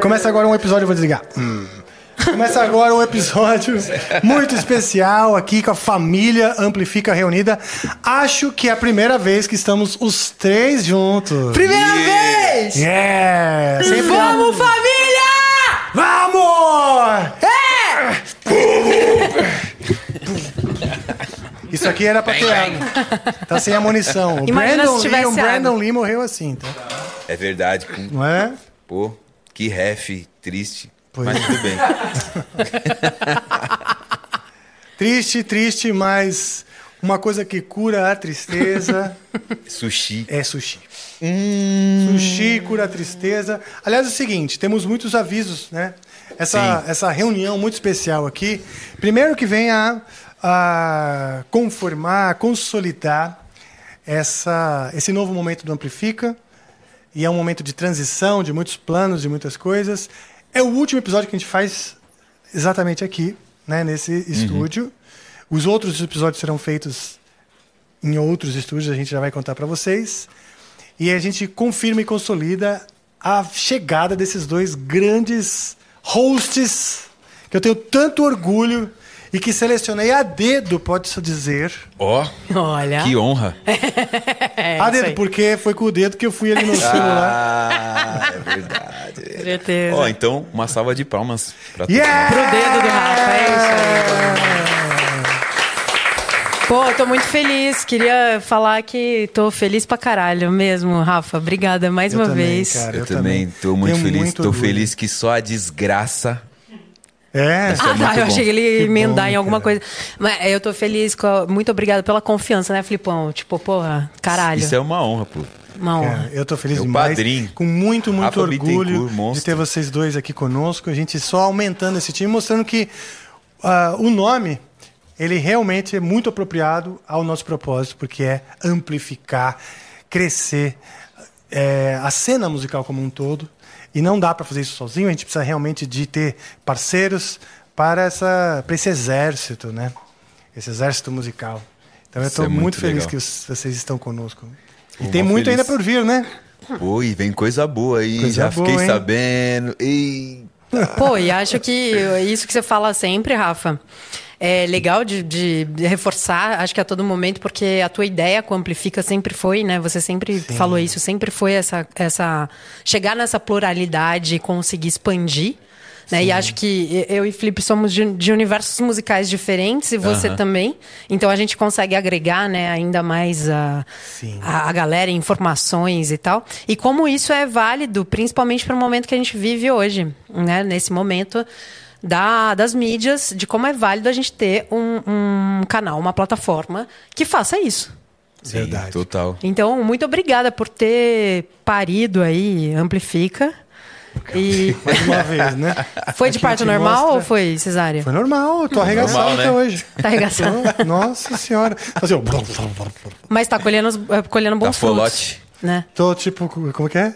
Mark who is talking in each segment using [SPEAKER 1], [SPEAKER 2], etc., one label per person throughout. [SPEAKER 1] Começa agora um episódio, eu vou desligar. Hum. Começa agora um episódio muito especial aqui com a família Amplifica Reunida. Acho que é a primeira vez que estamos os três juntos.
[SPEAKER 2] Primeira vez!
[SPEAKER 1] Yeah! Sempre há-
[SPEAKER 2] Vamos, família!
[SPEAKER 1] Vamos!
[SPEAKER 2] É!
[SPEAKER 1] Isso aqui era pra ter água. Tá sem a munição. O
[SPEAKER 2] Imagina
[SPEAKER 1] Brandon
[SPEAKER 2] se
[SPEAKER 1] Lee,
[SPEAKER 2] tivesse
[SPEAKER 1] o Brandon
[SPEAKER 2] água.
[SPEAKER 1] Lee morreu assim, tá?
[SPEAKER 3] É verdade. com-
[SPEAKER 1] Não é?
[SPEAKER 3] Pô, que ref triste.
[SPEAKER 1] Pois
[SPEAKER 3] Mas
[SPEAKER 1] é.
[SPEAKER 3] tudo bem.
[SPEAKER 1] Triste, triste, mas uma coisa que cura a tristeza
[SPEAKER 3] Sushi.
[SPEAKER 1] é sushi. Hum. Sushi cura a tristeza. Aliás, é o seguinte, temos muitos avisos, né? Essa, essa reunião muito especial aqui. Primeiro que vem a, a conformar, a consolidar essa, esse novo momento do Amplifica. E é um momento de transição, de muitos planos, de muitas coisas. É o último episódio que a gente faz exatamente aqui, né, nesse estúdio. Os outros episódios serão feitos em outros estúdios, a gente já vai contar para vocês. E a gente confirma e consolida a chegada desses dois grandes hosts que eu tenho tanto orgulho e que selecionei a dedo, pode-se dizer.
[SPEAKER 3] Ó,
[SPEAKER 2] Olha.
[SPEAKER 3] que honra.
[SPEAKER 1] É
[SPEAKER 2] É,
[SPEAKER 1] a
[SPEAKER 2] isso
[SPEAKER 1] dedo,
[SPEAKER 2] aí.
[SPEAKER 1] porque foi com o dedo que eu fui ali no celular.
[SPEAKER 3] Ah, é verdade. é verdade.
[SPEAKER 2] Certeza.
[SPEAKER 3] Ó, então, uma salva de palmas pra todo
[SPEAKER 1] Yeah!
[SPEAKER 3] mundo.
[SPEAKER 2] Pro dedo do Rafa, é isso aí. Pô, eu tô muito feliz. Queria falar que tô feliz pra caralho mesmo, Rafa. Obrigada mais
[SPEAKER 1] Eu
[SPEAKER 2] uma
[SPEAKER 1] também,
[SPEAKER 2] vez.
[SPEAKER 1] cara.
[SPEAKER 3] Eu,
[SPEAKER 1] Eu
[SPEAKER 3] também
[SPEAKER 1] também.
[SPEAKER 3] tô muito
[SPEAKER 1] Tenho
[SPEAKER 3] feliz.
[SPEAKER 1] muito
[SPEAKER 3] tô
[SPEAKER 1] orgulho.
[SPEAKER 3] feliz que só a desgraça.
[SPEAKER 1] É.
[SPEAKER 3] Isso é
[SPEAKER 2] Ah, tá,
[SPEAKER 3] muito
[SPEAKER 2] eu
[SPEAKER 3] bom.
[SPEAKER 2] achei que ele ia
[SPEAKER 1] Que
[SPEAKER 2] emendar
[SPEAKER 1] bom,
[SPEAKER 2] em alguma
[SPEAKER 1] cara.
[SPEAKER 2] coisa. Mas é, eu tô feliz. Com a- Muito obrigada pela confiança, né, Flipão? Tipo, porra, caralho.
[SPEAKER 3] Isso é uma honra, pô.
[SPEAKER 2] Uma honra.
[SPEAKER 1] Cara, eu tô feliz
[SPEAKER 3] Meu
[SPEAKER 1] demais.
[SPEAKER 3] É padrinho.
[SPEAKER 1] Com muito, muito
[SPEAKER 3] Rafa
[SPEAKER 1] orgulho
[SPEAKER 3] Bittencourt,
[SPEAKER 1] de
[SPEAKER 3] monstro.
[SPEAKER 1] ter vocês dois aqui conosco. A gente só aumentando esse time, mostrando que ah, o nome ele realmente é muito apropriado ao nosso propósito, porque é amplificar, crescer eh, a cena musical como um todo. E não dá para fazer isso sozinho. A gente precisa realmente de ter parceiros para essa, para esse exército, né? Esse exército musical. Então eu
[SPEAKER 3] Isso
[SPEAKER 1] estou
[SPEAKER 3] é
[SPEAKER 1] muito,
[SPEAKER 3] muito
[SPEAKER 1] feliz
[SPEAKER 3] legal.
[SPEAKER 1] que os- vocês estão conosco. E
[SPEAKER 3] Pô,
[SPEAKER 1] tem
[SPEAKER 3] mó
[SPEAKER 1] muito
[SPEAKER 3] feliz.
[SPEAKER 1] ainda por vir, né?
[SPEAKER 3] Pô, e vem coisa boa aí.
[SPEAKER 1] Coisa
[SPEAKER 3] já
[SPEAKER 1] boa,
[SPEAKER 3] fiquei
[SPEAKER 1] hein?
[SPEAKER 3] sabendo. E...
[SPEAKER 2] Pô, e acho que isso que você fala sempre, Rafa, é legal de, de reforçar, acho que a todo momento, porque a tua ideia com Amplifica sempre foi, né? Você sempre falou isso, sempre foi essa, essa. chegar nessa pluralidade e conseguir expandir. Né? E acho que eu e Felipe somos de, de universos musicais diferentes e você também. Então a gente consegue agregar né, ainda mais a,
[SPEAKER 1] Sim.
[SPEAKER 2] a, a galera, informações e tal. E como isso é válido, principalmente para o momento que a gente vive hoje, né? Nesse momento da, das mídias, de como é válido a gente ter um, um canal, uma plataforma que faça isso.
[SPEAKER 3] Sim,
[SPEAKER 1] Verdade.
[SPEAKER 3] Total.
[SPEAKER 2] Então, muito obrigada por ter parido aí, amplifica. E
[SPEAKER 1] Mais uma vez, né?
[SPEAKER 2] foi de
[SPEAKER 1] Aqui a
[SPEAKER 2] parto
[SPEAKER 1] gente
[SPEAKER 2] normal
[SPEAKER 1] mostra-
[SPEAKER 2] ou foi cesárea?
[SPEAKER 1] Foi normal, eu tô arregaçado
[SPEAKER 3] normal,
[SPEAKER 1] até
[SPEAKER 3] né?
[SPEAKER 1] hoje.
[SPEAKER 2] Tá arregaçado.
[SPEAKER 1] Tô- Nossa senhora. Fazer um o...
[SPEAKER 2] Mas tá colhendo, os- eh, colhendo bons
[SPEAKER 3] Tá
[SPEAKER 2] frutos.
[SPEAKER 3] folote.
[SPEAKER 2] Né?
[SPEAKER 1] Tô tipo, como que é?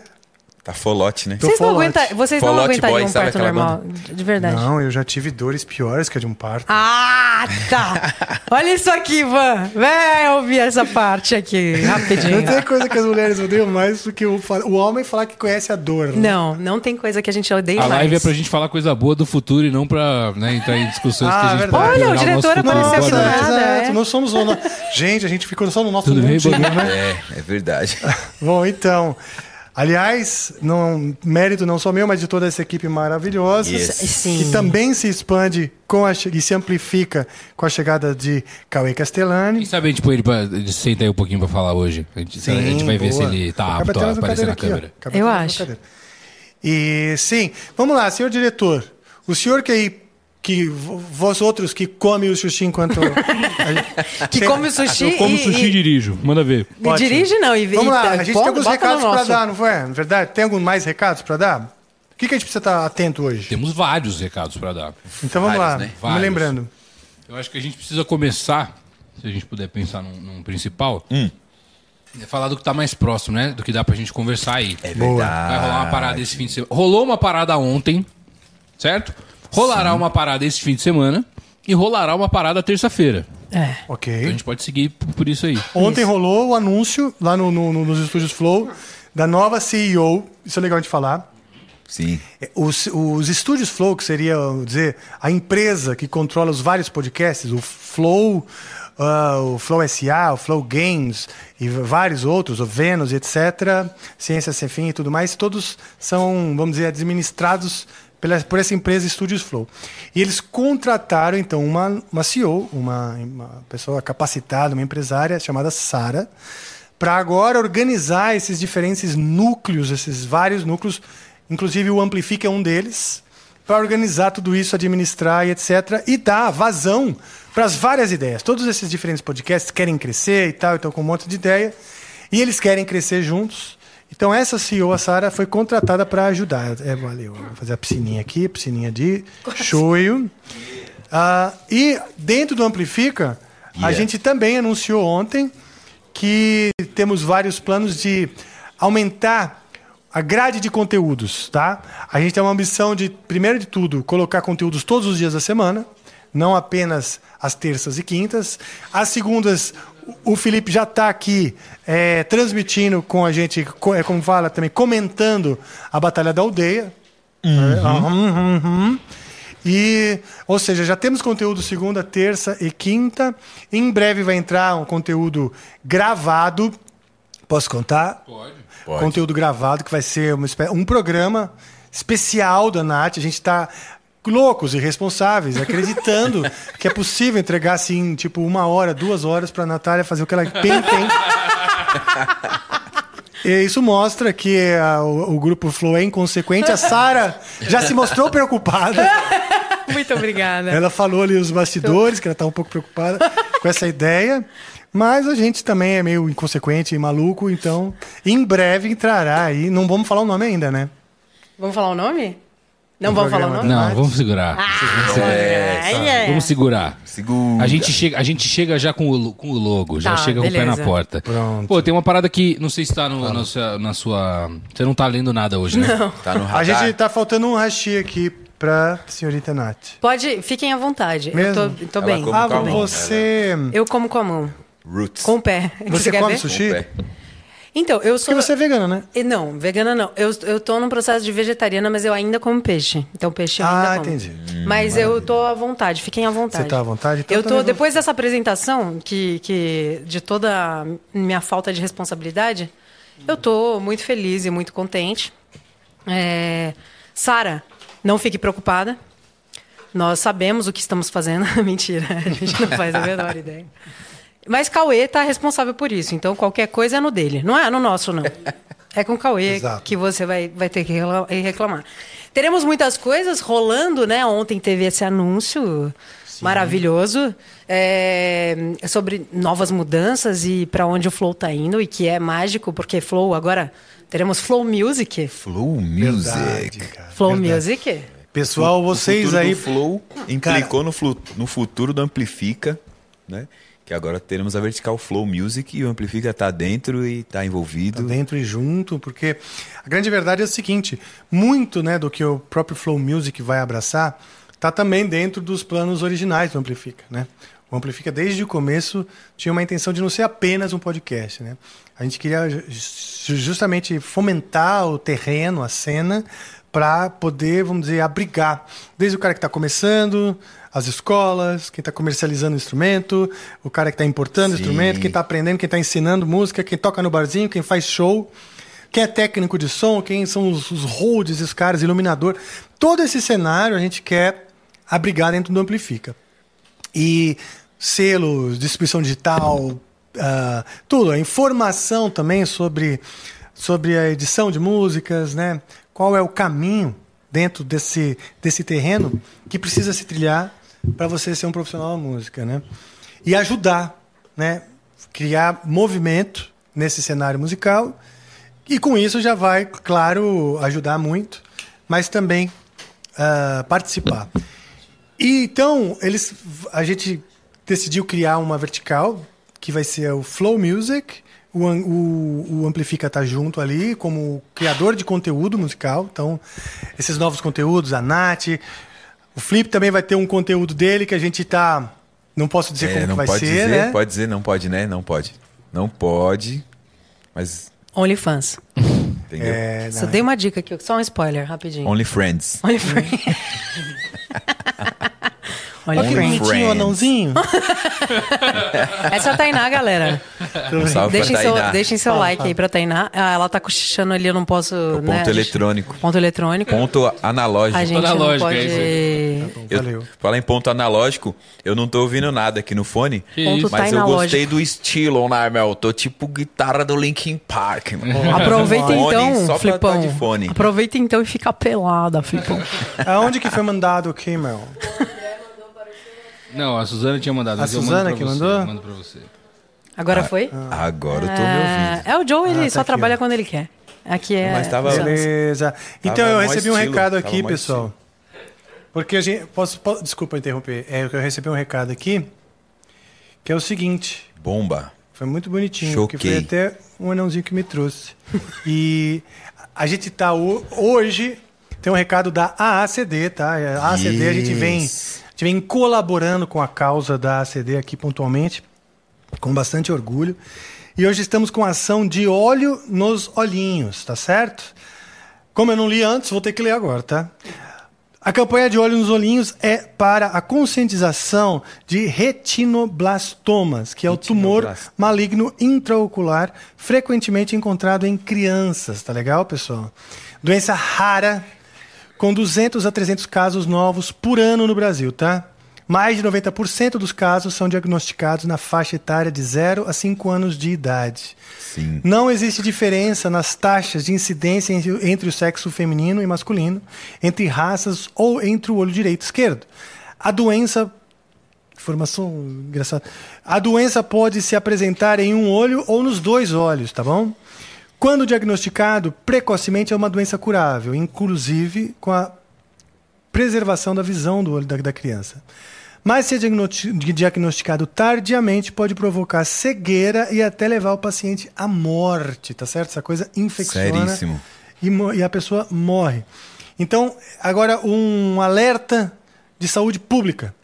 [SPEAKER 3] Tá folote, né?
[SPEAKER 1] Tô-
[SPEAKER 2] Vocês, não,
[SPEAKER 1] folote.
[SPEAKER 2] aguenta, vocês não
[SPEAKER 3] Folote
[SPEAKER 2] aguentariam
[SPEAKER 3] Boy,
[SPEAKER 2] um
[SPEAKER 3] sabe
[SPEAKER 2] parto
[SPEAKER 3] aquela
[SPEAKER 2] normal, de verdade.
[SPEAKER 1] Não, eu já tive dores piores que a de um parto.
[SPEAKER 2] Ah, tá! Olha isso aqui, Ivan! Vai ouvir essa parte aqui,
[SPEAKER 1] Não
[SPEAKER 2] rapidinho.
[SPEAKER 1] tem coisa que as mulheres odeiam mais do que o, fa- o homem falar que conhece a dor. né?
[SPEAKER 2] Não, não tem coisa que a gente odeia
[SPEAKER 4] A
[SPEAKER 2] mais.
[SPEAKER 4] live é pra gente falar coisa boa do futuro e não pra né, entrar em discussões
[SPEAKER 1] Ah,
[SPEAKER 4] que a gente
[SPEAKER 1] verdade.
[SPEAKER 4] pode
[SPEAKER 1] Olha, o
[SPEAKER 4] piorar nosso
[SPEAKER 2] diretor
[SPEAKER 4] futuro.
[SPEAKER 2] apareceu
[SPEAKER 4] Boa
[SPEAKER 2] aqui do
[SPEAKER 4] noite.
[SPEAKER 2] nada.
[SPEAKER 1] Exato,
[SPEAKER 2] é.
[SPEAKER 1] nós somos... o no- Gente, a gente ficou só no nosso
[SPEAKER 4] Tudo bem,
[SPEAKER 1] mundinho,
[SPEAKER 4] Bolinha?
[SPEAKER 1] né?
[SPEAKER 3] É, é verdade.
[SPEAKER 1] Bom, então. Aliás, não, mérito não só meu, mas de toda essa equipe maravilhosa,
[SPEAKER 3] Yes.
[SPEAKER 2] Sim.
[SPEAKER 1] que também se expande com a, che- e se amplifica com a chegada de Cauê
[SPEAKER 4] Quem
[SPEAKER 1] Castellani.
[SPEAKER 4] sabe a gente põe ele pra. Ele senta aí um pouquinho pra falar hoje. A gente, a gente vai ver
[SPEAKER 1] boa.
[SPEAKER 4] se ele tá
[SPEAKER 1] Acaba
[SPEAKER 4] apto
[SPEAKER 1] tendo
[SPEAKER 4] a
[SPEAKER 1] essa cadeira
[SPEAKER 4] aparecer na
[SPEAKER 1] aqui, ó.
[SPEAKER 4] câmera.
[SPEAKER 1] Acaba
[SPEAKER 2] Eu
[SPEAKER 1] tendo essa
[SPEAKER 2] acho.
[SPEAKER 1] cadeira. E sim, vamos lá, senhor diretor. O senhor que aí, que vo- vós outros que come o sushi enquanto
[SPEAKER 2] Que come o sushi e, e-
[SPEAKER 4] dirijo, manda ver.
[SPEAKER 2] e dirige não. E,
[SPEAKER 1] Vamos
[SPEAKER 2] e,
[SPEAKER 1] lá,
[SPEAKER 2] tá,
[SPEAKER 1] a gente tem
[SPEAKER 2] bota-
[SPEAKER 1] alguns
[SPEAKER 2] bota no
[SPEAKER 1] recados para
[SPEAKER 2] nosso.
[SPEAKER 1] dar, não foi? Na verdade, tem alguns mais recados para dar? O que, que a gente precisa estar atento hoje?
[SPEAKER 4] Temos vários recados pra dar.
[SPEAKER 1] Então vamos
[SPEAKER 3] Vários,
[SPEAKER 1] lá,
[SPEAKER 3] né?
[SPEAKER 1] me
[SPEAKER 4] Vários.
[SPEAKER 1] lembrando.
[SPEAKER 4] Eu acho que a gente precisa começar, se a gente puder pensar num, num principal,
[SPEAKER 3] Hum.
[SPEAKER 4] é falar do que tá mais próximo, né? Do que dá pra gente conversar aí.
[SPEAKER 3] É
[SPEAKER 1] Boa.
[SPEAKER 4] Vai
[SPEAKER 3] verdade.
[SPEAKER 4] rolar
[SPEAKER 1] Ah,
[SPEAKER 4] uma parada esse fim de semana. Rolou uma parada ontem, certo? Rolará uma parada esse fim de semana e rolará uma parada terça-feira.
[SPEAKER 2] É.
[SPEAKER 4] Então a
[SPEAKER 1] Ok.
[SPEAKER 4] gente pode seguir p- por isso aí.
[SPEAKER 1] Ontem rolou o anúncio lá no- no- no- nos estúdios Flow da nova CEO, isso é legal de falar,
[SPEAKER 3] Sim.
[SPEAKER 1] Os, os estúdios Flow, que seria vamos dizer, a empresa que controla os vários podcasts, o Flow, ah, o Flow SA, o Flow Games e vários outros, o Vênus, etc., Ciência Sem Fim e tudo mais, todos são, vamos dizer, administrados pela, por essa empresa Estúdios Flow. E eles contrataram, então, uma, uma CEO, uma, uma pessoa capacitada, uma empresária chamada Sara, para agora organizar esses diferentes núcleos, esses vários núcleos, inclusive o Amplifica é um deles, para organizar tudo isso, administrar e etc. E dar vazão para as várias ideias. Todos esses diferentes podcasts querem crescer e tal, então com um monte de ideia. E eles querem crescer juntos. Então essa CEO, a Sara, foi contratada para ajudar. É, valeu. Vou fazer a piscininha aqui, piscininha de shoyu. Ah, e dentro do Amplifica, a
[SPEAKER 3] Yeah.
[SPEAKER 1] gente também anunciou ontem que temos vários planos de aumentar a grade de conteúdos, tá? A gente tem uma ambição de, primeiro de tudo, colocar conteúdos todos os dias da semana, não apenas às terças e quintas. Às segundas, o o Felipe já está aqui é, transmitindo com a gente, co- é, como fala também, comentando a Batalha da Aldeia. É, aham, uhum. E, ou seja, já temos conteúdo segunda, terça e quinta. Em breve vai entrar um conteúdo gravado. Posso contar?
[SPEAKER 4] Pode.
[SPEAKER 3] Pode.
[SPEAKER 1] Conteúdo gravado, que vai ser uma espé- um programa especial da Nath. A gente está loucos, irresponsáveis, acreditando que é possível entregar, assim, tipo, uma hora, duas horas para a Natália fazer o que ela bem tem. E isso mostra que ah, o, o grupo Flow é inconsequente. A Sara já se mostrou preocupada.
[SPEAKER 2] Muito obrigada.
[SPEAKER 1] Ela falou ali os bastidores, que ela tá um pouco preocupada com essa ideia. Mas a gente também é meio inconsequente e maluco, então em breve entrará aí. Não vamos falar o nome ainda, né?
[SPEAKER 2] Vamos falar o nome? Não
[SPEAKER 1] Do
[SPEAKER 2] vamos falar o
[SPEAKER 1] programa.
[SPEAKER 2] nome?
[SPEAKER 4] Não,
[SPEAKER 1] Mas-
[SPEAKER 4] vamos segurar.
[SPEAKER 2] Ah, Ai, ai, ai.
[SPEAKER 4] Vamos segurar.
[SPEAKER 3] É, Segura.
[SPEAKER 4] A gente, chega, a gente chega já com o, lo- com o logo, já
[SPEAKER 2] Tá,
[SPEAKER 4] chega com o pé
[SPEAKER 2] beleza.
[SPEAKER 4] na porta.
[SPEAKER 1] Pronto.
[SPEAKER 4] Pô, tem uma parada que não sei se tá no, na, sua, na sua. Você não tá lendo nada hoje, né? Não.
[SPEAKER 3] Tá no radar.
[SPEAKER 1] A gente tá faltando um hashi aqui pra senhorita Nath.
[SPEAKER 2] Pode, fiquem à vontade. Eu
[SPEAKER 1] Mesmo?
[SPEAKER 2] tô, tô
[SPEAKER 3] Ela
[SPEAKER 2] bem.
[SPEAKER 3] come
[SPEAKER 1] Ah,
[SPEAKER 3] com a mão.
[SPEAKER 1] você.
[SPEAKER 2] Eu como com a mão,
[SPEAKER 3] Roots.
[SPEAKER 2] com o pé.
[SPEAKER 1] Você
[SPEAKER 2] quer
[SPEAKER 1] come
[SPEAKER 2] ver?
[SPEAKER 1] sushi?
[SPEAKER 3] Com o pé.
[SPEAKER 2] Então, eu
[SPEAKER 1] Porque
[SPEAKER 2] sou.
[SPEAKER 1] você é vegana, né?
[SPEAKER 2] E Não, vegana não. Eu, eu tô num processo de vegetariana, mas eu ainda como peixe. Então, peixe eu ainda
[SPEAKER 1] Ah,
[SPEAKER 2] como.
[SPEAKER 1] entendi.
[SPEAKER 2] Mas eu tô à vontade, fiquem à vontade.
[SPEAKER 1] Você tá à vontade? Então
[SPEAKER 2] eu
[SPEAKER 1] também
[SPEAKER 2] tô,
[SPEAKER 1] vou-
[SPEAKER 2] depois dessa apresentação, que, que de toda a minha falta de responsabilidade, eu tô muito feliz e muito contente. É, Sara, não fique preocupada. Nós sabemos o que estamos fazendo. Mentira, a gente não faz a menor ideia. Mas Cauê tá responsável por isso, então qualquer coisa é no dele. Não é no nosso, não. É com o Cauê
[SPEAKER 1] Exato.
[SPEAKER 2] que você vai, vai ter que rela- reclamar. Teremos muitas coisas rolando, né? Ontem teve esse anúncio maravilhoso é, sobre novas mudanças e para onde o Flow tá indo, e que é mágico, porque Flow agora teremos Flow Music.
[SPEAKER 3] Flow Music.
[SPEAKER 1] cara.
[SPEAKER 2] Flow
[SPEAKER 1] Verdade. É.
[SPEAKER 2] Music?
[SPEAKER 1] Pessoal,
[SPEAKER 3] o
[SPEAKER 1] vocês
[SPEAKER 3] futuro
[SPEAKER 1] aí.
[SPEAKER 3] do Flow implicou no, flu- no futuro do Amplifica, né? Que agora teremos a vertical Flow Music e o Amplifica tá dentro e tá
[SPEAKER 1] Tá
[SPEAKER 3] envolvido.
[SPEAKER 1] dentro e junto, porque a grande verdade é o seguinte: muito né, do que o próprio Flow Music vai abraçar tá também dentro dos planos originais do Amplifica. Né? O Amplifica, desde o começo, tinha uma intenção de não ser apenas um podcast. Né? A gente queria ju- ju- justamente fomentar o terreno, a cena, para poder, vamos dizer, abrigar. Desde o cara que está começando, as escolas, quem está comercializando instrumento, o cara que está importando
[SPEAKER 3] Sim.
[SPEAKER 1] instrumento, quem está aprendendo, quem está ensinando música, quem toca no barzinho, quem faz show, quem é técnico de som, quem são os, os holds, os caras, iluminador. Todo esse cenário a gente quer abrigar dentro do Amplifica. E selo, distribuição digital, ah, tudo. A informação também sobre, sobre a edição de músicas, né? Qual é o caminho dentro desse, desse terreno que precisa se trilhar para você ser um profissional da música, né? E ajudar, né? Criar movimento nesse cenário musical e com isso já vai, claro, ajudar muito, mas também ah, participar. E então, eles, a gente decidiu criar uma vertical, que vai ser o Flow Music. O, Am- o, o Amplifica tá junto ali como criador de conteúdo musical. Então, esses novos conteúdos, a Nath. O Flip também vai ter um conteúdo dele que a gente tá. Não posso dizer como que
[SPEAKER 3] É, não
[SPEAKER 1] vai
[SPEAKER 3] pode
[SPEAKER 1] ser,
[SPEAKER 3] dizer,
[SPEAKER 1] né?
[SPEAKER 3] pode dizer, não pode, né? Não pode. Não pode. Mas
[SPEAKER 2] OnlyFans.
[SPEAKER 3] Entendeu?
[SPEAKER 1] É,
[SPEAKER 2] Só
[SPEAKER 1] não,
[SPEAKER 2] dei uma dica aqui, só um spoiler, rapidinho.
[SPEAKER 3] Only Friends.
[SPEAKER 2] Only Friends. Only
[SPEAKER 1] Olha que
[SPEAKER 2] Friends.
[SPEAKER 1] bonitinho,
[SPEAKER 3] Friends.
[SPEAKER 1] anãozinho.
[SPEAKER 2] Essa é a Tainá, galera.
[SPEAKER 3] Um salve
[SPEAKER 2] Deixem
[SPEAKER 3] pra
[SPEAKER 2] seu,
[SPEAKER 3] Tainá.
[SPEAKER 2] deixem seu like aí pra Tainá. Ah, ela tá cochichando ali, eu não posso.
[SPEAKER 3] É
[SPEAKER 2] né,
[SPEAKER 3] O ponto
[SPEAKER 2] a gente-
[SPEAKER 3] eletrônico.
[SPEAKER 2] Ponto eletrônico.
[SPEAKER 3] Ponto analógico.
[SPEAKER 2] A gente
[SPEAKER 4] Toda
[SPEAKER 2] não
[SPEAKER 4] lógica,
[SPEAKER 2] pode.
[SPEAKER 4] é isso
[SPEAKER 3] Eu,
[SPEAKER 1] Valeu.
[SPEAKER 3] falar em ponto analógico, eu não tô ouvindo nada aqui no fone.
[SPEAKER 4] Que
[SPEAKER 2] Ponto tá
[SPEAKER 4] isso?
[SPEAKER 3] Mas eu
[SPEAKER 2] Tainalógico.
[SPEAKER 3] gostei do estilo, né, meu? Tô tipo guitarra do Linkin Park, mano.
[SPEAKER 2] Aproveita
[SPEAKER 3] Fone,
[SPEAKER 2] então,
[SPEAKER 3] só pra
[SPEAKER 2] Flipão.
[SPEAKER 3] tá de fone.
[SPEAKER 2] Aproveita então e fica pelada, Flipão.
[SPEAKER 1] Aonde que foi mandado o Kimmel?
[SPEAKER 4] Não, a Suzana tinha mandado.
[SPEAKER 1] A
[SPEAKER 4] mas eu mando
[SPEAKER 1] Suzana
[SPEAKER 4] pra
[SPEAKER 1] que
[SPEAKER 4] você,
[SPEAKER 1] mandou?
[SPEAKER 4] eu Mando pra você.
[SPEAKER 2] Agora foi?
[SPEAKER 3] Agora Ah, eu tô me
[SPEAKER 2] Ah,
[SPEAKER 3] ouvindo.
[SPEAKER 2] é o Joe, ele
[SPEAKER 1] tá
[SPEAKER 2] só
[SPEAKER 1] aqui,
[SPEAKER 2] trabalha
[SPEAKER 1] ó.
[SPEAKER 2] quando ele quer. Aqui é.
[SPEAKER 3] Mas tava-
[SPEAKER 2] Suzana.
[SPEAKER 1] Beleza. Então
[SPEAKER 3] Tava
[SPEAKER 1] eu
[SPEAKER 3] mó
[SPEAKER 1] recebi um
[SPEAKER 3] estilo,
[SPEAKER 1] recado
[SPEAKER 3] tava
[SPEAKER 1] aqui,
[SPEAKER 3] mó
[SPEAKER 1] pessoal. Porque a gente. Posso, po- desculpa interromper. É, eu recebi um recado aqui que é o seguinte.
[SPEAKER 3] Bomba.
[SPEAKER 1] Foi muito bonitinho.
[SPEAKER 3] Choquei.
[SPEAKER 1] Que foi até um anãozinho que me trouxe. e a gente tá ho- hoje. Tem um recado da AACD, tá? É, A AACD, a gente vem, a
[SPEAKER 3] Yes.
[SPEAKER 1] gente vem colaborando com a causa da AACD aqui pontualmente, com bastante orgulho. E hoje estamos com a ação de óleo nos olhinhos, tá certo? Como eu não li antes, vou ter que ler agora, tá? A campanha de óleo nos olhinhos é para a conscientização de retinoblastomas, que é o tumor
[SPEAKER 3] Retinoblastoma.
[SPEAKER 1] maligno intraocular frequentemente encontrado em crianças, tá legal, pessoal? Doença rara, com 200 a 300 casos novos por ano no Brasil, tá? Mais de 90% dos casos são diagnosticados na faixa etária de 0 a 5 anos de idade.
[SPEAKER 3] Sim.
[SPEAKER 1] Não existe diferença nas taxas de incidência entre- entre o sexo feminino e masculino, entre raças ou entre o olho direito e esquerdo. A doença. Informação engraçada. A doença pode se apresentar em um olho ou nos dois olhos, tá bom? Quando diagnosticado, precocemente é uma doença curável, inclusive com a preservação da visão do olho da, da criança. Mas ser diagnoti- diagnosticado tardiamente pode provocar cegueira e até levar o paciente à morte, tá certo? Essa coisa infecciona
[SPEAKER 3] Seríssimo.
[SPEAKER 1] e, mo- e a pessoa morre. Então, agora um alerta de saúde pública.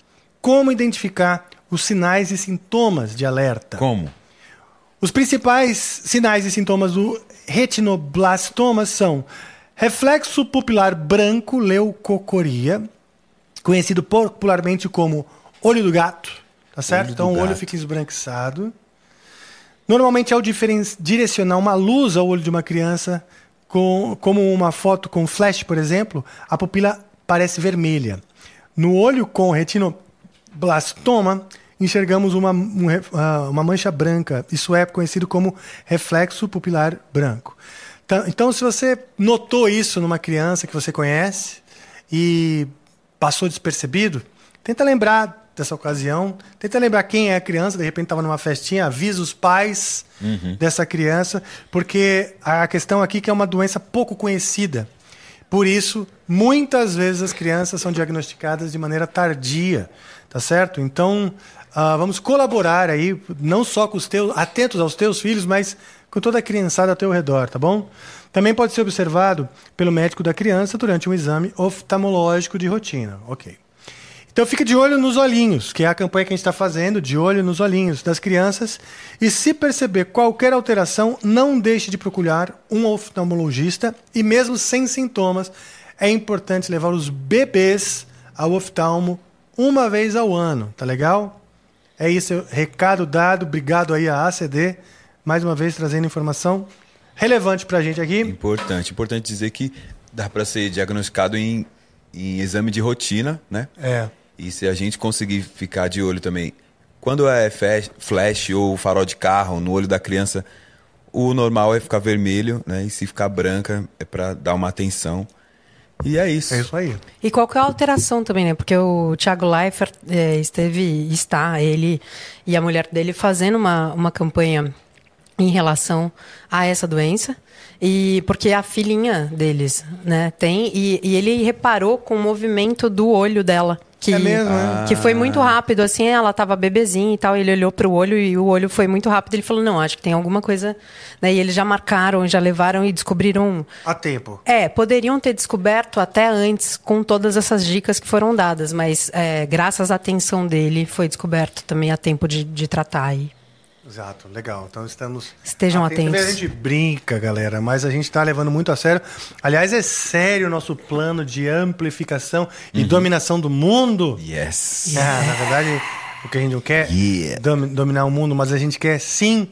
[SPEAKER 1] Como identificar os sinais e sintomas de alerta?
[SPEAKER 3] Como?
[SPEAKER 1] Os principais sinais e sintomas do retinoblastoma são reflexo pupilar branco leucocoria, conhecido popularmente como olho do gato, tá certo?
[SPEAKER 3] do
[SPEAKER 1] então o olho
[SPEAKER 3] gato.
[SPEAKER 1] fica esbranquiçado. Normalmente ao diferen- direcionar uma luz ao olho de uma criança, com- como uma foto com flash, por exemplo, a pupila parece vermelha. No olho com retinoblastoma, enxergamos uma, um re- ah, uma mancha branca. Isso é conhecido como reflexo pupilar branco. Tá- Então, se você notou isso numa criança que você conhece e passou despercebido, tenta lembrar dessa ocasião, tenta lembrar quem é a criança, de repente estava numa festinha, avisa os pais dessa criança, porque a questão aqui é que é uma doença pouco conhecida. Por isso, muitas vezes as crianças são diagnosticadas de maneira tardia, tá certo? Então, ah, vamos colaborar aí, não só com os teus, atentos aos teus filhos, mas com toda a criançada ao teu redor, tá bom? Também pode ser observado pelo médico da criança durante um exame oftalmológico de rotina. Ok. Então fica de olho nos olhinhos, que é a campanha que a gente está fazendo, de olho nos olhinhos das crianças. E se perceber qualquer alteração, não deixe de procurar um oftalmologista. E mesmo sem sintomas, é importante levar os bebês ao oftalmo uma vez ao ano, tá legal? É isso, recado dado. Obrigado aí à ACD, mais uma vez trazendo informação relevante pra gente aqui.
[SPEAKER 3] Importante. Importante dizer que dá pra ser diagnosticado em, em exame de rotina, né?
[SPEAKER 1] É.
[SPEAKER 3] E se a gente conseguir ficar de olho também, quando é fe- flash ou farol de carro no olho da criança, o normal é ficar vermelho, né? E se ficar branca é pra dar uma atenção. E é isso.
[SPEAKER 1] É isso aí.
[SPEAKER 2] E qualquer alteração também, né? Porque o Thiago Leifert eh, esteve, está, ele e a mulher dele fazendo uma, uma campanha em relação a essa doença. E porque a filhinha deles, né, tem. E, e ele reparou com o movimento do olho dela. Que,
[SPEAKER 1] É mesmo, né?
[SPEAKER 2] que foi muito rápido, assim, ela tava bebezinha e tal, ele olhou pro olho e o olho foi muito rápido, ele falou, não, acho que tem alguma coisa, né, e eles já marcaram, já levaram e descobriram
[SPEAKER 1] A tempo.
[SPEAKER 2] é, poderiam ter descoberto até antes com todas essas dicas que foram dadas, mas é, graças à atenção dele foi descoberto também a tempo de, de tratar aí.
[SPEAKER 1] Exato, legal. Então estamos.
[SPEAKER 2] Estejam
[SPEAKER 1] atentos.
[SPEAKER 2] atentos.
[SPEAKER 1] A gente brinca, galera, mas a gente está levando muito a sério. Aliás, é sério o nosso plano de amplificação e dominação do mundo.
[SPEAKER 3] Yes.
[SPEAKER 1] Ah, na verdade, o que a gente não quer é
[SPEAKER 3] Yeah.
[SPEAKER 1] domi- dominar o mundo, mas a gente quer sim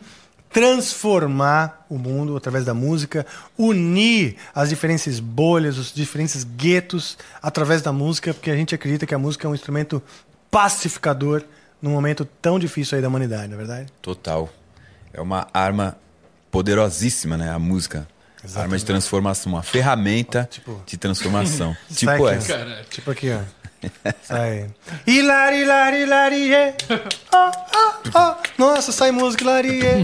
[SPEAKER 1] transformar o mundo através da música, unir as diferentes bolhas, os diferentes guetos através da música, porque a gente acredita que a música é um instrumento pacificador num momento tão difícil aí da humanidade, não é verdade?
[SPEAKER 3] Total. É uma arma poderosíssima, né? A música.
[SPEAKER 1] Exatamente.
[SPEAKER 3] Arma de transformação, uma ferramenta
[SPEAKER 1] Tipo-
[SPEAKER 3] de transformação.
[SPEAKER 1] Sai
[SPEAKER 3] tipo
[SPEAKER 1] aqui,
[SPEAKER 3] essa.
[SPEAKER 1] ó.
[SPEAKER 4] Caralho.
[SPEAKER 1] Tipo aqui, ó. Sai. Hilari, lari, lari, é. Oh, oh, oh. Nossa, sai música, hilari, é.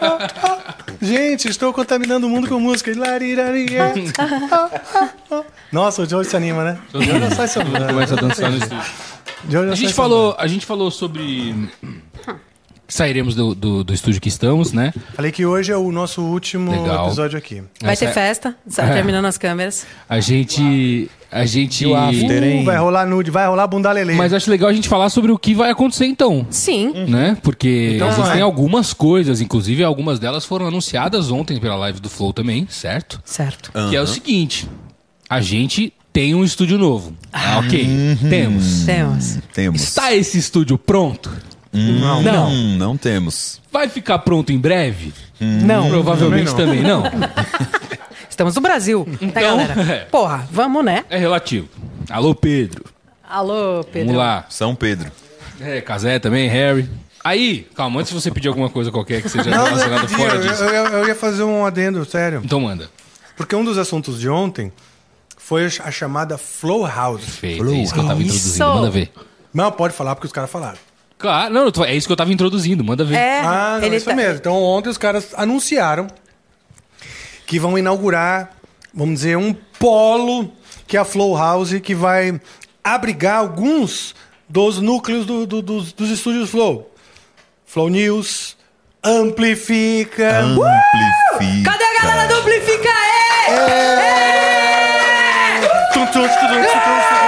[SPEAKER 1] Oh, oh. Gente, estou contaminando o mundo com música. Hilari, lari, é. Oh, oh, oh. Nossa, o Joe se anima, né? O Joe já sai
[SPEAKER 4] Todo mundo
[SPEAKER 1] sobrando.
[SPEAKER 4] Começa a dançar no estúdio.
[SPEAKER 1] Joe já
[SPEAKER 4] A gente
[SPEAKER 1] sai
[SPEAKER 4] falou, a gente falou sobre. Sairemos do, do, do estúdio que estamos, né?
[SPEAKER 1] sobrando. Falei que hoje é o nosso último
[SPEAKER 4] Legal.
[SPEAKER 1] episódio aqui.
[SPEAKER 2] Vai
[SPEAKER 4] Essa
[SPEAKER 2] ter
[SPEAKER 4] é-
[SPEAKER 2] festa, só terminando as câmeras.
[SPEAKER 4] A gente. A gente.
[SPEAKER 3] o after, hein?
[SPEAKER 1] Uh, vai rolar nude, vai rolar bunda lele.
[SPEAKER 4] Mas acho legal a gente falar sobre o que vai acontecer então.
[SPEAKER 2] Sim.
[SPEAKER 4] Né? Porque
[SPEAKER 1] Então
[SPEAKER 4] existem
[SPEAKER 1] vai.
[SPEAKER 4] algumas coisas, inclusive algumas delas foram anunciadas ontem pela live do Flow também, certo?
[SPEAKER 2] Certo.
[SPEAKER 4] Que é o seguinte: a gente tem um estúdio novo. Ah, ok. Temos.
[SPEAKER 2] Temos.
[SPEAKER 3] Temos.
[SPEAKER 4] Está esse estúdio pronto?
[SPEAKER 1] Não.
[SPEAKER 4] Não.
[SPEAKER 3] Hum, não temos.
[SPEAKER 4] Vai ficar pronto em breve?
[SPEAKER 2] Não.
[SPEAKER 4] Provavelmente também não.
[SPEAKER 2] Estamos no Brasil, né,
[SPEAKER 4] Então, é.
[SPEAKER 2] galera? Porra, vamos, né?
[SPEAKER 4] É relativo. Alô, Pedro.
[SPEAKER 2] Alô,
[SPEAKER 4] Vamos
[SPEAKER 2] Pedro.
[SPEAKER 4] lá.
[SPEAKER 3] São Pedro.
[SPEAKER 4] É, Casé também, Harry. Aí, calma, antes de você pedir alguma coisa qualquer que seja
[SPEAKER 1] Não, não,
[SPEAKER 4] relacionada
[SPEAKER 1] eu,
[SPEAKER 4] fora disso.
[SPEAKER 1] eu, eu ia fazer um adendo, sério.
[SPEAKER 4] Então manda.
[SPEAKER 1] Porque um dos assuntos de ontem foi a chamada Flow House.
[SPEAKER 4] Perfeito, é isso que eu tava
[SPEAKER 2] Isso.
[SPEAKER 4] introduzindo. Manda ver.
[SPEAKER 1] Não, pode falar porque os caras falaram.
[SPEAKER 4] Claro, não, eu tô- é isso que eu tava introduzindo, manda ver.
[SPEAKER 2] É,
[SPEAKER 1] Ah, não,
[SPEAKER 2] ele
[SPEAKER 1] isso
[SPEAKER 2] tá-
[SPEAKER 1] mesmo. Então ontem os caras anunciaram que vão inaugurar, vamos dizer, um polo que é a Flow House, que vai abrigar alguns dos núcleos do- do- dos, dos estúdios Flow. Flow News, Amplifica.
[SPEAKER 3] Amplifica.
[SPEAKER 2] Uh! Cadê a
[SPEAKER 4] Tá.
[SPEAKER 2] galera é! do Amplifica? Ei!
[SPEAKER 1] É, Tum, tum, tum, tum, tum, tum, tum, tum, tum.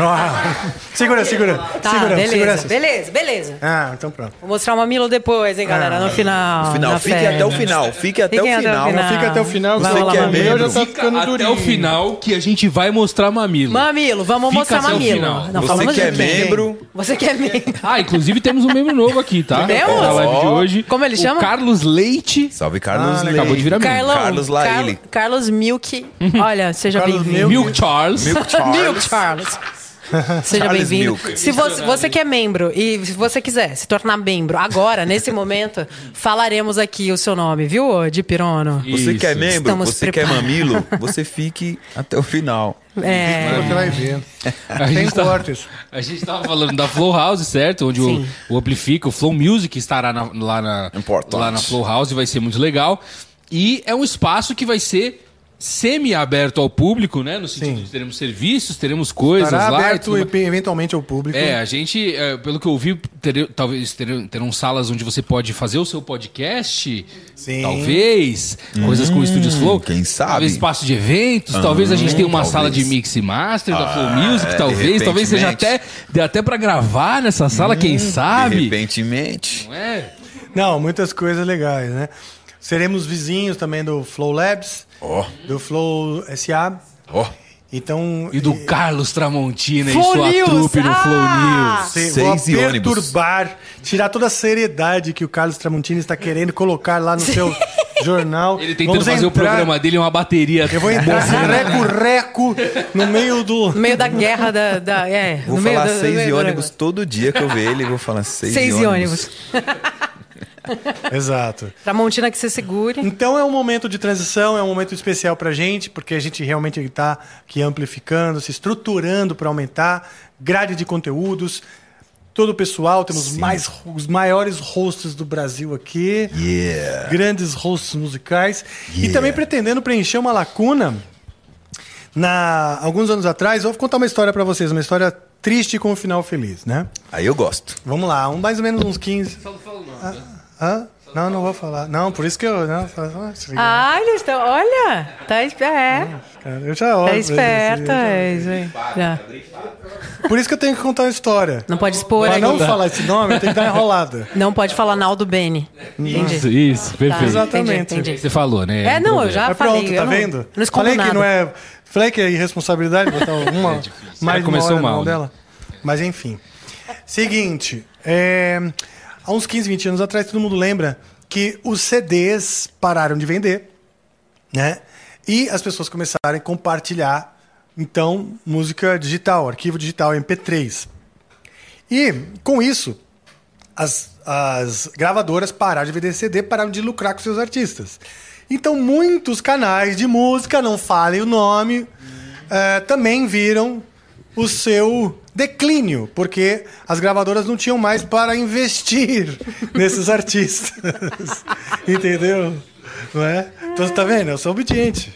[SPEAKER 1] Ah, Segura, segura.
[SPEAKER 2] Tá,
[SPEAKER 1] segura,
[SPEAKER 2] beleza,
[SPEAKER 1] segura essa.
[SPEAKER 2] beleza, beleza.
[SPEAKER 1] Ah, então pronto.
[SPEAKER 2] Vou mostrar o mamilo depois, hein, galera,
[SPEAKER 1] Ah,
[SPEAKER 2] no final.
[SPEAKER 3] Final,
[SPEAKER 2] na
[SPEAKER 3] fique
[SPEAKER 2] festa.
[SPEAKER 3] até o final. Fique até o
[SPEAKER 2] Fiquem até o
[SPEAKER 3] final.
[SPEAKER 2] final.
[SPEAKER 1] Fica até o final,
[SPEAKER 2] Vai
[SPEAKER 1] você
[SPEAKER 2] rolar
[SPEAKER 1] que é
[SPEAKER 2] mamilo.
[SPEAKER 1] meu já tá
[SPEAKER 4] Fica
[SPEAKER 1] ficando
[SPEAKER 4] até
[SPEAKER 1] durinho.
[SPEAKER 4] o final que a gente vai mostrar mamilo.
[SPEAKER 2] Mamilo, vamos
[SPEAKER 4] Fica
[SPEAKER 2] mostrar
[SPEAKER 4] até o
[SPEAKER 2] mamilo.
[SPEAKER 4] final.
[SPEAKER 2] Não
[SPEAKER 3] Você
[SPEAKER 2] falamos
[SPEAKER 3] que
[SPEAKER 2] de
[SPEAKER 3] é
[SPEAKER 2] quem.
[SPEAKER 3] membro.
[SPEAKER 2] Você que é membro.
[SPEAKER 4] Ah, inclusive temos um membro novo aqui, tá?
[SPEAKER 2] Temos?
[SPEAKER 4] Na live de hoje.
[SPEAKER 2] Como ele
[SPEAKER 4] O
[SPEAKER 2] chama?
[SPEAKER 4] Carlos Leite.
[SPEAKER 3] Salve, Carlos.
[SPEAKER 1] Ah,
[SPEAKER 3] Leite.
[SPEAKER 4] Acabou de virar membro.
[SPEAKER 2] Carlão.
[SPEAKER 3] É Carlos Laili.
[SPEAKER 2] Car- Carlos Milk.
[SPEAKER 4] Uhum.
[SPEAKER 2] Olha, seja
[SPEAKER 1] Carlos
[SPEAKER 2] bem-vindo.
[SPEAKER 4] Milk Charles.
[SPEAKER 3] Milk Charles.
[SPEAKER 2] Milk Charles. Seja
[SPEAKER 3] Charles
[SPEAKER 2] bem-vindo.
[SPEAKER 3] Milk.
[SPEAKER 2] Se você, você que é membro e se você quiser se tornar membro agora, nesse momento, falaremos aqui o seu nome, viu, de Pirono?
[SPEAKER 3] Você que é
[SPEAKER 4] Isso.
[SPEAKER 3] membro,
[SPEAKER 2] Estamos
[SPEAKER 3] você que é
[SPEAKER 2] preparados.
[SPEAKER 3] mamilo, você fique até o final.
[SPEAKER 2] É,
[SPEAKER 1] Você vai ver.
[SPEAKER 4] A
[SPEAKER 1] Tem
[SPEAKER 4] gente tá-
[SPEAKER 1] cortes.
[SPEAKER 4] A gente tava falando da Flow House, certo? Onde o,
[SPEAKER 2] Sim.
[SPEAKER 4] o Amplifica, o Flow Music estará na- lá, na,
[SPEAKER 3] Importante.
[SPEAKER 4] lá na Flow House, vai ser muito legal. E é um espaço que vai ser semi-aberto ao público, né? No sentido
[SPEAKER 1] Sim.
[SPEAKER 4] de teremos serviços, teremos coisas
[SPEAKER 1] Estará
[SPEAKER 4] lá. e
[SPEAKER 1] aberto
[SPEAKER 4] tudo mais.
[SPEAKER 1] e- eventualmente ao público.
[SPEAKER 4] né? É, a gente, é, pelo que eu ouvi, tere- talvez terão, terão salas onde você pode fazer o seu podcast,
[SPEAKER 1] Sim.
[SPEAKER 4] talvez, coisas com o Studios Flow.
[SPEAKER 3] quem sabe?
[SPEAKER 4] Talvez espaço de eventos, talvez a gente tenha uma
[SPEAKER 3] talvez.
[SPEAKER 4] sala de mix e master da Flow Music,
[SPEAKER 3] é,
[SPEAKER 4] talvez,
[SPEAKER 3] de repente,
[SPEAKER 4] talvez seja
[SPEAKER 3] mix.
[SPEAKER 4] até, dê até pra gravar nessa sala, quem
[SPEAKER 3] De
[SPEAKER 4] sabe?
[SPEAKER 3] repentemente.
[SPEAKER 4] Não é?
[SPEAKER 1] Não, muitas coisas legais, né? Seremos vizinhos também do Flow Labs,
[SPEAKER 3] Ó,
[SPEAKER 1] do Flow SA.
[SPEAKER 3] ó.
[SPEAKER 1] Então.
[SPEAKER 4] E do Carlos Tramontina
[SPEAKER 2] Flow
[SPEAKER 4] e sua
[SPEAKER 2] News,
[SPEAKER 4] trupe no Flow
[SPEAKER 2] ah!
[SPEAKER 4] News.
[SPEAKER 1] Sim,
[SPEAKER 3] Seis
[SPEAKER 1] vou
[SPEAKER 3] e ônibus.
[SPEAKER 1] perturbar, tirar toda a seriedade que o Carlos Tramontini está querendo colocar lá no seu jornal.
[SPEAKER 4] Ele tentando
[SPEAKER 1] Vamos
[SPEAKER 4] fazer o
[SPEAKER 1] entrar-
[SPEAKER 4] programa né? dele em uma bateria.
[SPEAKER 1] Eu vou entrar reco-reco no meio do.
[SPEAKER 2] no meio da guerra da. da- é,
[SPEAKER 3] Vou
[SPEAKER 2] no meio
[SPEAKER 3] falar
[SPEAKER 2] do- no
[SPEAKER 3] seis
[SPEAKER 2] meio
[SPEAKER 3] e
[SPEAKER 2] do
[SPEAKER 3] ônibus
[SPEAKER 2] negócio.
[SPEAKER 3] todo dia que eu ver ele, eu vou falar seis,
[SPEAKER 2] Seis
[SPEAKER 3] e
[SPEAKER 2] e
[SPEAKER 3] ônibus.
[SPEAKER 2] ônibus.
[SPEAKER 1] Exato.
[SPEAKER 2] Pra Montina que se segure.
[SPEAKER 1] Então é um momento de transição, é um momento especial pra gente, porque a gente realmente está aqui amplificando, se estruturando para aumentar grade de conteúdos. Todo o pessoal, temos mais, os maiores hosts do Brasil aqui,
[SPEAKER 3] Yeah.
[SPEAKER 1] grandes hosts musicais, e
[SPEAKER 3] Yeah.
[SPEAKER 1] também pretendendo preencher uma lacuna. Na alguns anos atrás, eu vou contar uma história pra vocês, uma história triste com um final feliz, né?
[SPEAKER 3] Aí eu gosto.
[SPEAKER 1] Vamos lá, um, mais ou menos uns 15. Hã? Não, não vou falar. Não, por isso que eu. Não, fala- ah,
[SPEAKER 2] Ah, eles estão. Olha! Tá, esp- é,
[SPEAKER 1] Cara, eu já olho.
[SPEAKER 2] tá
[SPEAKER 1] pra eles,
[SPEAKER 2] esperto.
[SPEAKER 1] eu já-
[SPEAKER 2] É, isso aí. Já.
[SPEAKER 1] Por isso que eu tenho que contar uma história.
[SPEAKER 2] Não pode expor
[SPEAKER 1] Pra não
[SPEAKER 2] aqui.
[SPEAKER 1] falar esse nome, eu tenho que dar uma enrolada.
[SPEAKER 2] Não pode falar Naldo Bene.
[SPEAKER 5] Isso,
[SPEAKER 2] Entendi.
[SPEAKER 5] isso,
[SPEAKER 2] Tá,
[SPEAKER 5] perfeito.
[SPEAKER 1] Exatamente.
[SPEAKER 2] Entendi, entendi.
[SPEAKER 4] Você falou, né?
[SPEAKER 2] É, não, eu
[SPEAKER 4] problema.
[SPEAKER 2] já
[SPEAKER 1] Mas
[SPEAKER 2] falei.
[SPEAKER 1] pronto,
[SPEAKER 2] eu
[SPEAKER 1] tá
[SPEAKER 2] não-
[SPEAKER 1] vendo?
[SPEAKER 2] Não escondo
[SPEAKER 1] Falei
[SPEAKER 2] nada.
[SPEAKER 1] que não é. Falei que é irresponsabilidade botar uma. mais
[SPEAKER 4] É Ela
[SPEAKER 1] de
[SPEAKER 4] começou
[SPEAKER 1] uma hora na
[SPEAKER 4] mal,
[SPEAKER 1] mão
[SPEAKER 4] né?
[SPEAKER 1] dela. Mas enfim. Seguinte. é, há uns 15, 20 anos atrás, todo mundo lembra que os CDs pararam de vender, né? E as pessoas começaram a compartilhar, então, música digital, arquivo digital, MP3. E, com isso, as, as gravadoras pararam de vender CD, pararam de lucrar com seus artistas. Então, muitos canais de música, não falem o nome, eh, também viram o seu declínio, porque as gravadoras não tinham mais para investir nesses artistas. Entendeu? Não é? Então, você tá vendo? Eu sou obediente.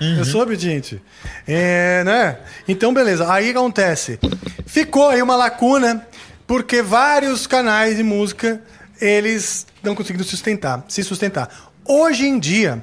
[SPEAKER 1] Eu sou obediente. É, né? Então, beleza. Aí acontece. Ficou aí uma lacuna, porque vários canais de música, eles não conseguiram sustentar, se sustentar. Hoje em dia,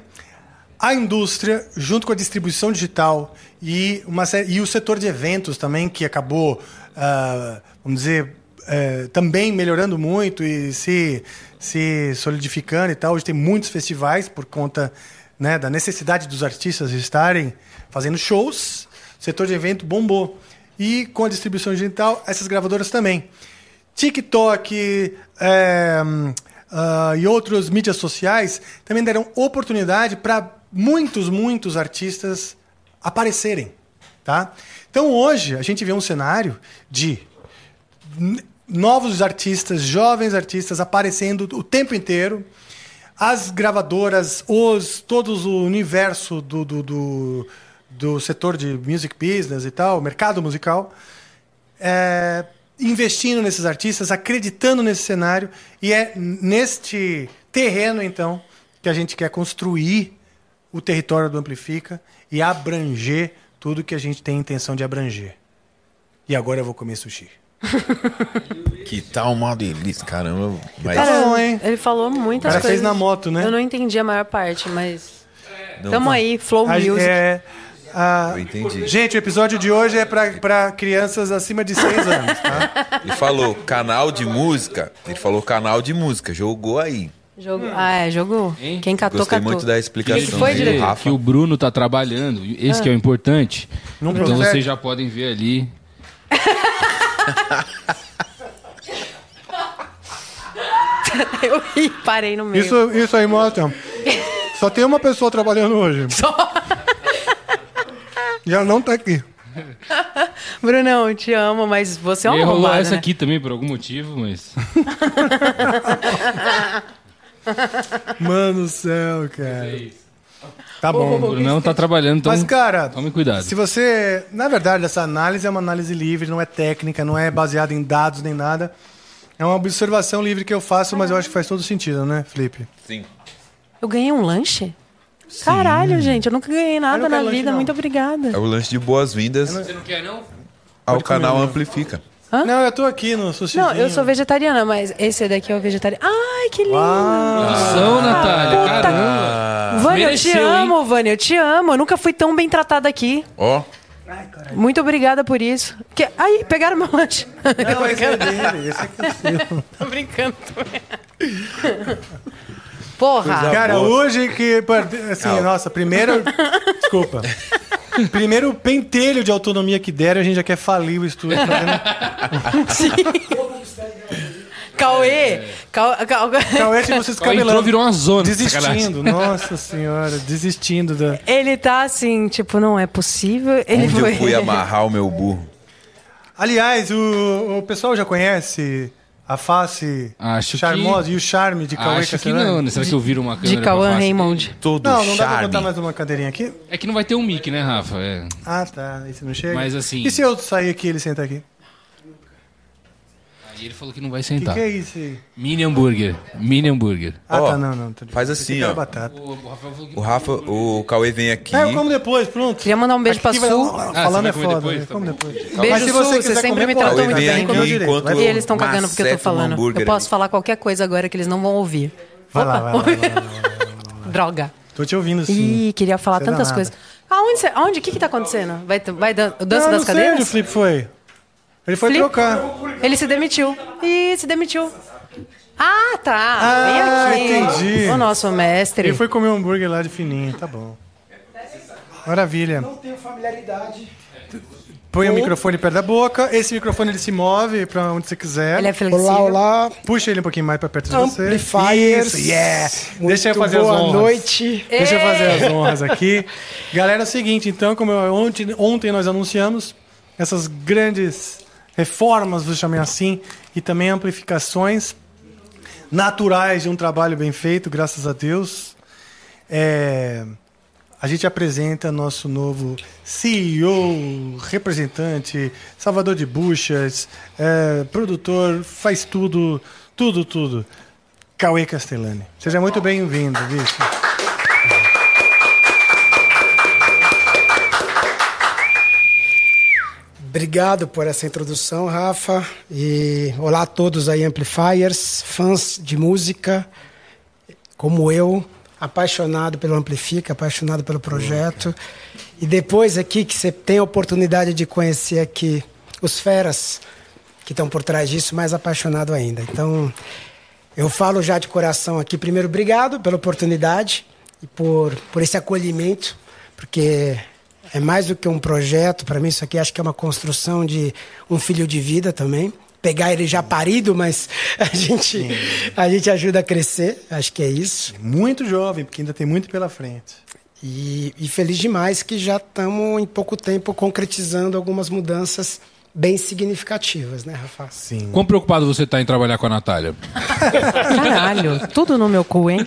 [SPEAKER 1] a indústria, junto com a distribuição digital e, uma série- e o setor de eventos também, que acabou, ah, vamos dizer, eh, também melhorando muito e se, se solidificando e tal. Hoje tem muitos festivais por conta né, da necessidade dos artistas estarem fazendo shows. O setor de evento bombou. E com a distribuição digital, essas gravadoras também. TikTok é, hum, ah, e outras mídias sociais também deram oportunidade para muitos, muitos artistas aparecerem. Tá? Então hoje a gente vê um cenário de n- novos artistas, jovens artistas aparecendo o tempo inteiro. As gravadoras, os todos o universo do, do, do, do setor de music business e tal, mercado musical, é, investindo nesses artistas, acreditando nesse cenário, e é neste terreno, então, que a gente quer construir o território do Amplifica e abranger tudo que a gente tem intenção de abranger. E agora eu vou comer sushi.
[SPEAKER 6] Que tal uma delícia, caramba. Mas
[SPEAKER 1] Tá bom, hein?
[SPEAKER 2] É, Ele falou
[SPEAKER 1] O
[SPEAKER 2] muitas
[SPEAKER 1] cara
[SPEAKER 2] coisas.
[SPEAKER 1] fez na moto, né?
[SPEAKER 2] Eu não entendi a maior parte, mas. Tamo aí, Flow
[SPEAKER 1] A-
[SPEAKER 2] Music.
[SPEAKER 1] é, a-
[SPEAKER 3] Eu entendi.
[SPEAKER 1] gente, o episódio de hoje é para crianças acima de 6 anos, tá?
[SPEAKER 3] Ele falou canal de música. Ele falou canal de música. Jogou aí.
[SPEAKER 2] Jogo... Ah, é, jogo.
[SPEAKER 4] Hum. Hein?
[SPEAKER 2] Quem catou,
[SPEAKER 3] Gostei
[SPEAKER 2] catou.
[SPEAKER 3] muito da
[SPEAKER 4] Tem
[SPEAKER 3] explicação
[SPEAKER 1] Então,
[SPEAKER 2] Que que foi,
[SPEAKER 3] aí,
[SPEAKER 2] diretor? Ah.
[SPEAKER 3] Rafa.
[SPEAKER 4] que o Bruno tá trabalhando. Esse que é o importante.
[SPEAKER 1] Não
[SPEAKER 4] então
[SPEAKER 1] procede.
[SPEAKER 4] vocês já podem ver ali.
[SPEAKER 2] Eu ri, parei no meio.
[SPEAKER 1] Isso, isso aí mostra. Só tem uma pessoa trabalhando hoje.
[SPEAKER 2] Só.
[SPEAKER 1] E ela não tá aqui.
[SPEAKER 2] Brunão, te amo, mas você é
[SPEAKER 4] e aí
[SPEAKER 2] uma
[SPEAKER 4] rolou
[SPEAKER 2] roubada,
[SPEAKER 4] essa
[SPEAKER 2] né?
[SPEAKER 4] aqui também por algum motivo, mas.
[SPEAKER 1] Mano do céu, cara. Tá bom.
[SPEAKER 4] O Brunão tá trabalhando, então.
[SPEAKER 1] Mas, cara,
[SPEAKER 4] tome cuidado.
[SPEAKER 1] se você. Na verdade, essa análise é uma análise livre, não é técnica, não é baseada em dados nem nada. É uma observação livre que eu faço, mas eu acho que faz todo sentido, né, Felipe?
[SPEAKER 3] Sim.
[SPEAKER 2] Eu ganhei um lanche? Caralho, gente, eu nunca ganhei
[SPEAKER 1] Eu
[SPEAKER 2] nada
[SPEAKER 1] não
[SPEAKER 2] na
[SPEAKER 1] quero lanche,
[SPEAKER 2] vida.
[SPEAKER 1] não.
[SPEAKER 2] Muito obrigada.
[SPEAKER 3] É o lanche de boas-vindas
[SPEAKER 4] Você não quer, não?
[SPEAKER 3] ao canal Amplifica.
[SPEAKER 1] Não, eu tô aqui no sushizinho.
[SPEAKER 2] Não, eu sou vegetariana, mas esse daqui é o vegetariano. Ai, que lindo!
[SPEAKER 4] São, Natália,
[SPEAKER 2] puta
[SPEAKER 4] caramba.
[SPEAKER 2] Vânia, eu te
[SPEAKER 4] mereceu, hein?
[SPEAKER 2] amo, Vânia, eu te amo. Eu nunca fui tão bem tratada aqui.
[SPEAKER 3] Ó,
[SPEAKER 2] Muito obrigada por isso. Que... Aí, pegaram meu lanche.
[SPEAKER 1] Não, esse é dele, esse aqui é seu.
[SPEAKER 2] Tô brincando também.
[SPEAKER 3] Tá
[SPEAKER 2] Porra!
[SPEAKER 1] Cara, hoje que. Assim, nossa, primeiro. Desculpa. Primeiro pentelho de autonomia que deram, a gente já quer falir o estúdio. fazendo-
[SPEAKER 2] Sim. Cauê! Cau- cau-
[SPEAKER 1] Cauê, tinha Então, vocês
[SPEAKER 4] Ela entrou,
[SPEAKER 1] cabelando.
[SPEAKER 4] virou uma zona. sacanagem.
[SPEAKER 1] Desistindo, né? nossa senhora, desistindo da.
[SPEAKER 2] Ele tá assim, tipo, não é possível. Ele
[SPEAKER 3] onde
[SPEAKER 2] foi.
[SPEAKER 3] eu fui amarrar o meu burro.
[SPEAKER 1] Aliás, o, o pessoal já conhece a face
[SPEAKER 4] Acho que-
[SPEAKER 1] charmosa e o charme de Cauê tá
[SPEAKER 4] Acho que
[SPEAKER 1] Castellani?
[SPEAKER 4] não, né? Será que eu viro uma câmera?
[SPEAKER 2] De
[SPEAKER 4] pra
[SPEAKER 2] Cauã
[SPEAKER 4] face
[SPEAKER 2] Raymond.
[SPEAKER 4] dele?
[SPEAKER 3] Todo
[SPEAKER 1] Não, não dá pra
[SPEAKER 3] charme.
[SPEAKER 1] botar mais uma cadeirinha aqui?
[SPEAKER 4] É que não vai ter um mic, né, Rafa? É.
[SPEAKER 1] Ah, tá. Aí você não chega.
[SPEAKER 4] Mas assim-
[SPEAKER 1] E se eu sair aqui e ele sentar aqui?
[SPEAKER 4] Aí ele falou que não vai
[SPEAKER 1] O que,
[SPEAKER 4] sentar.
[SPEAKER 1] que é isso aí?
[SPEAKER 4] Mini hambúrguer. Mini hambúrguer.
[SPEAKER 1] Ah,
[SPEAKER 3] Ó,
[SPEAKER 1] tá, não, não. tudo bem.
[SPEAKER 3] faz
[SPEAKER 1] Esse aqui
[SPEAKER 3] assim,
[SPEAKER 1] é
[SPEAKER 3] ó.
[SPEAKER 1] batata.
[SPEAKER 4] O Rafael falou que.
[SPEAKER 3] O Rafa, o Cauê vem aqui.
[SPEAKER 1] É, eu como depois, pronto.
[SPEAKER 2] Queria mandar um beijo
[SPEAKER 1] Aqui vai-
[SPEAKER 2] pra Sul.
[SPEAKER 1] Ah, Falando
[SPEAKER 4] Ah, você
[SPEAKER 1] é
[SPEAKER 4] vai comer
[SPEAKER 1] foda,
[SPEAKER 4] depois?
[SPEAKER 1] eu
[SPEAKER 4] Tá
[SPEAKER 1] como
[SPEAKER 4] bom.
[SPEAKER 1] depois.
[SPEAKER 2] Beijo,
[SPEAKER 1] Mas se você
[SPEAKER 2] Sul,
[SPEAKER 1] quiser
[SPEAKER 2] vocês sempre
[SPEAKER 1] comer,
[SPEAKER 2] me
[SPEAKER 1] pode.
[SPEAKER 2] tratou
[SPEAKER 3] Cauê
[SPEAKER 2] muito
[SPEAKER 3] vem
[SPEAKER 2] bem.
[SPEAKER 1] Então,
[SPEAKER 3] aqui
[SPEAKER 1] direito,
[SPEAKER 3] enquanto
[SPEAKER 1] vai
[SPEAKER 2] E eles estão
[SPEAKER 3] eu
[SPEAKER 2] cagando porque eu tô
[SPEAKER 3] maceto um
[SPEAKER 2] falando.
[SPEAKER 3] hambúrguer
[SPEAKER 2] Eu posso
[SPEAKER 3] ali.
[SPEAKER 2] falar qualquer coisa agora que eles não vão ouvir.
[SPEAKER 1] Vai lá, vai lá, vai lá, vai lá.
[SPEAKER 2] Droga.
[SPEAKER 1] Tô te ouvindo, sim.
[SPEAKER 2] Ih, queria falar
[SPEAKER 1] Você é
[SPEAKER 2] tantas
[SPEAKER 1] danada.
[SPEAKER 2] coisas. Aonde? Cê, aonde? O que que tá acontecendo? Vai, vai dan-
[SPEAKER 1] Ah,
[SPEAKER 2] dança
[SPEAKER 1] Não, não
[SPEAKER 2] das
[SPEAKER 1] sei onde o
[SPEAKER 2] cadeiras?
[SPEAKER 1] Flip foi. Ele foi
[SPEAKER 2] Flip.
[SPEAKER 1] trocando.
[SPEAKER 2] Ele se demitiu. Ih, se demitiu. Ah, tá.
[SPEAKER 1] Ah,
[SPEAKER 2] Vem aqui.
[SPEAKER 1] entendi.
[SPEAKER 2] O nosso mestre.
[SPEAKER 1] Ele foi comer um hambúrguer lá de fininho, tá bom. Maravilha.
[SPEAKER 5] Não tenho familiaridade.
[SPEAKER 1] Põe o microfone perto da boca. Esse microfone ele se move pra onde você quiser.
[SPEAKER 2] Ele é Então, flexível.
[SPEAKER 5] Olá, olá.
[SPEAKER 1] Puxa ele um pouquinho mais pra perto de você.
[SPEAKER 5] Amplifiers.
[SPEAKER 1] Isso, yeah.
[SPEAKER 5] Muito
[SPEAKER 1] Deixa eu fazer
[SPEAKER 5] boa
[SPEAKER 1] as honras.
[SPEAKER 5] noite.
[SPEAKER 1] Deixa eu fazer as honras aqui. Galera, é o seguinte, então, como eu- ontem, ontem nós anunciamos, essas grandes reformas, vou chamar assim, e também amplificações naturais de um trabalho bem feito, graças a Deus. É, a gente apresenta nosso novo CEO, representante, salvador de buchas, é, produtor, faz tudo, tudo, tudo. Cauê Castellani. Seja muito bem-vindo, bicho.
[SPEAKER 5] Obrigado por essa introdução, Rafa. E olá a todos aí, Amplifiers, fãs de música, como eu, apaixonado pelo Amplifica, apaixonado pelo projeto. E depois aqui que você tem a oportunidade de conhecer aqui os feras que estão por trás disso, mais apaixonado ainda. Então, eu falo já de coração aqui, primeiro, obrigado pela oportunidade e por, por esse acolhimento, porque é mais do que um projeto, para mim isso aqui acho que é uma construção de um filho de vida também. Pegar ele já parido, mas a gente, a gente ajuda a crescer, acho que é isso.
[SPEAKER 1] Muito jovem, porque ainda tem muito pela frente.
[SPEAKER 5] E, e feliz demais que já estamos em pouco tempo concretizando algumas mudanças bem significativas, né, Rafa?
[SPEAKER 1] Sim.
[SPEAKER 4] Quão preocupado você tá em trabalhar com a Natália?
[SPEAKER 2] Caralho, tudo no meu cu, hein?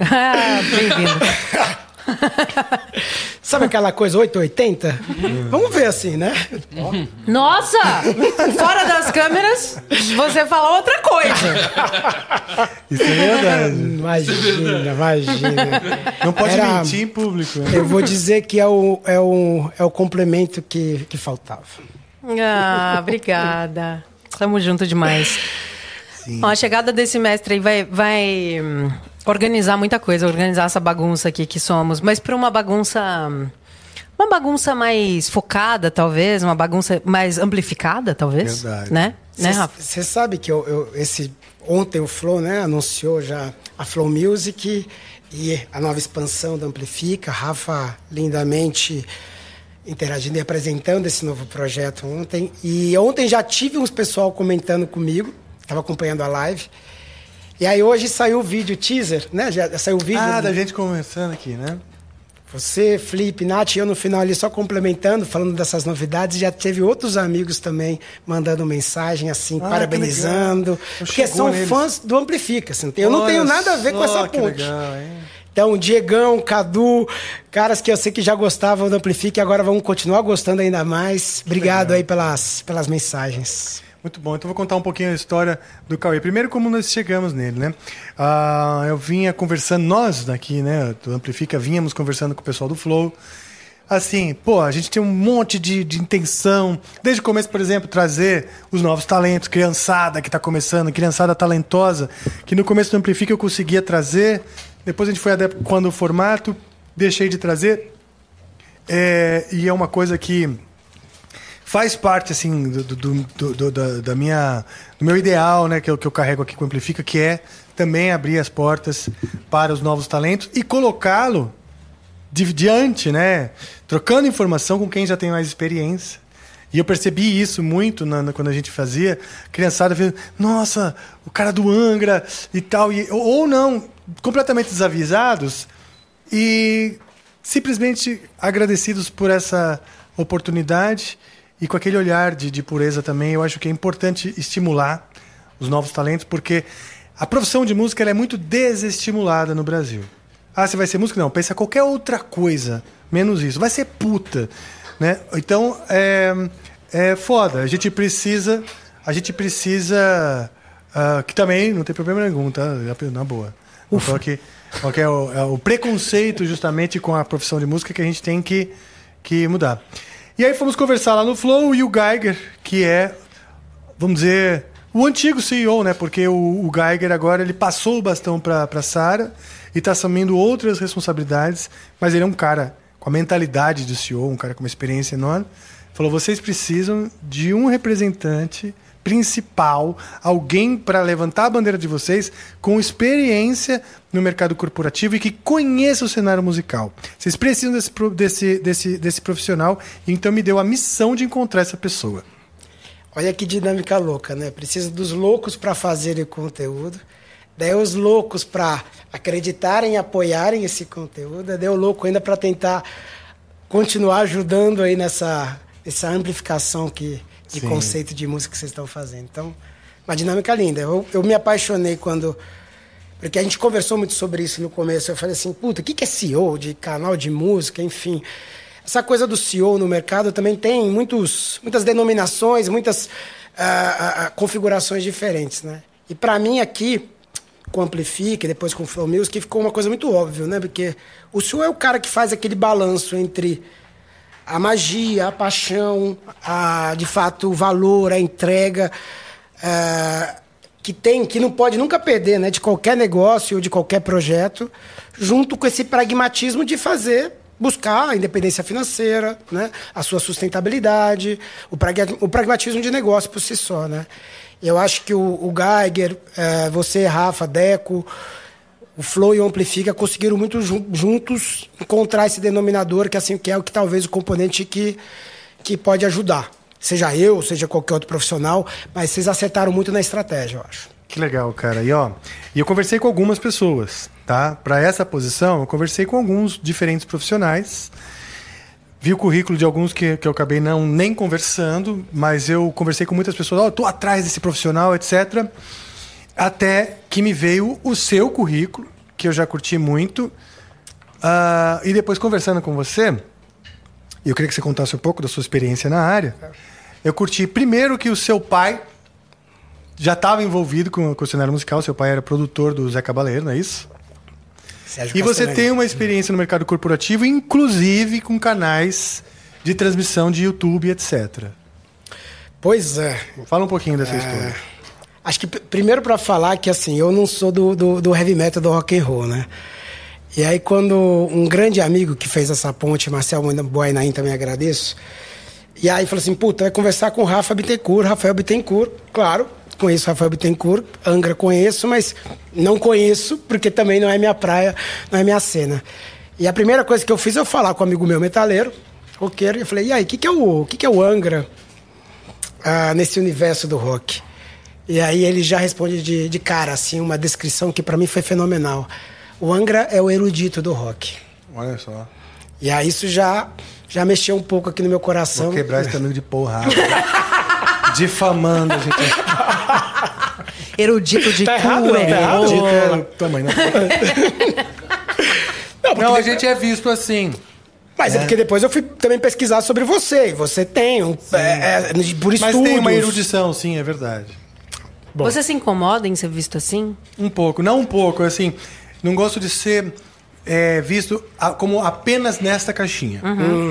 [SPEAKER 2] Ah, Bem-vindo.
[SPEAKER 5] Sabe aquela coisa 880? Vamos ver assim, né?
[SPEAKER 2] Nossa! Fora das câmeras, você fala outra coisa.
[SPEAKER 1] Isso é verdade.
[SPEAKER 5] Imagina, imagina.
[SPEAKER 1] Não pode
[SPEAKER 5] Era-
[SPEAKER 1] mentir em público. né?
[SPEAKER 5] Eu vou dizer que é o, é o, é o complemento que, que faltava.
[SPEAKER 2] Ah, obrigada. Tamo junto demais. Ó, a chegada desse mestre aí vai, vai hum, organizar muita coisa, organizar essa bagunça aqui que somos, mas para uma bagunça. hum, Uma bagunça mais focada, talvez, uma bagunça mais amplificada, talvez.
[SPEAKER 1] Verdade.
[SPEAKER 2] Né? Né, Rafa?
[SPEAKER 5] Você sabe que eu, eu- esse ontem o Flow né, anunciou já a Flow Music e a nova expansão da Amplifica. Rafa lindamente interagindo e apresentando esse novo projeto ontem. E ontem já tive uns pessoal comentando comigo, estava acompanhando a live. E aí hoje saiu o vídeo teaser, né? Já saiu o vídeo.
[SPEAKER 1] Ah,
[SPEAKER 5] do-
[SPEAKER 1] da gente conversando aqui, né?
[SPEAKER 5] Você, Felipe, Nath, e eu no final ali só complementando, falando dessas novidades, já teve outros amigos também mandando mensagem assim,
[SPEAKER 1] Ah, que
[SPEAKER 5] parabenizando,
[SPEAKER 1] legal. Eu
[SPEAKER 5] porque
[SPEAKER 1] chegou
[SPEAKER 5] são
[SPEAKER 1] neles.
[SPEAKER 5] fãs do Amplifica, assim, eu não
[SPEAKER 1] Olha
[SPEAKER 5] tenho nada a ver com
[SPEAKER 1] só
[SPEAKER 5] essa
[SPEAKER 1] que
[SPEAKER 5] ponte.
[SPEAKER 1] legal, hein?
[SPEAKER 5] Então, Diegão, Cadu, caras que eu sei que já gostavam do Amplifica e agora vão continuar gostando ainda mais. Obrigado aí pelas, pelas mensagens.
[SPEAKER 1] Muito bom. Então vou contar um pouquinho a história do Cauê. Primeiro, como nós chegamos nele, né? Ah, eu vinha conversando, nós daqui, né, do Amplifica, vínhamos conversando com o pessoal do Flow. Assim, pô, a gente tem um monte de, de intenção. Desde o começo, por exemplo, trazer os novos talentos, criançada que está começando, criançada talentosa, que no começo do Amplifica eu conseguia trazer. Depois a gente foi adepto quando o formato, deixei de trazer. É, e é uma coisa que faz parte assim do, do- do- do- do- da, da minha do meu ideal né que eu, que eu carrego aqui com o amplifica que é também abrir as portas para os novos talentos e colocá-lo de- diante né trocando informação com quem já tem mais experiência e eu percebi isso muito na- na- quando a gente fazia criançada vendo nossa o cara do Angra e tal e ou- ou não completamente desavisados e simplesmente agradecidos por essa oportunidade e com aquele olhar de, de pureza também, eu acho que é importante estimular os novos talentos, porque a profissão de música ela é muito desestimulada no Brasil. Ah, você vai ser músico? Não, pensa qualquer outra coisa, menos isso. Vai ser puta, né? Então, é, é foda. A gente precisa, a gente precisa, ah, que também não tem problema nenhum, tá? Na boa. Não tô aqui. Porque é o, é o preconceito justamente com a profissão de música que a gente tem que, que mudar. E aí fomos conversar lá no Flow e o Geiger, que é, vamos dizer, o antigo CEO, né? Porque o, o Geiger agora ele passou o bastão para a Sara e está assumindo outras responsabilidades, mas ele é um cara com a mentalidade do CEO, um cara com uma experiência enorme. Falou: vocês precisam de um representante principal, alguém para levantar a bandeira de vocês com experiência no mercado corporativo e que conheça o cenário musical. Vocês precisam desse, pro- desse, desse, desse profissional, então me deu a missão de encontrar essa pessoa.
[SPEAKER 5] Olha que dinâmica louca, né? Precisa dos loucos para fazerem conteúdo, daí os loucos para acreditarem, apoiarem esse conteúdo, daí o louco ainda para tentar continuar ajudando aí nessa essa amplificação que, de
[SPEAKER 1] Sim.
[SPEAKER 5] conceito de música que vocês estão fazendo. Então, uma dinâmica linda. Eu, eu me apaixonei quando. Porque a gente conversou muito sobre isso no começo. Eu falei assim, puta, o que, que é CEO de canal de música, enfim. Essa coisa do CEO no mercado também tem muitos, muitas denominações, muitas ah, ah, ah, configurações diferentes, né? E para mim aqui, com o Amplifique, depois com o Flow Music, ficou uma coisa muito óbvia, né? Porque o CEO é o cara que faz aquele balanço entre a magia, a paixão, a, de fato o valor, a entrega eh, que tem, que não pode nunca perder, né, de qualquer negócio ou de qualquer projeto, junto com esse pragmatismo de fazer buscar a independência financeira, né, a sua sustentabilidade, o, pragma- o pragmatismo de negócio por si só, né. Eu acho que o, o Geiger, eh, você, Rafa, Deco, o Flow e o Amplifica conseguiram muito jun- juntos encontrar esse denominador que assim que é o que talvez o componente que, que pode ajudar. Seja eu, seja qualquer outro profissional, mas vocês acertaram muito na estratégia, eu acho.
[SPEAKER 1] Que legal, cara. E ó, e eu conversei com algumas pessoas, tá? Para essa posição, eu conversei com alguns diferentes profissionais. Vi o currículo de alguns que, que eu acabei não nem conversando, mas eu conversei com muitas pessoas, ó, eu tô atrás desse profissional, etc. Até que me veio o seu currículo, que eu já curti muito. Ah, e depois conversando com você, e eu queria que você contasse um pouco da sua experiência na área. Eu curti primeiro que o seu pai já estava envolvido com, com o cenário musical, seu pai era produtor do Zé Cabaleiro, não é isso?
[SPEAKER 5] Sérgio
[SPEAKER 1] E você
[SPEAKER 5] Castanheira.
[SPEAKER 1] tem um uma experiência no mercado corporativo, inclusive com canais de transmissão de YouTube, etc.
[SPEAKER 5] Pois é.
[SPEAKER 1] Fala um pouquinho dessa história.
[SPEAKER 5] Acho que pr- primeiro para falar que assim, eu não sou do, do, do heavy metal do rock and roll, né? E aí quando um grande amigo que fez essa ponte, Marcel Buenain, também agradeço. E aí falou assim, puta, vai conversar com o Rafa Bittencourt, Rafael Bittencourt, claro, conheço o Rafael Bittencourt, Angra conheço, mas não conheço, porque também não é minha praia, não é minha cena. E a primeira coisa que eu fiz, eu falar com um amigo meu metaleiro, roqueiro, e eu falei, e aí, o que, que, é o- o que, que é o Angra? ah, nesse universo do rock? E aí ele já responde de, de cara, assim, uma descrição que pra mim foi fenomenal. O Angra é o erudito do rock.
[SPEAKER 1] Olha só.
[SPEAKER 5] E aí isso já, já mexeu um pouco aqui no meu coração.
[SPEAKER 1] Vou quebrar esse amigo de porrada. Difamando, a gente.
[SPEAKER 2] Erudito de
[SPEAKER 5] Tá
[SPEAKER 2] cu,
[SPEAKER 5] errado, não,
[SPEAKER 2] é.
[SPEAKER 5] tá errado.
[SPEAKER 1] Dito é tamanho, não. Não, a gente é visto assim.
[SPEAKER 5] Mas é. porque depois eu fui também pesquisar sobre você. E você tem, um, é, é, por estudos.
[SPEAKER 1] Mas tem uma erudição, sim, é verdade.
[SPEAKER 2] Você se incomoda em ser visto assim?
[SPEAKER 1] Um pouco, não um pouco, assim, não gosto de ser é, visto a- como apenas nesta caixinha,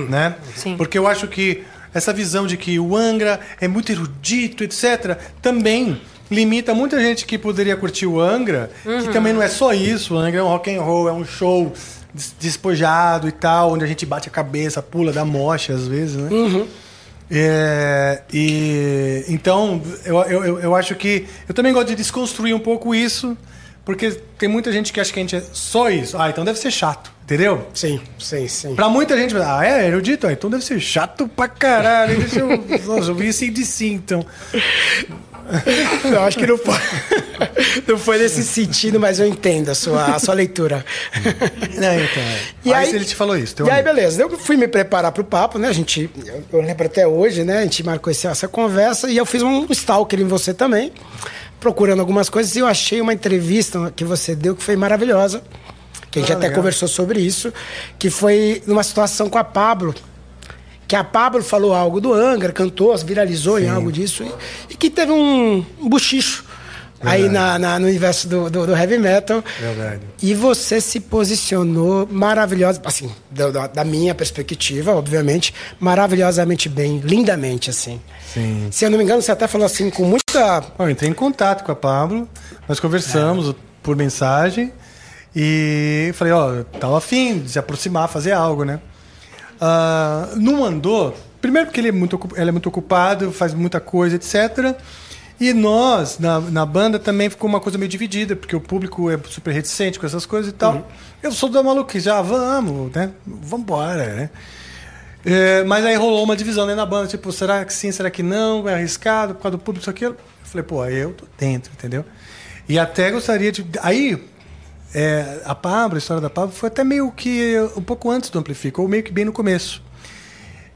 [SPEAKER 1] né?
[SPEAKER 2] Sim.
[SPEAKER 1] Porque eu acho que essa visão de que o Angra é muito erudito, etc., também limita muita gente que poderia curtir o Angra, que também não é só isso, o Angra é um rock and roll, é um show des- despojado e tal, onde a gente bate a cabeça, pula, dá mocha às vezes, né? É, e então eu, eu, eu- eu acho que eu também gosto de desconstruir um pouco isso, porque tem muita gente que acha que a gente é só isso. Ah, então deve ser chato, entendeu?
[SPEAKER 5] Sim, sim, sim.
[SPEAKER 1] Pra muita gente, ah, é erudito, Ah, então deve ser chato pra caralho. Deixa eu, nossa, eu vi isso de si, então.
[SPEAKER 5] Eu acho que não foi, não foi nesse sentido, mas eu entendo a sua, a sua leitura.
[SPEAKER 1] Não, então, é.
[SPEAKER 5] E
[SPEAKER 1] aí,
[SPEAKER 5] aí-
[SPEAKER 1] ele te falou isso. teu
[SPEAKER 5] E aí,
[SPEAKER 1] amigo.
[SPEAKER 5] beleza. Eu fui me preparar para o papo, né? A gente, eu- eu lembro até hoje, né? A gente marcou esse- essa conversa e eu fiz um stalker em você também, procurando algumas coisas. E eu achei uma entrevista que você deu que foi maravilhosa. Que a gente
[SPEAKER 1] Ah,
[SPEAKER 5] até
[SPEAKER 1] legal.
[SPEAKER 5] conversou sobre isso. Que foi numa situação com a Pablo. Que a Pablo falou algo do Angra, cantou, viralizou em algo disso. E, e que teve um, um bochicho aí na, na- no universo do, do- do heavy metal.
[SPEAKER 1] Verdade.
[SPEAKER 5] E você se posicionou maravilhosa, assim, da, da- da minha perspectiva, obviamente, maravilhosamente bem, lindamente, assim.
[SPEAKER 1] Sim.
[SPEAKER 5] Se eu não me engano, você até falou assim, com muita.
[SPEAKER 1] Bom, eu entrei em contato com a Pablo, nós conversamos por mensagem e falei, ó, eu tava afim de se aproximar, fazer algo, né? Ah, não andou Primeiro porque ele é muito, ocup- ela é muito ocupado, faz muita coisa, etc. E nós, na, na banda, também ficou uma coisa meio dividida, porque o público é super reticente com essas coisas e tal. Eu sou da maluquice, ah, vamos, né? Vambora, né? É, mas aí rolou uma divisão né, na banda, tipo, será que sim, será que não? É arriscado por causa do público, isso aquilo. Eu falei, pô, aí eu tô dentro, entendeu? E até gostaria de. Aí, é, a Pablo, a história da Pablo, foi até meio que um pouco antes do Amplifica, ou meio que bem no começo.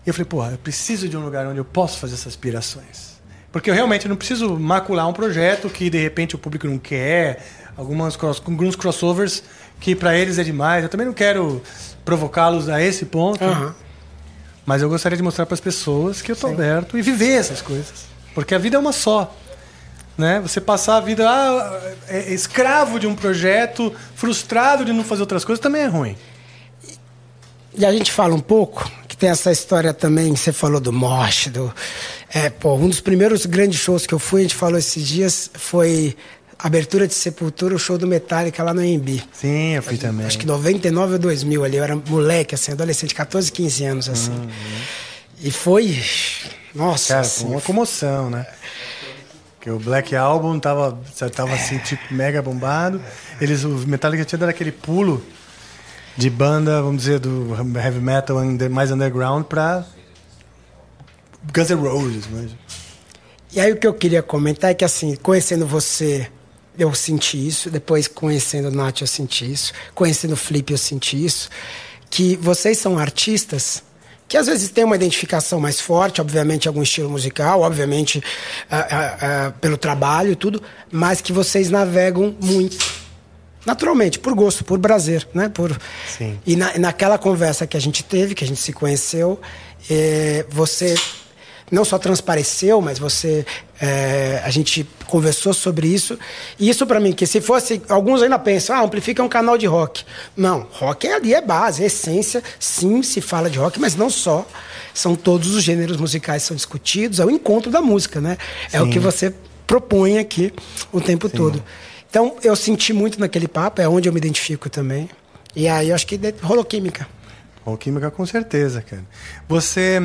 [SPEAKER 1] E eu falei, porra, eu preciso de um lugar onde eu posso fazer essas aspirações. Porque eu realmente não preciso macular um projeto que de repente o público não quer, algumas cross- alguns crossovers que para eles é demais. Eu também não quero provocá-los a esse ponto.
[SPEAKER 5] Aham.
[SPEAKER 1] Mas eu gostaria de mostrar para as pessoas que eu tô aberto e viver essas coisas. Porque a vida é uma só. Né? Você passar a vida ah, é- é escravo de um projeto, frustrado de não fazer outras coisas, também é ruim.
[SPEAKER 5] E a gente fala um pouco, que tem essa história também, que você falou do Mosh, do. É, pô, um dos primeiros grandes shows que eu fui, a gente falou esses dias, foi a abertura de Sepultura, o show do Metallica lá no AMB.
[SPEAKER 1] Sim, eu fui também.
[SPEAKER 5] Acho que 99 ou 2000 ali, eu era moleque, assim, adolescente, 14, 15 anos, assim. E foi. Nossa,
[SPEAKER 1] Uhum. Cara, foi um
[SPEAKER 5] assim,
[SPEAKER 1] É uma comoção, né? Porque o Black Album tava, tava assim, tipo, mega bombado. Eles, o Metallica tinha dado aquele pulo de banda, vamos dizer, do heavy metal under- mais underground pra Guns N' Roses, mas...
[SPEAKER 5] E aí o que eu queria comentar é que assim, conhecendo você, eu senti isso, depois conhecendo o Nath eu senti isso, conhecendo o Flip eu senti isso, que vocês são artistas que às vezes têm uma identificação mais forte, obviamente algum estilo musical, obviamente ah, ah, ah, pelo trabalho e tudo, mas que vocês navegam muito naturalmente, por gosto, por prazer, né? Por...
[SPEAKER 1] Sim.
[SPEAKER 5] E na, naquela conversa que a gente teve, que a gente se conheceu, eh, você não só transpareceu, mas você eh, a gente conversou sobre isso. E isso pra mim, que se fosse alguns ainda pensam, ah, amplifica é um canal de rock. Não, rock é ali é base, é essência. Sim, se fala de rock, mas não só. São todos os gêneros musicais que são discutidos, é o encontro da música, né? É o que você propõe aqui o tempo todo. Então, eu senti muito naquele papo, é onde eu me identifico também. E aí, eu acho que de- rolou química.
[SPEAKER 1] Ou química com certeza, cara. Você.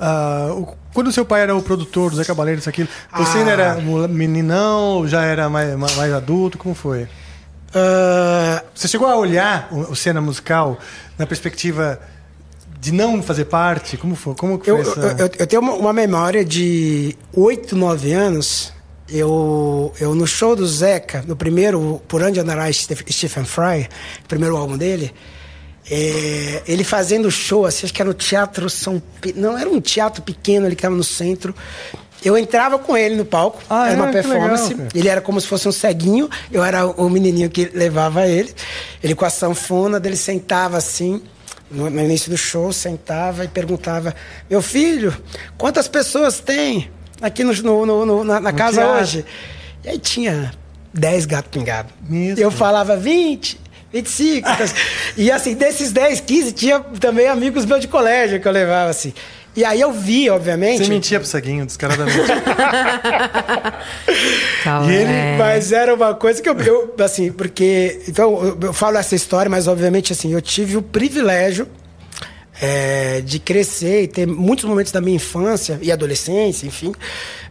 [SPEAKER 1] ah, o- quando seu pai era o produtor do Zé Cabaleiro, isso aquilo, você
[SPEAKER 5] Ah.
[SPEAKER 1] ainda era mole- meninão, já era mais, ma- mais adulto? Como foi?
[SPEAKER 5] Ah,
[SPEAKER 1] Você chegou a olhar o, o cena musical na perspectiva de não fazer parte? Como foi? Como que foi
[SPEAKER 5] eu,
[SPEAKER 1] essa?
[SPEAKER 5] eu- eu- eu tenho uma, uma memória de 8, 9 anos. Eu, eu no show do Zeca, no primeiro, por onde andará Steph- Stephen Fry, primeiro álbum dele, é, ele fazendo show, assim, acho que era no Teatro São Pe- Não, era um teatro pequeno, ele que estava no centro. Eu entrava com ele no palco,
[SPEAKER 1] Ah,
[SPEAKER 5] era
[SPEAKER 1] é?
[SPEAKER 5] uma
[SPEAKER 1] Que legal,
[SPEAKER 5] performance.
[SPEAKER 1] cara.
[SPEAKER 5] Ele era como se fosse um ceguinho, eu era o menininho que levava ele. Ele com a sanfona, dele sentava assim, no, no início do show, sentava e perguntava: Meu filho, quantas pessoas tem aqui no, no- no- no- na, na casa
[SPEAKER 1] teatro.
[SPEAKER 5] hoje? E aí tinha 10 gatos pingados.
[SPEAKER 1] Mesmo?
[SPEAKER 5] Eu falava 20. 25. então, e assim, desses 10, 15, tinha também amigos meus de colégio que eu levava, assim. E aí eu vi, obviamente.
[SPEAKER 1] Você mentia pro ceguinho, descaradamente.
[SPEAKER 2] Tal-
[SPEAKER 5] E ele,
[SPEAKER 2] é.
[SPEAKER 5] mas era uma coisa que eu, eu, assim, porque. Então, eu, eu falo essa história, mas obviamente, assim, eu tive o privilégio é, de crescer e ter muitos momentos da minha infância e adolescência, enfim,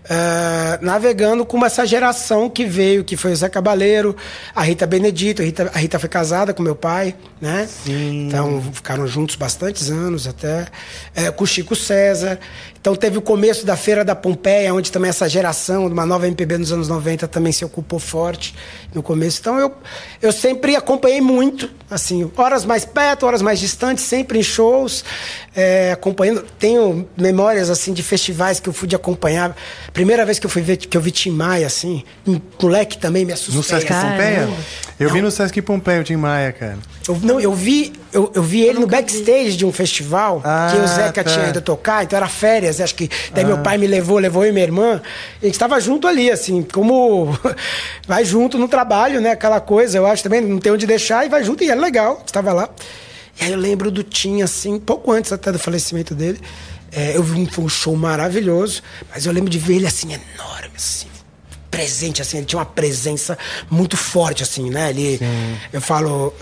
[SPEAKER 5] ah, navegando com essa geração que veio, que foi o Zé Cabaleiro, a Rita Benedito, a Rita, a Rita foi casada com meu pai, né? Sim. Então, ficaram juntos bastantes anos até, é, com o Chico César. Então, teve o começo da Feira da Pompeia, onde também essa geração de uma nova MPB nos anos 90 também se ocupou forte no começo. Então, eu, eu sempre acompanhei muito, assim, horas mais perto, horas mais distantes, sempre em shows, é, acompanhando. Tenho memórias, assim, de festivais que eu fui de acompanhar. Primeira vez que eu fui ver, que eu vi Tim Maia, assim, um moleque também me assustei.
[SPEAKER 1] No Sesc
[SPEAKER 5] assim.
[SPEAKER 2] Caramba.
[SPEAKER 1] Pompeia? Eu vi no Sesc Pompeia o Tim Maia, cara.
[SPEAKER 5] Eu, não, eu vi, eu, eu vi ele no backstage de um festival
[SPEAKER 1] Ah,
[SPEAKER 5] que o
[SPEAKER 1] tá.
[SPEAKER 5] Zeca tinha ido tocar, então era férias, acho que. Daí meu pai me levou, levou eu e minha irmã. A gente estava junto ali, assim, como vai junto no trabalho, né? Aquela coisa, eu acho também, não tem onde deixar, e vai junto, e era legal, estava lá. E aí eu lembro do Tim, assim, pouco antes até do falecimento dele. É, eu vi um, foi um show maravilhoso, mas eu lembro de ver ele assim, enorme, assim, presente, assim, ele tinha uma presença muito forte, assim, né? Ele, eu falo,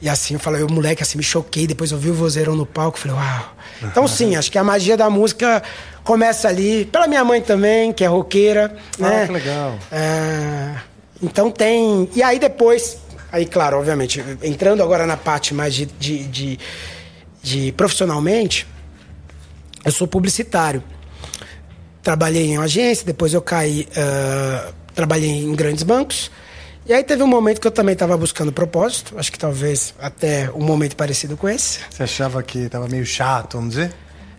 [SPEAKER 5] E assim, eu falei, eu moleque, assim, me choquei. Depois eu vi o vozeirão no palco, falei, uau. Então, sim, acho que a magia da música começa ali. Pela minha mãe também, que é roqueira, né?
[SPEAKER 1] Ah, que legal.
[SPEAKER 5] É, então tem. E aí depois, aí claro, obviamente, entrando agora na parte mais de, de, de- de profissionalmente, eu sou publicitário. Trabalhei em agência, depois eu caí, ah, trabalhei em grandes bancos. E aí teve um momento que eu também estava buscando propósito, acho que talvez até um momento parecido com esse.
[SPEAKER 1] Você achava que tava meio chato, vamos dizer?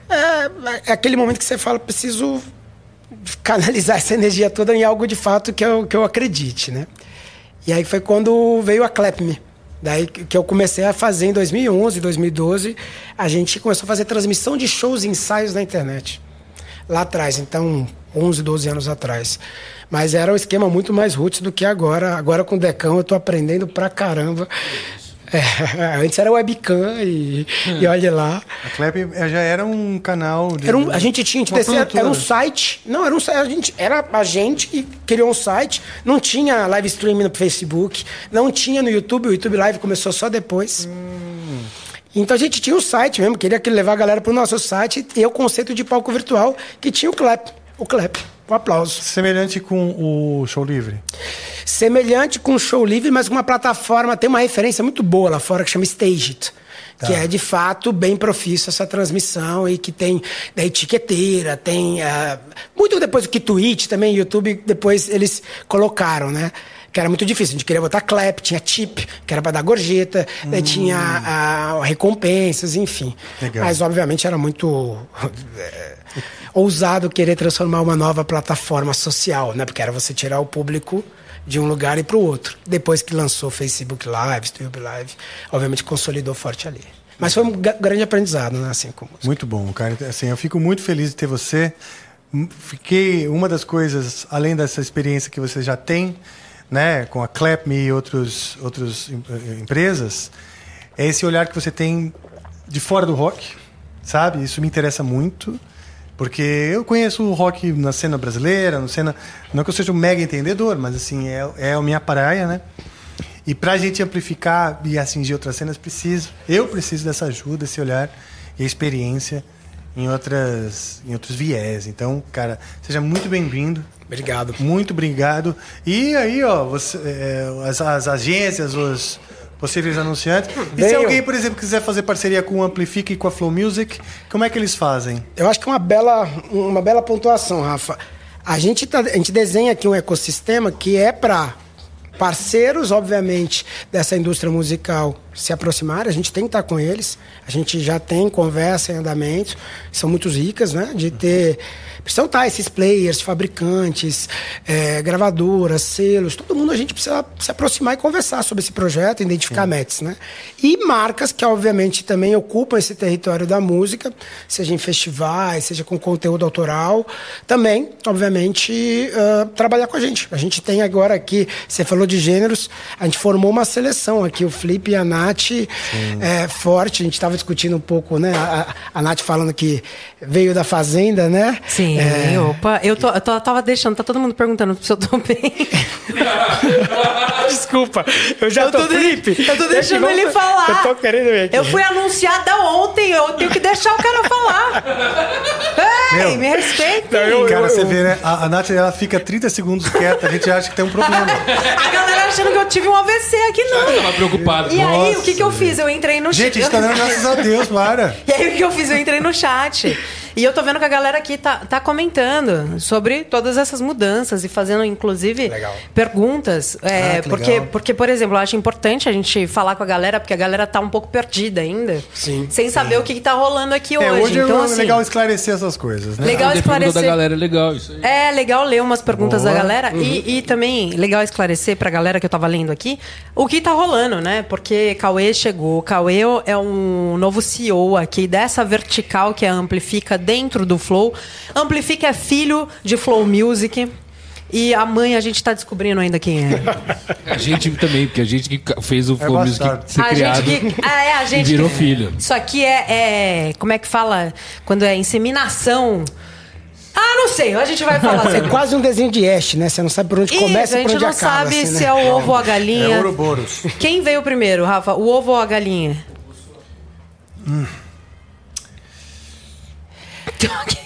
[SPEAKER 5] É, é aquele momento que você fala, preciso canalizar essa energia toda em algo de fato que eu, que eu acredite, né? E aí foi quando veio a Clap Me. Daí que que eu comecei a fazer em 2011, 2012, a gente começou a fazer transmissão de shows e ensaios na internet. Lá atrás, então 11, 12 anos atrás. Mas era um esquema muito mais roots do que agora. Agora com o Decão eu tô aprendendo pra caramba. É, antes era webcam e, e olha lá.
[SPEAKER 1] A Clap eh, já era um canal de.
[SPEAKER 5] Era um, a gente tinha, a gente
[SPEAKER 1] Uma
[SPEAKER 5] descia, era um
[SPEAKER 1] produtora.
[SPEAKER 5] site. Não, era um site. A gente, era a gente que criou um site. Não tinha live streaming no Facebook. Não tinha no YouTube. O YouTube Live começou só depois. Então a gente tinha um site mesmo. Queria que levar a galera pro nosso site. E o conceito de palco virtual que tinha o clap. O clap. O aplauso.
[SPEAKER 1] Semelhante com o Show Livre.
[SPEAKER 5] Semelhante com o show livre, mas com uma plataforma. Tem uma referência muito boa lá fora que chama Stageit. Que é de fato bem profício essa transmissão e que tem da etiqueteira, tem. ah, muito depois do que Twitch também, YouTube, depois eles colocaram, né? Que era muito difícil. A gente queria botar clap, tinha tip, que era pra dar gorjeta, né, tinha ah, recompensas, enfim.
[SPEAKER 1] Legal.
[SPEAKER 5] Mas obviamente era muito é, ousado querer transformar uma nova plataforma social, né? Porque era você tirar o público de um lugar e para o outro. Depois que lançou Facebook Live, YouTube Live, obviamente consolidou forte ali. Mas foi um ga- grande aprendizado, né? Assim como
[SPEAKER 1] Muito bom, cara. Assim, eu fico muito feliz de ter você. M- Fiquei uma das coisas, além dessa experiência que você já tem, né, com a ClapMe e outros outras em- eh, empresas, é esse olhar que você tem de fora do rock, sabe? Isso me interessa muito, porque eu conheço o rock na cena brasileira, na cena, não que eu seja um mega entendedor, mas assim é, é a minha praia, né? E pra gente amplificar e atingir outras cenas, preciso, eu preciso dessa ajuda, esse olhar e experiência em outras em outros viés. Então, cara, seja muito bem-vindo.
[SPEAKER 5] Obrigado.
[SPEAKER 1] Muito obrigado. E aí, ó, você, é, as, as agências, os possíveis anunciantes. E se
[SPEAKER 5] Venham.
[SPEAKER 1] alguém, por exemplo, quiser fazer parceria com o Amplifica e com a Flow Music, como é que eles fazem?
[SPEAKER 5] Eu acho que é uma bela, uma bela pontuação, Rafa. A gente, tá- a gente desenha aqui um ecossistema que é para parceiros, obviamente, dessa indústria musical se aproximarem. A gente tem que estar com eles. A gente já tem conversa em andamento. São muito ricas, né? De ter... Precisam estar esses players, fabricantes, eh, gravadoras, selos. Todo mundo a gente precisa se aproximar e conversar sobre esse projeto, identificar metas, né? E marcas que, obviamente, também ocupam esse território da música, seja em festivais, seja com conteúdo autoral, também, obviamente, ah, trabalhar com a gente. A gente tem agora aqui, você falou de gêneros, a gente formou uma seleção aqui, o Flip e a Nath é, forte. A gente estava discutindo um pouco, né? A, a- a Nath falando que veio da Fazenda, né?
[SPEAKER 2] Sim,
[SPEAKER 1] É.
[SPEAKER 2] opa. Eu, tô, eu tô- tava deixando, tá todo mundo perguntando se eu tô bem.
[SPEAKER 5] Desculpa, eu já tô,
[SPEAKER 2] de-
[SPEAKER 5] Flip.
[SPEAKER 2] eu tô
[SPEAKER 5] Já
[SPEAKER 2] deixando
[SPEAKER 5] chegou-
[SPEAKER 2] ele falar.
[SPEAKER 5] Eu tô querendo ver aqui.
[SPEAKER 2] Eu fui anunciada ontem, eu tenho que deixar o cara falar.
[SPEAKER 1] Meu.
[SPEAKER 2] Ei, me respeita.
[SPEAKER 1] Cara, você vê, né? A, a Nath ela fica 30 segundos quieta, a gente acha que tem um problema.
[SPEAKER 2] A galera achando que eu tive um AVC aqui,
[SPEAKER 4] Eu
[SPEAKER 2] não.
[SPEAKER 4] tava preocupado.
[SPEAKER 2] E é aí, o que,
[SPEAKER 1] Nossa,
[SPEAKER 2] que eu fiz? Eu entrei no
[SPEAKER 1] Gente, a gente tá dando graças a Deus, para.
[SPEAKER 2] E aí o que eu fiz? Eu entrei no chat. E eu tô vendo que a galera aqui tá, tá comentando sobre todas essas mudanças e fazendo, inclusive, perguntas. É,
[SPEAKER 1] Ah, que
[SPEAKER 2] porque,
[SPEAKER 1] legal.
[SPEAKER 2] porque, por exemplo, eu acho importante a gente falar com a galera, porque a galera tá um pouco perdida ainda.
[SPEAKER 5] Sim.
[SPEAKER 2] Sem saber o que, que tá rolando aqui
[SPEAKER 1] É,
[SPEAKER 2] hoje.
[SPEAKER 1] hoje
[SPEAKER 2] então,
[SPEAKER 1] é
[SPEAKER 2] assim,
[SPEAKER 1] legal esclarecer essas coisas, né?
[SPEAKER 2] legal
[SPEAKER 4] Legal da
[SPEAKER 2] esclarecer.
[SPEAKER 4] galera, legal isso aí.
[SPEAKER 2] É legal ler umas perguntas
[SPEAKER 1] Boa.
[SPEAKER 2] da galera
[SPEAKER 4] Uhum.
[SPEAKER 2] e, e também legal esclarecer pra galera que eu tava lendo aqui o que tá rolando, né? Porque Cauê chegou. Cauê é um novo CEO aqui dessa vertical que é a Amplifica dentro do Flow. Amplifica é filho de Flow Music. E a mãe a gente tá descobrindo ainda quem é.
[SPEAKER 4] A gente também, porque a gente que ca- fez o Flow Music
[SPEAKER 1] É bastardo.
[SPEAKER 4] ser
[SPEAKER 2] a
[SPEAKER 4] criado.
[SPEAKER 2] gente que. Ah, é, a gente.
[SPEAKER 4] e virou
[SPEAKER 2] que-
[SPEAKER 4] filho.
[SPEAKER 2] Isso aqui é, é- Como é que fala? Quando é inseminação. Ah, Ah, não sei. A gente vai falar
[SPEAKER 5] É
[SPEAKER 2] sobre
[SPEAKER 5] quase um desenho de Ash, né? Você não sabe por onde começa
[SPEAKER 2] Isso,
[SPEAKER 5] e
[SPEAKER 2] a
[SPEAKER 5] por
[SPEAKER 2] gente
[SPEAKER 5] onde
[SPEAKER 2] não
[SPEAKER 5] acaba.
[SPEAKER 2] sabe
[SPEAKER 5] assim,
[SPEAKER 2] se
[SPEAKER 5] né?
[SPEAKER 2] é o ovo ou a galinha.
[SPEAKER 1] É Ouroboros.
[SPEAKER 2] Quem veio primeiro, Rafa? O ovo ou a galinha?
[SPEAKER 5] Hum.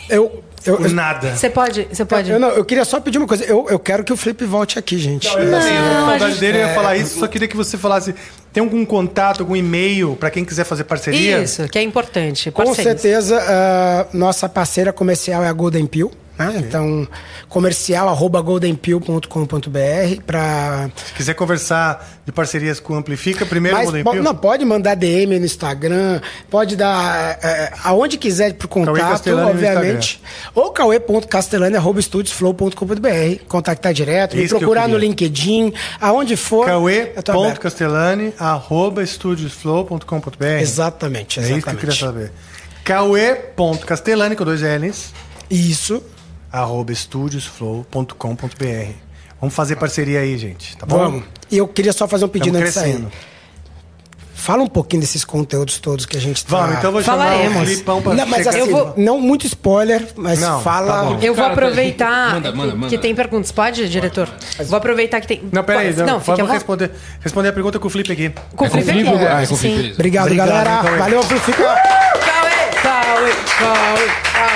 [SPEAKER 5] Eu, eu,
[SPEAKER 1] Por nada.
[SPEAKER 2] Você pode, você pode.
[SPEAKER 5] eu, não, eu queria só pedir uma coisa. Eu, eu quero que o Felipe volte aqui, gente.
[SPEAKER 1] Assim, a
[SPEAKER 2] a
[SPEAKER 1] saudade
[SPEAKER 5] É.
[SPEAKER 2] gente-
[SPEAKER 1] dele eu ia falar isso, só queria que você falasse. Tem algum contato, algum e-mail pra quem quiser fazer parceria?
[SPEAKER 2] Isso, que é importante.
[SPEAKER 5] Com
[SPEAKER 2] Parceiros.
[SPEAKER 5] certeza, ah, nossa parceira comercial é a Golden Pill. Né? Então, comercial arroba goldenpill.com.br para
[SPEAKER 1] Se quiser conversar de parcerias com o Amplifica, primeiro
[SPEAKER 5] Mas,
[SPEAKER 1] Golden
[SPEAKER 5] po-
[SPEAKER 1] Pill.
[SPEAKER 5] não, pode mandar DM no Instagram, pode dar é, aonde quiser pro contato,
[SPEAKER 1] Castellani no
[SPEAKER 5] obviamente. Ou cauê.castelani.estudiosflow.com.br. Contactar direto, me
[SPEAKER 1] Isso que eu
[SPEAKER 5] procurar no
[SPEAKER 1] queria.
[SPEAKER 5] LinkedIn, aonde for. eu tô aberto.
[SPEAKER 1] Cauê.castellani, arroba estúdiosflow.com.br.
[SPEAKER 5] Exatamente,
[SPEAKER 1] É isso que eu queria
[SPEAKER 5] exatamente.
[SPEAKER 1] saber. Cauê.castellani, com dois L's,
[SPEAKER 5] Isso.
[SPEAKER 1] arroba estúdiosflow.com.br. Vamos fazer parceria aí, gente, tá bom?
[SPEAKER 5] Vamos. E eu queria só fazer um pedido
[SPEAKER 1] Estamos
[SPEAKER 5] antes de sair.
[SPEAKER 1] crescendo.
[SPEAKER 5] Fala um pouquinho desses conteúdos todos que a gente tá...
[SPEAKER 1] Vamos, então eu vou
[SPEAKER 2] Fala
[SPEAKER 1] chamar
[SPEAKER 2] aí,
[SPEAKER 1] o
[SPEAKER 2] moço.
[SPEAKER 1] Filipão pra
[SPEAKER 5] Não, mas
[SPEAKER 1] chegar.
[SPEAKER 5] assim,
[SPEAKER 2] Eu vou-
[SPEAKER 5] não muito spoiler, mas
[SPEAKER 1] Não, tá
[SPEAKER 5] fala...
[SPEAKER 1] bom.
[SPEAKER 2] Eu vou
[SPEAKER 4] Cara, tá-
[SPEAKER 2] aproveitar
[SPEAKER 4] Manda, manda,
[SPEAKER 2] que,
[SPEAKER 4] manda.
[SPEAKER 2] que tem perguntas. Pode, diretor? Vou aproveitar que tem.
[SPEAKER 1] Não, peraí,
[SPEAKER 2] Pode-
[SPEAKER 1] não,
[SPEAKER 2] fica à
[SPEAKER 1] vamos
[SPEAKER 2] vontade.
[SPEAKER 1] responder, responder a pergunta com o Felipe aqui.
[SPEAKER 2] Com
[SPEAKER 4] É com o
[SPEAKER 2] Felipe
[SPEAKER 4] Felipe?
[SPEAKER 2] Guerra,
[SPEAKER 4] Ah, é com o
[SPEAKER 2] sim.
[SPEAKER 4] Felipe,
[SPEAKER 2] é.
[SPEAKER 4] beleza.
[SPEAKER 5] Obrigado,
[SPEAKER 1] Obrigado, então,
[SPEAKER 5] galera.
[SPEAKER 1] Cauê.
[SPEAKER 5] Valeu, Fica...
[SPEAKER 2] Cauê, Cauê, Cauê, Cauê,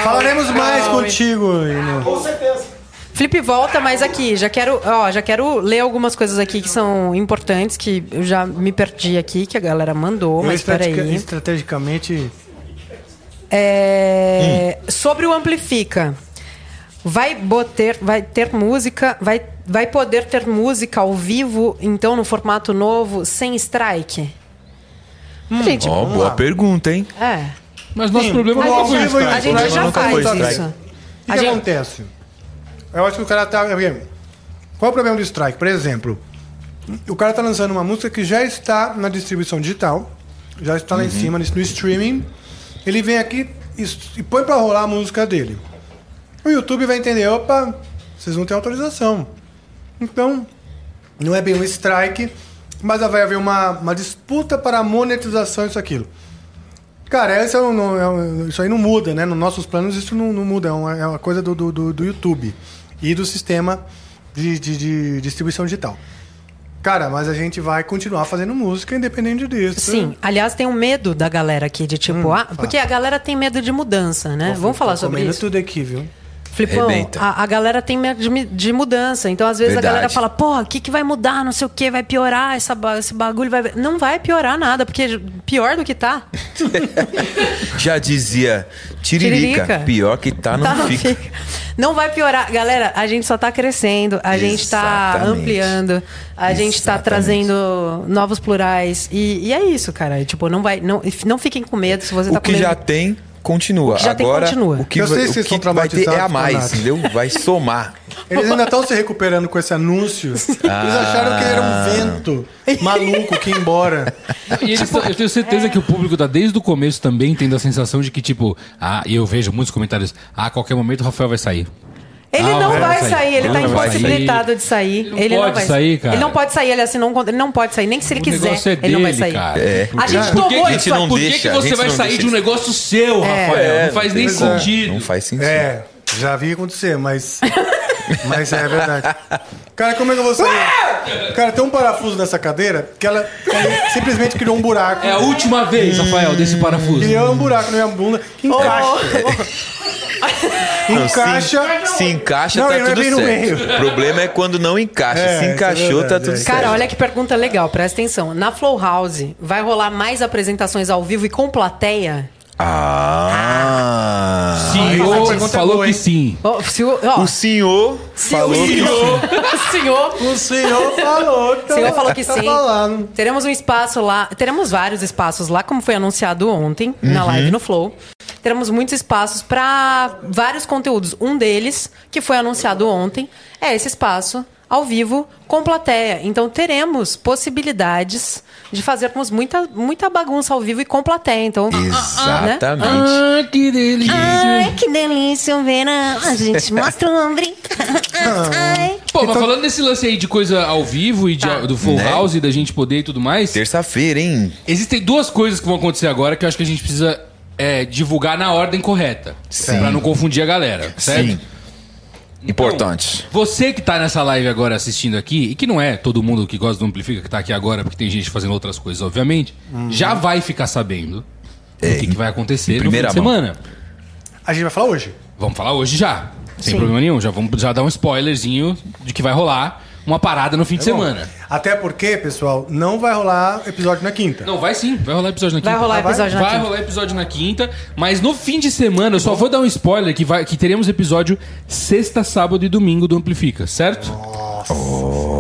[SPEAKER 1] Falaremos mais
[SPEAKER 2] Cauê.
[SPEAKER 1] contigo, Ino.
[SPEAKER 2] Felipe, volta, mas aqui, já quero, ó, já quero ler algumas coisas aqui que são importantes, que eu já me perdi aqui, que a galera mandou,
[SPEAKER 1] Eu
[SPEAKER 2] mas
[SPEAKER 1] estrategica-
[SPEAKER 2] peraí.
[SPEAKER 1] estrategicamente.
[SPEAKER 2] É, Sobre o Amplifica. Vai, boter, vai ter música, vai, vai poder ter música ao vivo, então, no formato novo, sem strike? Gente,
[SPEAKER 3] Ó, boa pergunta, hein?
[SPEAKER 2] é.
[SPEAKER 4] Mas nosso
[SPEAKER 1] Sim,
[SPEAKER 4] problema
[SPEAKER 1] vamos
[SPEAKER 4] não
[SPEAKER 1] ao
[SPEAKER 4] foi
[SPEAKER 1] vivo
[SPEAKER 4] isso.
[SPEAKER 1] aí.
[SPEAKER 2] A gente já
[SPEAKER 3] nunca
[SPEAKER 2] faz
[SPEAKER 3] foi
[SPEAKER 2] isso.
[SPEAKER 3] strike.
[SPEAKER 1] O que,
[SPEAKER 2] A
[SPEAKER 1] que
[SPEAKER 2] gente-
[SPEAKER 1] acontece? Eu acho que o cara tá. Qual é o problema do strike? Por exemplo, o cara tá lançando uma música que já está na distribuição digital, já está lá em cima, no streaming. Ele vem aqui e, e põe pra rolar a música dele. O YouTube vai entender: opa, vocês não têm autorização. Então, não é bem um strike, mas vai haver uma, uma disputa para a monetização isso aquilo. Cara, isso, é um- não- é um- isso aí não muda, né? Nos nossos planos isso não, não muda, é uma, é uma coisa do, do, do- do YouTube e do sistema de, de- de distribuição digital. Cara, mas a gente vai continuar fazendo música independente disso.
[SPEAKER 2] Sim, aliás, tem um medo da galera aqui de tipo, ah, porque a galera tem medo de mudança, né? Vamos falar
[SPEAKER 1] Tô
[SPEAKER 2] sobre
[SPEAKER 1] comendo
[SPEAKER 2] isso.
[SPEAKER 1] tudo aqui, viu?
[SPEAKER 2] Flipão,
[SPEAKER 3] Arrebenta.
[SPEAKER 2] a, a galera tem medo de, mi- de mudança. Então, às vezes,
[SPEAKER 3] Verdade.
[SPEAKER 2] a galera fala, porra, o que, que vai mudar? Não sei o que, vai piorar essa, ba- esse bagulho. Vai... Não vai piorar nada, porque pior do que tá.
[SPEAKER 3] Já dizia Tiririca,
[SPEAKER 2] Tiririca.
[SPEAKER 3] pior que tá, não
[SPEAKER 2] tá, não,
[SPEAKER 3] fica.
[SPEAKER 2] fica. Não vai piorar. Galera, a gente só tá crescendo, a gente tá
[SPEAKER 3] Exatamente.
[SPEAKER 2] ampliando, a gente tá
[SPEAKER 3] Exatamente.
[SPEAKER 2] trazendo novos plurais. E, e é isso, cara. E, Tipo, não vai. Não, não fiquem com medo se você
[SPEAKER 3] O
[SPEAKER 2] tá com
[SPEAKER 3] que
[SPEAKER 2] medo.
[SPEAKER 3] já tem, continua.
[SPEAKER 2] O que já tem,
[SPEAKER 3] Agora,
[SPEAKER 2] continua.
[SPEAKER 3] o que,
[SPEAKER 1] Eu sei
[SPEAKER 3] vai,
[SPEAKER 1] que
[SPEAKER 3] o
[SPEAKER 1] vocês
[SPEAKER 3] que
[SPEAKER 1] estão
[SPEAKER 3] vai ter é a
[SPEAKER 1] traumatizados,
[SPEAKER 3] mais,
[SPEAKER 1] Donato.
[SPEAKER 3] entendeu? Vai somar.
[SPEAKER 1] Eles ainda estão se recuperando com esse anúncio. Eles acharam que era
[SPEAKER 3] Ah.
[SPEAKER 1] um vento maluco que ia embora.
[SPEAKER 4] E eles tão- eu tenho certeza que o público tá desde o começo também tendo a sensação de que, tipo, ah, e eu vejo muitos comentários, ah, a qualquer momento o Rafael vai sair.
[SPEAKER 2] Ele
[SPEAKER 4] Ah,
[SPEAKER 2] não
[SPEAKER 4] vai
[SPEAKER 2] vai
[SPEAKER 4] sair.
[SPEAKER 2] sair, ele
[SPEAKER 4] Ele
[SPEAKER 2] tá
[SPEAKER 4] não vai
[SPEAKER 2] impossibilitado
[SPEAKER 4] sair.
[SPEAKER 2] de sair.
[SPEAKER 4] Ele não pode sair, cara.
[SPEAKER 2] Ele não pode sair, ele assinou um contrato, ele não pode sair, nem que se ele
[SPEAKER 4] O
[SPEAKER 2] quiser,
[SPEAKER 4] negócio é
[SPEAKER 2] ele não vai
[SPEAKER 4] dele,
[SPEAKER 2] sair.
[SPEAKER 4] cara.
[SPEAKER 2] A gente
[SPEAKER 3] É, Por que
[SPEAKER 2] tomou
[SPEAKER 3] que a gente
[SPEAKER 2] isso
[SPEAKER 3] não
[SPEAKER 4] Por que que,
[SPEAKER 3] deixa? A
[SPEAKER 4] você
[SPEAKER 3] gente
[SPEAKER 4] vai
[SPEAKER 3] não
[SPEAKER 4] sair
[SPEAKER 3] deixa
[SPEAKER 4] de um
[SPEAKER 3] isso.
[SPEAKER 4] negócio seu, Rafael? É, não faz nem
[SPEAKER 1] tem como.
[SPEAKER 4] sentido.
[SPEAKER 3] Não faz sentido.
[SPEAKER 1] É, já vi acontecer, mas. Mas é verdade. Cara, como é que eu vou sair? Cara, tem um parafuso nessa cadeira que ela, ela simplesmente criou um buraco.
[SPEAKER 4] É a última vez, Rafael, desse parafuso.
[SPEAKER 1] Criou um buraco na minha bunda que
[SPEAKER 2] Oh,
[SPEAKER 1] encaixa.
[SPEAKER 3] Não, se-
[SPEAKER 1] Encaixa.
[SPEAKER 3] Se, encaixa,
[SPEAKER 1] Não,
[SPEAKER 3] tá
[SPEAKER 1] ele é
[SPEAKER 3] tudo
[SPEAKER 1] bem
[SPEAKER 3] certo.
[SPEAKER 1] no
[SPEAKER 3] O problema é quando não encaixa.
[SPEAKER 1] É,
[SPEAKER 3] se
[SPEAKER 1] isso é
[SPEAKER 3] encaixou, tá
[SPEAKER 1] verdade,
[SPEAKER 3] tudo
[SPEAKER 1] é.
[SPEAKER 3] certo.
[SPEAKER 2] Cara, olha que pergunta legal, presta atenção. Na Flow House, vai rolar mais apresentações ao vivo e com plateia?
[SPEAKER 3] Ah!
[SPEAKER 1] Essa
[SPEAKER 4] senhor
[SPEAKER 1] pergunta é
[SPEAKER 4] falou
[SPEAKER 1] boa,
[SPEAKER 4] que
[SPEAKER 1] hein?
[SPEAKER 4] sim.
[SPEAKER 2] Ó, se o- ó,
[SPEAKER 3] O senhor
[SPEAKER 2] se o
[SPEAKER 3] falou que
[SPEAKER 2] senhor, o senhor,
[SPEAKER 1] O senhor falou.
[SPEAKER 2] o
[SPEAKER 1] Tá,
[SPEAKER 2] senhor falou que sim.
[SPEAKER 1] falando.
[SPEAKER 2] Teremos um espaço lá, teremos vários espaços lá, como foi anunciado ontem
[SPEAKER 7] Uhum.
[SPEAKER 2] na live no Flow. Teremos muitos espaços para vários conteúdos. Um deles, que foi anunciado ontem, é esse espaço ao vivo com plateia. Então teremos possibilidades de fazermos muita, muita bagunça ao vivo e com plateia. Então,
[SPEAKER 7] Ah,
[SPEAKER 3] ah, Exatamente.
[SPEAKER 4] Ah, que delícia.
[SPEAKER 7] né? Ai, que delícia, Vera. A gente mostra o ombro. Ai.
[SPEAKER 4] Pô, mas falando nesse lance aí de coisa ao vivo e de- do full
[SPEAKER 3] Né?
[SPEAKER 4] house e da gente poder e tudo mais,
[SPEAKER 3] Terça-feira, hein?
[SPEAKER 4] existem duas coisas que vão acontecer agora que eu acho que a gente precisa é, divulgar na ordem correta. Pra não confundir a galera, certo?
[SPEAKER 3] Sim.
[SPEAKER 6] Importante.
[SPEAKER 4] Você que tá nessa live agora assistindo aqui, e que não é todo mundo que gosta do Amplifica que tá aqui agora, porque tem gente fazendo outras coisas, obviamente,
[SPEAKER 3] Uhum.
[SPEAKER 4] já vai ficar sabendo o que, que vai acontecer no
[SPEAKER 3] É.
[SPEAKER 4] fim
[SPEAKER 3] primeira
[SPEAKER 4] de
[SPEAKER 3] mão.
[SPEAKER 4] semana.
[SPEAKER 1] A gente vai falar hoje.
[SPEAKER 4] Vamos falar hoje já. Sem
[SPEAKER 2] Sim.
[SPEAKER 4] problema nenhum. Já vamos já dar um spoilerzinho de que vai rolar uma parada no fim
[SPEAKER 3] É
[SPEAKER 4] de semana.
[SPEAKER 1] Até porque, pessoal, não vai rolar episódio na quinta.
[SPEAKER 4] Não, vai sim. Vai rolar episódio na quinta.
[SPEAKER 2] Vai rolar episódio na
[SPEAKER 4] Vai
[SPEAKER 2] quinta.
[SPEAKER 4] rolar episódio na quinta, mas no fim de semana eu só vou dar um spoiler que, vai, que teremos episódio sexta, sábado e domingo do Amplifica, certo?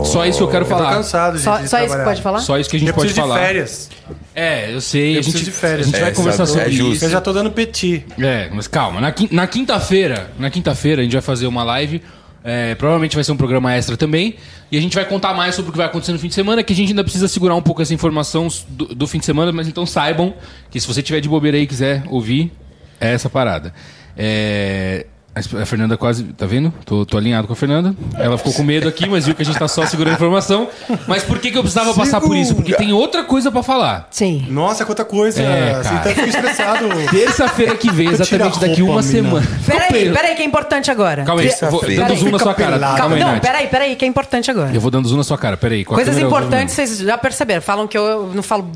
[SPEAKER 4] Só isso que eu quero
[SPEAKER 1] Eu tô
[SPEAKER 4] falar.
[SPEAKER 1] cansado, gente.
[SPEAKER 2] Só,
[SPEAKER 1] de
[SPEAKER 2] só isso que
[SPEAKER 1] trabalhar.
[SPEAKER 2] pode falar?
[SPEAKER 4] Só isso que a gente
[SPEAKER 1] Eu
[SPEAKER 4] pode
[SPEAKER 1] preciso de
[SPEAKER 4] falar.
[SPEAKER 1] férias.
[SPEAKER 4] É, eu sei.
[SPEAKER 1] Eu
[SPEAKER 4] a gente,
[SPEAKER 1] preciso de férias.
[SPEAKER 4] A gente
[SPEAKER 1] É,
[SPEAKER 4] vai conversar
[SPEAKER 3] exato, é
[SPEAKER 4] sobre isso.
[SPEAKER 3] justo.
[SPEAKER 1] Eu já tô dando petit.
[SPEAKER 4] É, mas calma. Na, quin- na quinta-feira, na quinta-feira a gente vai fazer uma live. é, provavelmente vai ser um programa extra também. E a gente vai contar mais sobre o que vai acontecer no fim de semana, que a gente ainda precisa segurar um pouco essa informação s- do, do fim de semana, mas então saibam que se você tiver de bobeira aí e quiser ouvir, é essa parada. É, a esp- A Fernanda quase. Tá vendo? Tô, tô alinhado com a Fernanda. Ela ficou com medo aqui, mas viu que a gente tá só segurando a informação. Mas por que, que eu precisava passar por isso? Porque tem outra coisa pra falar.
[SPEAKER 2] Sim.
[SPEAKER 1] Nossa, quanta coisa.
[SPEAKER 4] É,
[SPEAKER 1] assim,
[SPEAKER 4] cara.
[SPEAKER 1] então eu fico estressado.
[SPEAKER 4] Terça-feira que
[SPEAKER 1] Eu
[SPEAKER 4] vem,
[SPEAKER 1] tiro a
[SPEAKER 4] exatamente daqui
[SPEAKER 1] roupa,
[SPEAKER 4] uma
[SPEAKER 1] mina.
[SPEAKER 4] semana.
[SPEAKER 2] Peraí, peraí, que é importante agora.
[SPEAKER 4] Calma aí, eu vou
[SPEAKER 3] Terça-feira.
[SPEAKER 4] dando zoom na sua cara.
[SPEAKER 1] Calma,
[SPEAKER 4] Calma aí,
[SPEAKER 2] não,
[SPEAKER 4] Nath.
[SPEAKER 2] peraí, peraí, que é importante agora.
[SPEAKER 4] Eu vou dando zoom na sua cara, peraí. com a
[SPEAKER 2] Coisas
[SPEAKER 4] câmera eu vou dando zoom.
[SPEAKER 2] importantes, vocês já perceberam. Falam que eu, eu não falo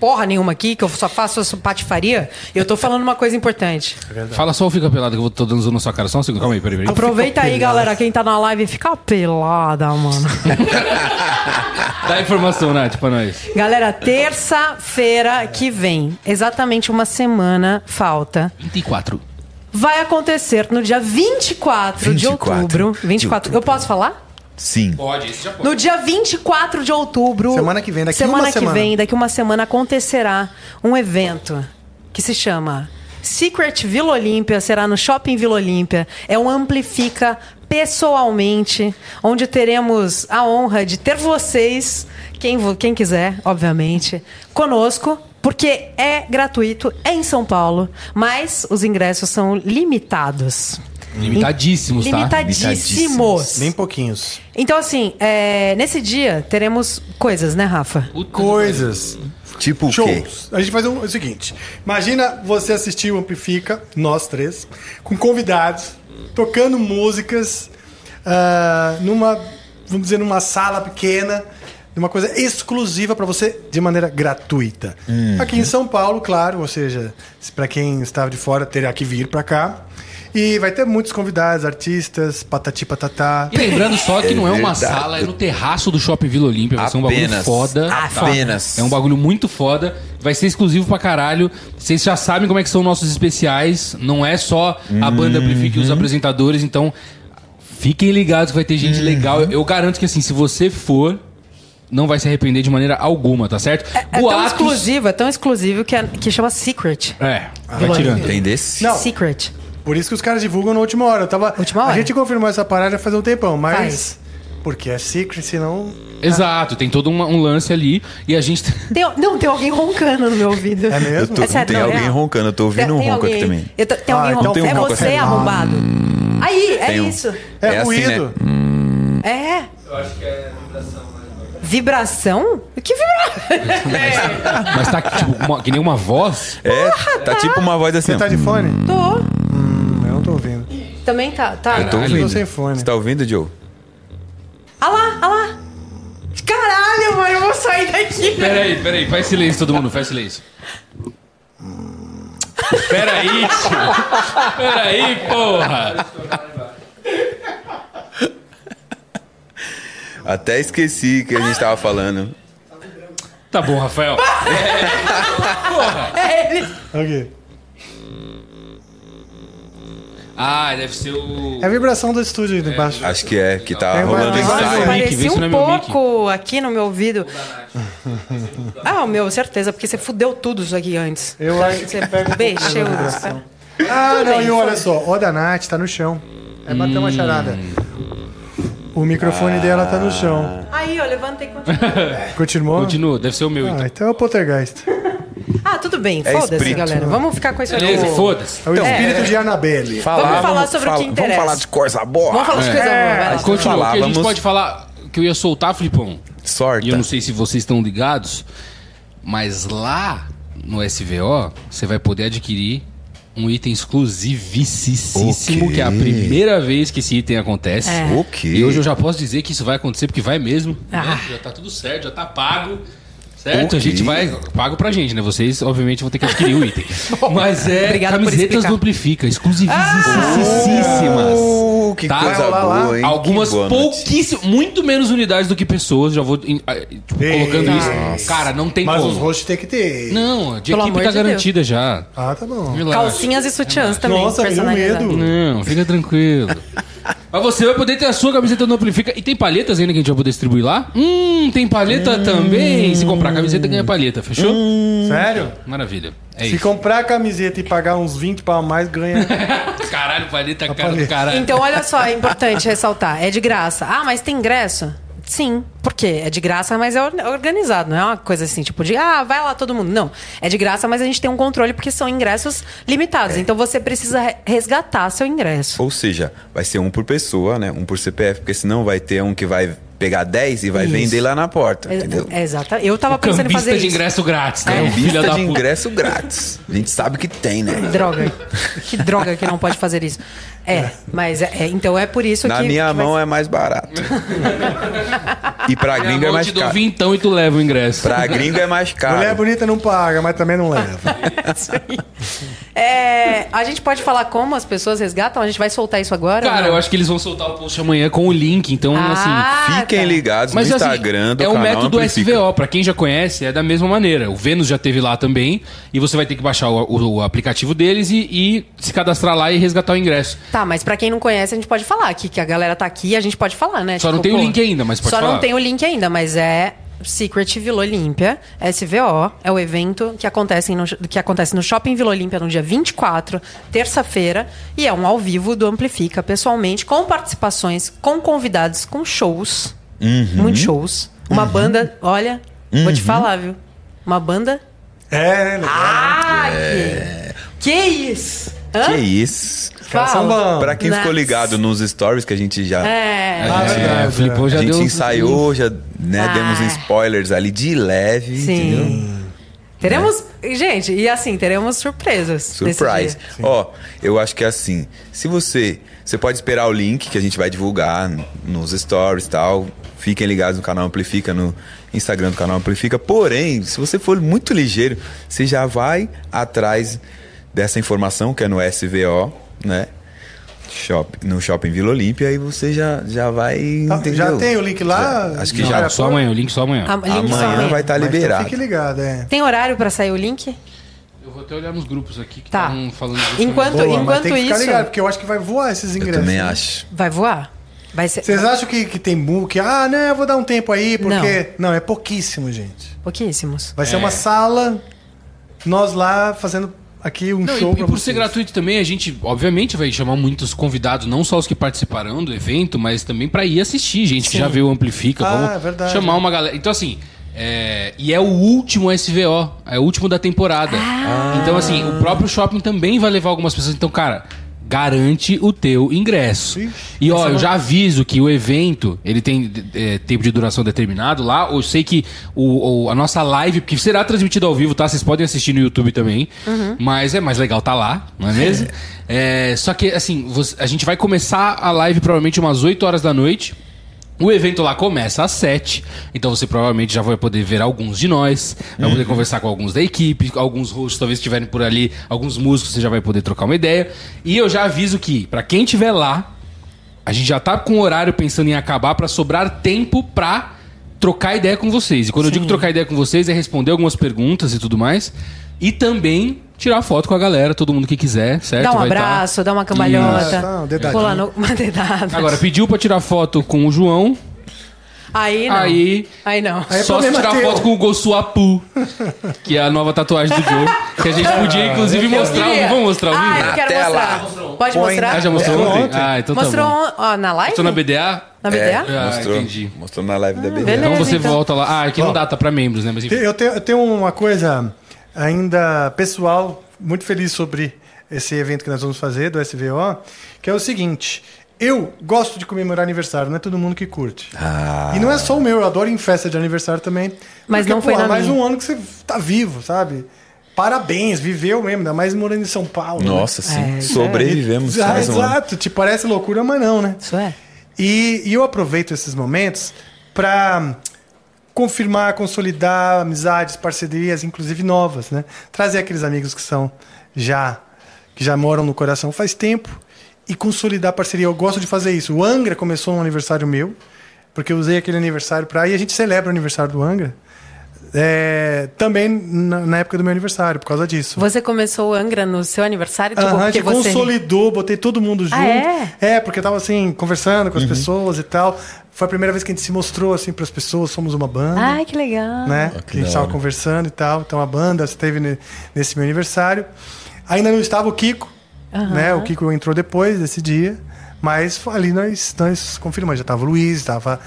[SPEAKER 2] porra nenhuma aqui, que eu só faço essa patifaria. Eu tô falando uma coisa importante.
[SPEAKER 4] Fala só ou fica pelado que eu vou- tô dando zoom na sua cara. Só um segundo, calma aí, peraí. peraí.
[SPEAKER 2] Aproveita aí, galera, quem tá na live, fica pelada, mano.
[SPEAKER 4] Dá a informação, Nath, pra nós.
[SPEAKER 2] Galera, terça-feira que vem, exatamente uma semana falta,
[SPEAKER 4] 24.
[SPEAKER 2] vai acontecer no dia 24, de
[SPEAKER 3] 24
[SPEAKER 2] outubro.
[SPEAKER 3] de
[SPEAKER 2] 24. Eu posso falar?
[SPEAKER 3] Sim.
[SPEAKER 4] Pode, esse já pode.
[SPEAKER 2] No dia 24 de outubro.
[SPEAKER 1] Semana que vem, daqui
[SPEAKER 2] semana
[SPEAKER 1] uma
[SPEAKER 2] que
[SPEAKER 1] semana.
[SPEAKER 2] vem, daqui uma semana, acontecerá um evento que se chama Secret Vila Olímpia, será no Shopping Vila Olímpia. É um Amplifica pessoalmente, onde teremos a honra de ter vocês, quem, vo- quem quiser, obviamente, conosco. Porque é gratuito, é em São Paulo, mas os ingressos são limitados.
[SPEAKER 4] Limitadíssimos, tá?
[SPEAKER 2] Limitadíssimos.
[SPEAKER 1] Nem pouquinhos.
[SPEAKER 2] Então, assim, é, nesse dia teremos coisas, né, Rafa?
[SPEAKER 4] Puta
[SPEAKER 1] Coisas.
[SPEAKER 3] Tipo o quê?
[SPEAKER 1] Shows. A gente faz um- é o seguinte: imagina você assistir o Amplifica, nós três, com convidados, tocando músicas, ah, numa, vamos dizer, numa sala pequena, numa coisa exclusiva para você de maneira gratuita. Aqui em São Paulo, claro, ou seja, para quem estava de fora, terá que vir para cá. E vai ter muitos convidados, artistas, patati patatá.
[SPEAKER 4] E lembrando só que não é uma
[SPEAKER 3] verdade.
[SPEAKER 4] sala, é no terraço do Shopping Vila Olímpia. Vai ser um bagulho
[SPEAKER 3] Apenas.
[SPEAKER 4] foda. tá?
[SPEAKER 3] Apenas.
[SPEAKER 4] É um bagulho muito foda. Vai ser exclusivo pra caralho. Vocês já sabem como é que são nossos especiais. Não é só a banda Amplifica e os apresentadores. Então, fiquem ligados que vai ter gente legal. Eu garanto que, assim, se você for, não vai se arrepender de maneira alguma, tá certo?
[SPEAKER 2] É tão exclusivo, é tão exclusivo que, é- que chama Secret.
[SPEAKER 4] É, vai tirando.
[SPEAKER 3] Tem desse?
[SPEAKER 1] Não.
[SPEAKER 2] Secret.
[SPEAKER 1] Por isso que os caras divulgam na última hora. Eu tava,
[SPEAKER 2] Última
[SPEAKER 1] A
[SPEAKER 2] hora.
[SPEAKER 1] gente confirmou essa parada faz um tempão, mas.
[SPEAKER 2] Faz.
[SPEAKER 1] Porque é secret, senão.
[SPEAKER 4] Exato, tem todo uma- um lance ali. E a gente. tá-
[SPEAKER 2] Tem, não, tem alguém roncando no meu ouvido.
[SPEAKER 1] É mesmo?
[SPEAKER 3] Eu tô,
[SPEAKER 2] É sério,
[SPEAKER 3] tem
[SPEAKER 2] não, é
[SPEAKER 3] alguém
[SPEAKER 2] real.
[SPEAKER 3] roncando, eu tô
[SPEAKER 2] Tem-
[SPEAKER 3] ouvindo um
[SPEAKER 2] tem
[SPEAKER 3] ronco
[SPEAKER 2] alguém
[SPEAKER 3] aqui
[SPEAKER 2] aí.
[SPEAKER 3] também.
[SPEAKER 2] Eu tô- tem
[SPEAKER 1] Ah,
[SPEAKER 2] alguém
[SPEAKER 1] então
[SPEAKER 2] roncando.
[SPEAKER 1] tem um
[SPEAKER 2] é
[SPEAKER 1] ronco
[SPEAKER 2] você,
[SPEAKER 1] assim.
[SPEAKER 2] arrombado. Aí, é
[SPEAKER 3] Tem um-
[SPEAKER 2] isso.
[SPEAKER 1] É,
[SPEAKER 3] É assim,
[SPEAKER 1] ruído.
[SPEAKER 3] né?
[SPEAKER 2] É. Eu acho que é vibração. Vibração? Que vibração?
[SPEAKER 4] Mas tá tipo, uma- que nem uma voz.
[SPEAKER 3] É, tá tipo uma voz assim.
[SPEAKER 1] Você
[SPEAKER 3] ó.
[SPEAKER 1] tá de fone?
[SPEAKER 2] Tô.
[SPEAKER 1] Hum, eu não tô ouvindo.
[SPEAKER 2] Também tá. tá.
[SPEAKER 1] Eu
[SPEAKER 3] Eu tô
[SPEAKER 4] Caralho.
[SPEAKER 1] tô
[SPEAKER 3] ouvindo.
[SPEAKER 1] sem fone.
[SPEAKER 3] Você tá ouvindo, Joe?
[SPEAKER 2] Ah lá, ah lá. Caralho, mano, eu vou sair daqui.
[SPEAKER 4] Peraí, peraí, faz silêncio todo mundo, faz silêncio. Peraí, tio. Peraí, porra.
[SPEAKER 3] Até esqueci que a gente tava falando.
[SPEAKER 4] Tá bom, Rafael.
[SPEAKER 2] É ele.
[SPEAKER 1] Ok.
[SPEAKER 4] Ah, deve ser o.
[SPEAKER 1] É a vibração do estúdio aí embaixo.
[SPEAKER 3] Acho que é, que tá
[SPEAKER 1] Tem uma-
[SPEAKER 3] rolando
[SPEAKER 1] tem uma-
[SPEAKER 3] ensaio.
[SPEAKER 4] Vai, Mickey, vê
[SPEAKER 2] Parecia
[SPEAKER 4] se não é
[SPEAKER 2] um
[SPEAKER 4] meu
[SPEAKER 2] pouco aqui no meu ouvido. Ah, o meu, certeza, porque você fudeu tudo isso aqui antes.
[SPEAKER 1] Eu acho que
[SPEAKER 2] Você
[SPEAKER 1] pega um
[SPEAKER 2] mexeu.
[SPEAKER 1] pouquinho da vibração.
[SPEAKER 3] É.
[SPEAKER 1] Ah, não,
[SPEAKER 2] bem,
[SPEAKER 1] e olha
[SPEAKER 2] foi.
[SPEAKER 1] só. O da Nath tá no chão. É bater
[SPEAKER 3] Hum.
[SPEAKER 1] uma charada. O microfone dela tá
[SPEAKER 3] Ah.
[SPEAKER 1] no chão.
[SPEAKER 2] Aí, ó, levanta e continua.
[SPEAKER 1] Continuou?
[SPEAKER 4] Continua, deve ser o meu.
[SPEAKER 1] Ah,
[SPEAKER 4] Então.
[SPEAKER 1] então é o poltergeist.
[SPEAKER 2] Ah, tudo bem,
[SPEAKER 3] É
[SPEAKER 2] foda-se,
[SPEAKER 3] espírito.
[SPEAKER 2] galera. Vamos ficar com isso aí.
[SPEAKER 4] né? Beleza,
[SPEAKER 2] Vamos-
[SPEAKER 4] foda-se.
[SPEAKER 1] É
[SPEAKER 3] Então,
[SPEAKER 1] o espírito de Annabelle.
[SPEAKER 2] Vamos falar sobre o que interessa.
[SPEAKER 6] Vamos falar de coisa boa.
[SPEAKER 2] Vamos falar de coisa
[SPEAKER 4] É.
[SPEAKER 2] boa, vai lá.
[SPEAKER 3] Mas
[SPEAKER 4] Continua, o que a gente
[SPEAKER 3] falávamos-
[SPEAKER 4] pode falar que eu ia soltar, Flipão.
[SPEAKER 3] Sorta.
[SPEAKER 4] E eu não sei se vocês estão ligados, mas lá no SVO você vai poder adquirir um item exclusivíssimo,
[SPEAKER 3] Ok.
[SPEAKER 4] que é a primeira vez que esse item acontece.
[SPEAKER 2] É.
[SPEAKER 3] O quê?
[SPEAKER 4] E hoje eu já posso dizer que isso vai acontecer, porque vai mesmo. né?
[SPEAKER 2] Ah.
[SPEAKER 4] Já tá tudo certo, já tá pago. Certo?
[SPEAKER 3] Ok.
[SPEAKER 4] A gente vai. Pago pra gente, né? Vocês, obviamente, vão ter que adquirir o item. Mas é.
[SPEAKER 2] Obrigado por
[SPEAKER 4] camisetas
[SPEAKER 2] explicar.
[SPEAKER 4] do Amplifica,
[SPEAKER 3] Ah.
[SPEAKER 4] exclusivíssimas.
[SPEAKER 2] Uh,
[SPEAKER 3] Oh, que
[SPEAKER 4] Tá?
[SPEAKER 3] coisa
[SPEAKER 1] Vai lá, lá.
[SPEAKER 3] boa, hein?
[SPEAKER 4] Algumas
[SPEAKER 3] Que boa notícia.
[SPEAKER 4] pouquíssimas, muito menos unidades do que pessoas, já vou em- ah, tipo,
[SPEAKER 1] Ei,
[SPEAKER 4] colocando isso.
[SPEAKER 1] nossa.
[SPEAKER 4] Cara, não tem
[SPEAKER 1] Mas
[SPEAKER 4] como.
[SPEAKER 1] os rostos tem que ter.
[SPEAKER 4] Não, a de
[SPEAKER 2] Pelo
[SPEAKER 4] equipe
[SPEAKER 2] amor
[SPEAKER 4] tá
[SPEAKER 2] de
[SPEAKER 4] garantida já.
[SPEAKER 1] Ah, tá bom.
[SPEAKER 4] Relaxa.
[SPEAKER 2] Calcinhas e sutiãs também.
[SPEAKER 1] Nossa, me deu
[SPEAKER 2] personalizadas.
[SPEAKER 1] medo.
[SPEAKER 4] Não, fica tranquilo. Mas você vai poder ter a sua camiseta do Amplifica. E tem palhetas ainda que a gente vai poder distribuir lá? Hum, tem palheta também. Se comprar camiseta, ganha palheta, fechou?
[SPEAKER 3] Hum.
[SPEAKER 1] Sério?
[SPEAKER 4] Maravilha. É
[SPEAKER 1] Se
[SPEAKER 4] isso.
[SPEAKER 1] comprar a camiseta e pagar uns 20 pau a mais, ganha.
[SPEAKER 4] Caralho, palheta, cara do
[SPEAKER 1] palheta.
[SPEAKER 4] caralho.
[SPEAKER 2] Então, olha só, é importante ressaltar. É de graça. Ah, mas tem ingresso? Sim, por quê? É de graça, mas é or- organizado. Não é uma coisa assim, tipo de, ah, vai lá todo mundo. Não. É de graça, mas a gente tem um controle porque são ingressos limitados.
[SPEAKER 3] É.
[SPEAKER 2] Então, você precisa re- resgatar seu ingresso.
[SPEAKER 3] Ou seja, vai ser um por pessoa, né? Um por CPF, porque senão vai ter um que vai pegar 10 e vai
[SPEAKER 2] Isso.
[SPEAKER 3] vender lá na porta, entendeu?
[SPEAKER 2] É, exato. Eu tava pensando em
[SPEAKER 4] Cambista
[SPEAKER 2] fazer
[SPEAKER 4] de
[SPEAKER 2] isso.
[SPEAKER 4] ingresso grátis, né? O
[SPEAKER 3] Vista
[SPEAKER 4] filho da
[SPEAKER 3] de
[SPEAKER 4] puta.
[SPEAKER 3] ingresso grátis. A gente sabe que tem, né?
[SPEAKER 2] Droga. que droga que não pode fazer isso. É, mas é, é, então é por isso
[SPEAKER 3] Na
[SPEAKER 2] que.
[SPEAKER 3] minha
[SPEAKER 2] que vai
[SPEAKER 3] mão
[SPEAKER 2] ser-
[SPEAKER 3] é mais barato. e pra
[SPEAKER 4] Na
[SPEAKER 3] gringa é
[SPEAKER 4] mão
[SPEAKER 3] mais
[SPEAKER 4] te dou
[SPEAKER 3] caro.
[SPEAKER 4] vintão e tu leva o ingresso.
[SPEAKER 3] Pra gringa é mais
[SPEAKER 1] Mulher
[SPEAKER 3] caro.
[SPEAKER 1] bonita não paga, mas também não leva.
[SPEAKER 2] Isso aí. É, a gente pode falar como as pessoas resgatam? A gente vai soltar isso agora?
[SPEAKER 4] Cara, eu acho que eles vão soltar o post amanhã com o link, então
[SPEAKER 1] Ah.
[SPEAKER 4] assim.
[SPEAKER 2] Ah,
[SPEAKER 3] Fiquem
[SPEAKER 2] tá.
[SPEAKER 3] ligados
[SPEAKER 4] Mas
[SPEAKER 3] no
[SPEAKER 4] assim,
[SPEAKER 3] Instagram do
[SPEAKER 4] é o
[SPEAKER 3] canal
[SPEAKER 4] método
[SPEAKER 3] Amplifica.
[SPEAKER 4] SVO, pra quem já conhece, é da mesma maneira. O Vênus já teve lá também, e você vai ter que baixar o, o- o aplicativo deles e, e se cadastrar lá e resgatar o ingresso.
[SPEAKER 2] Tá, mas pra quem não conhece, a gente pode falar aqui, que a galera tá aqui, a gente pode falar, né?
[SPEAKER 4] Só não tem o link ainda, mas pode
[SPEAKER 2] Só
[SPEAKER 4] falar.
[SPEAKER 2] não tem o link ainda, mas é Secret Vila Olímpia, SVO, é o evento que acontece no, que acontece no Shopping Vila Olímpia no dia 24, terça-feira, e é um ao vivo do Amplifica, pessoalmente, com participações, com convidados, com shows, muitos shows. Uma banda, olha, vou te falar, viu? Uma banda...
[SPEAKER 1] É, né?
[SPEAKER 2] Ah, que... Que isso? Hã?
[SPEAKER 3] Que isso.
[SPEAKER 2] Fala.
[SPEAKER 1] São bons.
[SPEAKER 3] Pra quem ficou
[SPEAKER 2] Nice.
[SPEAKER 3] ligado nos stories que a gente já.
[SPEAKER 2] É...
[SPEAKER 1] Ah, verdade.
[SPEAKER 4] o Filipão
[SPEAKER 3] A
[SPEAKER 4] já
[SPEAKER 3] gente
[SPEAKER 4] deu- um
[SPEAKER 3] ensaiou, já né,
[SPEAKER 2] Ah.
[SPEAKER 3] demos spoilers ali de leve, entendeu?
[SPEAKER 2] Sim. Teremos.
[SPEAKER 4] É.
[SPEAKER 2] Gente, e assim, teremos surpresas.
[SPEAKER 3] Surprise.
[SPEAKER 2] nesse dia.
[SPEAKER 3] Ó, eu acho que é assim. Se você. Você pode esperar o link que a gente vai divulgar n- nos stories e tal. Fiquem ligados no canal Amplifica, no Instagram do canal Amplifica. Porém, se você for muito ligeiro, você já vai atrás dessa informação que é no SVO, né? Shop, no shopping Vila Olímpia, e você já, já vai.
[SPEAKER 1] Tá,
[SPEAKER 3] entendeu?
[SPEAKER 1] já tem o link lá? é
[SPEAKER 3] Já- acho que
[SPEAKER 4] Não,
[SPEAKER 3] já.
[SPEAKER 4] só amanhã, o link só amanhã.
[SPEAKER 1] Tá.
[SPEAKER 2] Ah, link só
[SPEAKER 3] Amanhã
[SPEAKER 2] amanhã.
[SPEAKER 3] vai estar
[SPEAKER 1] Mas então
[SPEAKER 3] liberado.
[SPEAKER 1] Fique ligado, é.
[SPEAKER 2] Tem horário pra sair o link?
[SPEAKER 4] Eu vou até olhar nos grupos aqui que
[SPEAKER 2] Tá.
[SPEAKER 4] estão falando
[SPEAKER 2] Enquanto,
[SPEAKER 1] Boa, mas
[SPEAKER 2] enquanto
[SPEAKER 1] tem que ficar
[SPEAKER 2] isso.
[SPEAKER 1] ligado, porque eu acho que vai voar esses
[SPEAKER 3] Eu
[SPEAKER 1] ingressos.
[SPEAKER 3] também acho.
[SPEAKER 2] Vai voar? Vai ser.
[SPEAKER 1] Vocês acham que, que tem boom, que Ah, não, eu vou dar um tempo aí, porque... Não, é pouquíssimo, gente.
[SPEAKER 2] Pouquíssimos.
[SPEAKER 1] Vai ser uma sala, nós lá fazendo aqui um
[SPEAKER 4] Não,
[SPEAKER 1] show
[SPEAKER 4] e,
[SPEAKER 1] pra
[SPEAKER 4] e por
[SPEAKER 1] vocês.
[SPEAKER 4] ser gratuito também, a gente, obviamente, vai chamar muitos convidados, não só os que participarão do evento, mas também pra ir assistir, gente que já viu o Amplifica.
[SPEAKER 1] Ah,
[SPEAKER 4] vamos
[SPEAKER 1] verdade.
[SPEAKER 4] chamar uma galera. Então, assim. é, e é o último SVO, é o último da temporada. Então, assim, o próprio shopping também vai levar algumas pessoas. Então, cara, garante o teu ingresso. e
[SPEAKER 1] é
[SPEAKER 4] ó, eu já aviso que o evento ele tem é, tempo de duração determinado lá. Eu sei que o, o- a nossa live, que será transmitida ao vivo, tá? Vocês podem assistir no YouTube também. Mas é mais legal tá lá, não é mesmo? É, só que, assim, você- a gente vai começar a live provavelmente umas 8 horas da noite. O evento lá começa às 7, então você provavelmente já vai poder ver alguns de nós, vai poder conversar com alguns da equipe, alguns hosts talvez estiverem por ali, alguns músicos você já vai poder trocar uma ideia. E eu já aviso que, pra quem estiver lá, a gente já tá com o horário pensando em acabar pra sobrar tempo pra trocar ideia com vocês. E quando eu digo trocar ideia com vocês, é responder algumas perguntas e tudo mais. E também tirar foto com a galera, todo mundo que quiser, certo?
[SPEAKER 2] Dá um
[SPEAKER 4] Vai tá-
[SPEAKER 2] abraço, dá uma
[SPEAKER 1] Isso.
[SPEAKER 2] cambalhota.
[SPEAKER 1] Dá um dedadinho.
[SPEAKER 2] pular no... uma dedada.
[SPEAKER 4] Agora, pediu pra tirar foto com o João,
[SPEAKER 2] Aí não.
[SPEAKER 4] Aí-
[SPEAKER 2] Aí não.
[SPEAKER 1] Aí é
[SPEAKER 4] Só se
[SPEAKER 1] problema
[SPEAKER 4] tirar
[SPEAKER 1] teu.
[SPEAKER 4] foto com o Gosuapu, que é a nova tatuagem do Joe. Que a gente podia, inclusive,
[SPEAKER 2] Ah, Eu
[SPEAKER 4] mostrar. ao
[SPEAKER 2] queria.
[SPEAKER 4] vivo. Vamos mostrar o
[SPEAKER 2] Ah,
[SPEAKER 4] vídeo?
[SPEAKER 2] eu quero
[SPEAKER 3] Até
[SPEAKER 2] mostrar. Pode mostrar?
[SPEAKER 4] Ah, já mostrou
[SPEAKER 1] É,
[SPEAKER 4] ontem?
[SPEAKER 1] ontem.
[SPEAKER 4] Ah, então
[SPEAKER 2] Mostrou
[SPEAKER 4] tá bom.
[SPEAKER 2] on- ó, na live?
[SPEAKER 4] Mostrou na BDA?
[SPEAKER 2] Na BDA?
[SPEAKER 4] Ah,
[SPEAKER 3] É, mostrou,
[SPEAKER 4] entendi.
[SPEAKER 3] mostrou na live da BD.
[SPEAKER 2] beleza.
[SPEAKER 4] Então você
[SPEAKER 2] então.
[SPEAKER 4] volta lá. Ah, aqui não dá, tá pra membros, né? Mas enfim.
[SPEAKER 1] Eu tenho, eu tenho uma coisa ainda pessoal, muito feliz sobre esse evento que nós vamos fazer do SVO, que é o seguinte. Eu gosto de comemorar aniversário, não é todo mundo que curte.
[SPEAKER 3] Ah.
[SPEAKER 1] E não é só o meu, eu adoro ir em festa de aniversário também. é um
[SPEAKER 2] Mas não foi na
[SPEAKER 1] mais
[SPEAKER 2] minha.
[SPEAKER 1] um ano que você tá vivo, sabe? Parabéns, viveu mesmo, ainda mais morando em São Paulo. né?
[SPEAKER 3] Nossa, sim.
[SPEAKER 2] É,
[SPEAKER 3] Sobrevivemos
[SPEAKER 1] Ah,
[SPEAKER 3] mais um ano.
[SPEAKER 1] exato, te parece loucura, mas não, né?
[SPEAKER 2] Isso é.
[SPEAKER 1] E, e eu aproveito esses momentos para confirmar, consolidar amizades, parcerias, inclusive novas, né? Trazer aqueles amigos que são já que já moram no coração faz tempo e consolidar parceria. Eu gosto de fazer isso. O Angra começou no aniversário meu, porque eu usei aquele aniversário para e a gente celebra o aniversário do Angra. é, também na, na época do meu aniversário, por causa disso.
[SPEAKER 2] Você começou o Angra no seu aniversário? Tipo,
[SPEAKER 1] Aham, a
[SPEAKER 2] porque
[SPEAKER 1] gente
[SPEAKER 2] você...
[SPEAKER 1] consolidou, botei todo mundo junto.
[SPEAKER 2] é?
[SPEAKER 1] porque eu tava assim, conversando com
[SPEAKER 3] Uhum.
[SPEAKER 1] as pessoas e tal. Foi a primeira vez que a gente se mostrou assim pras pessoas, somos uma banda.
[SPEAKER 2] Ai, que legal.
[SPEAKER 1] né?
[SPEAKER 3] Ah, que
[SPEAKER 1] que a gente
[SPEAKER 3] da
[SPEAKER 1] tava
[SPEAKER 3] hora.
[SPEAKER 1] conversando e tal. Então a banda esteve ne- nesse meu aniversário. Ainda não estava o Kiko, né? O Kiko entrou depois desse dia. Mas foi ali nós, nós confirmamos, já tava o Luiz, tava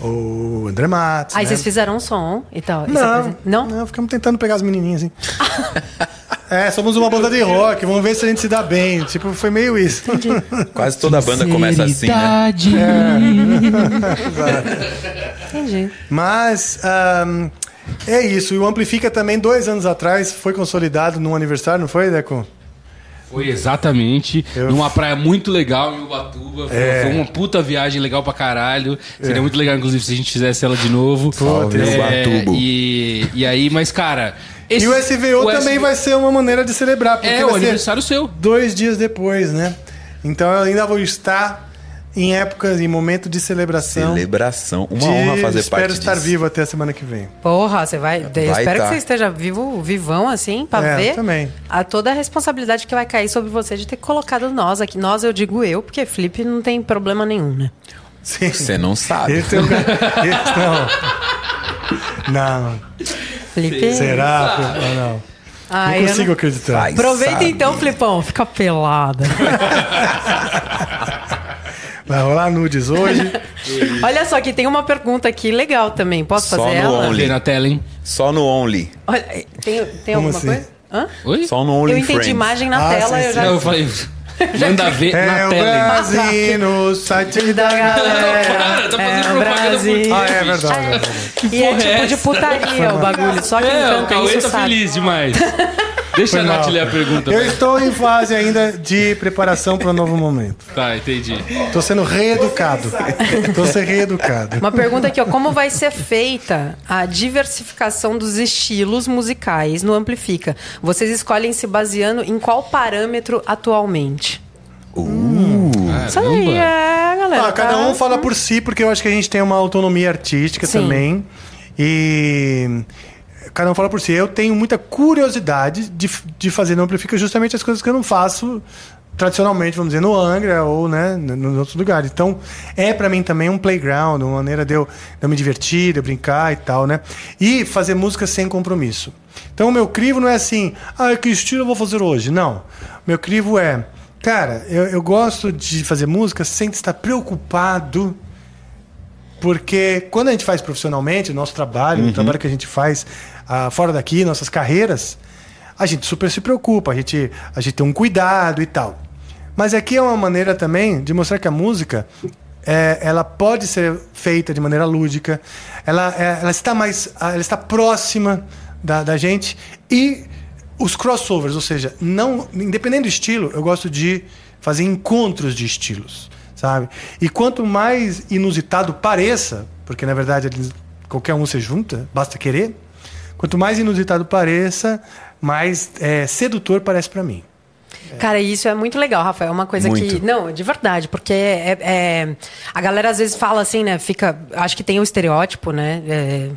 [SPEAKER 1] o André Matos.
[SPEAKER 2] Aí
[SPEAKER 1] né?
[SPEAKER 2] vocês fizeram um som e tal. Isso
[SPEAKER 1] Não,
[SPEAKER 2] apresen- Não?
[SPEAKER 1] ficamos tentando pegar as menininhas, assim. é, somos uma banda de rock, vamos ver se a gente se dá bem. Tipo, foi meio isso.
[SPEAKER 3] Quase toda a banda começa assim, né?
[SPEAKER 4] Sinceridade. assim, né?
[SPEAKER 2] É. Entendi.
[SPEAKER 1] Mas ahn, é isso. E o Amplifica também, dois anos atrás, foi consolidado num aniversário, não foi, Deco?
[SPEAKER 4] Foi exatamente
[SPEAKER 1] Eu-
[SPEAKER 4] numa praia muito legal em Ubatuba. Foi,
[SPEAKER 1] É.
[SPEAKER 4] foi uma puta viagem legal pra caralho. Seria muito legal, inclusive, se a gente fizesse ela de novo. É,
[SPEAKER 1] Salve,
[SPEAKER 3] Ubatuba.
[SPEAKER 4] e, e aí, mas, cara.
[SPEAKER 1] E o SVO também vai ser uma maneira de celebrar, porque
[SPEAKER 4] É,
[SPEAKER 1] vai
[SPEAKER 4] o
[SPEAKER 1] ser
[SPEAKER 4] aniversário seu.
[SPEAKER 1] dois dias depois, né? Então eu ainda vou estar em épocas, em momento de celebração.
[SPEAKER 3] Celebração. Uma
[SPEAKER 1] de-
[SPEAKER 3] honra fazer
[SPEAKER 1] Espero
[SPEAKER 3] parte
[SPEAKER 1] estar
[SPEAKER 3] disso.
[SPEAKER 1] vivo até a semana que vem.
[SPEAKER 2] Porra, você vai. eu espero
[SPEAKER 3] tá.
[SPEAKER 2] que você esteja vivo, vivão, assim, pra
[SPEAKER 1] É,
[SPEAKER 2] ver
[SPEAKER 1] também.
[SPEAKER 2] a toda a responsabilidade que vai cair sobre você de ter colocado nós aqui. Nós, eu digo eu, porque Felipe não tem problema nenhum, né?
[SPEAKER 1] Sim.
[SPEAKER 3] Você não sabe.
[SPEAKER 1] Ele tem um... Ele... Não. Não.
[SPEAKER 2] Felipe.
[SPEAKER 1] Será? Não, não.
[SPEAKER 2] Ai, eu
[SPEAKER 1] não consigo acreditar.
[SPEAKER 3] Vai.
[SPEAKER 2] Aproveita
[SPEAKER 3] sabe.
[SPEAKER 2] então, Flipão, fica pelada.
[SPEAKER 1] Vai rolar nudes hoje.
[SPEAKER 2] Olha só que tem uma pergunta aqui legal também. Posso
[SPEAKER 3] Só
[SPEAKER 2] fazer
[SPEAKER 3] no
[SPEAKER 2] ela?
[SPEAKER 3] Only.
[SPEAKER 4] Olhei na tela, hein?
[SPEAKER 3] Só no Only.
[SPEAKER 2] Olha, tem, tem
[SPEAKER 1] Como
[SPEAKER 2] alguma
[SPEAKER 1] assim?
[SPEAKER 2] coisa? Hã?
[SPEAKER 4] Oi?
[SPEAKER 1] um
[SPEAKER 4] É,
[SPEAKER 3] Só no
[SPEAKER 2] Eu
[SPEAKER 3] Only
[SPEAKER 2] entendi
[SPEAKER 3] Friends.
[SPEAKER 2] imagem na
[SPEAKER 1] Ah,
[SPEAKER 2] tela,
[SPEAKER 1] sim,
[SPEAKER 2] eu
[SPEAKER 1] sim.
[SPEAKER 2] já.
[SPEAKER 4] Eu falei. Manda ver
[SPEAKER 1] É
[SPEAKER 4] na
[SPEAKER 1] o
[SPEAKER 4] tela. hein?
[SPEAKER 1] Brasil no site da galera.
[SPEAKER 4] Cara, tá fazendo
[SPEAKER 2] É,
[SPEAKER 4] propaganda
[SPEAKER 2] Brasil.
[SPEAKER 4] muito
[SPEAKER 1] Ah, é verdade. é verdade.
[SPEAKER 2] E é
[SPEAKER 4] porra é
[SPEAKER 2] tipo de
[SPEAKER 4] essa?
[SPEAKER 2] putaria o bagulho. Só quem
[SPEAKER 4] É, o
[SPEAKER 2] canta
[SPEAKER 4] Cauê
[SPEAKER 2] isso
[SPEAKER 4] tá
[SPEAKER 2] sabe.
[SPEAKER 4] feliz demais. Deixa
[SPEAKER 1] Foi
[SPEAKER 4] a Nath
[SPEAKER 1] mal.
[SPEAKER 4] ler a pergunta.
[SPEAKER 1] Eu estou em fase ainda de preparação para um novo momento.
[SPEAKER 4] Tá, entendi.
[SPEAKER 1] Estou sendo reeducado. Estou sendo reeducado.
[SPEAKER 2] Uma pergunta aqui, ó. Como vai ser feita a diversificação dos estilos musicais no Amplifica? Vocês escolhem se baseando em qual parâmetro atualmente?
[SPEAKER 3] Uh,
[SPEAKER 2] Isso aí
[SPEAKER 4] Caramba.
[SPEAKER 2] é, galera.
[SPEAKER 1] Ah, cada
[SPEAKER 2] tá?
[SPEAKER 1] um fala por si, porque eu acho que a gente tem uma autonomia artística
[SPEAKER 2] Sim.
[SPEAKER 1] também. E cada um fala por si. Eu tenho muita curiosidade de, de fazer no Amplifica justamente as coisas que eu não faço tradicionalmente, vamos dizer, no Angra ou né, n- nos outros lugares. Então, é pra mim também um playground, uma maneira de eu, de eu me divertir, de eu brincar e tal, né? E fazer música sem compromisso. Então, o meu crivo não é assim, ah, que estilo eu vou fazer hoje? Não. Meu crivo é, cara, eu, eu gosto de fazer música sem estar preocupado porque quando a gente faz profissionalmente, o nosso trabalho, o trabalho que a gente faz ah, fora daqui, nossas carreiras, a gente super se preocupa, a gente, a gente tem um cuidado e tal. Mas aqui é uma maneira também de mostrar que a música é, ela pode ser feita de maneira lúdica, ela, é, ela está mais. ah, ela está próxima da, da gente e os crossovers, ou seja, não, independente do estilo, eu gosto de fazer encontros de estilos sabe? E quanto mais inusitado pareça, porque na verdade eles- qualquer um se junta, basta querer. Quanto mais inusitado pareça, mais é, sedutor parece pra mim.
[SPEAKER 2] Cara, isso é muito legal, Rafa. É uma coisa que.
[SPEAKER 3] Muito.
[SPEAKER 2] Não, de verdade, porque é, é- a galera às vezes fala assim, né? Fica. Acho que tem o estereótipo, né? é,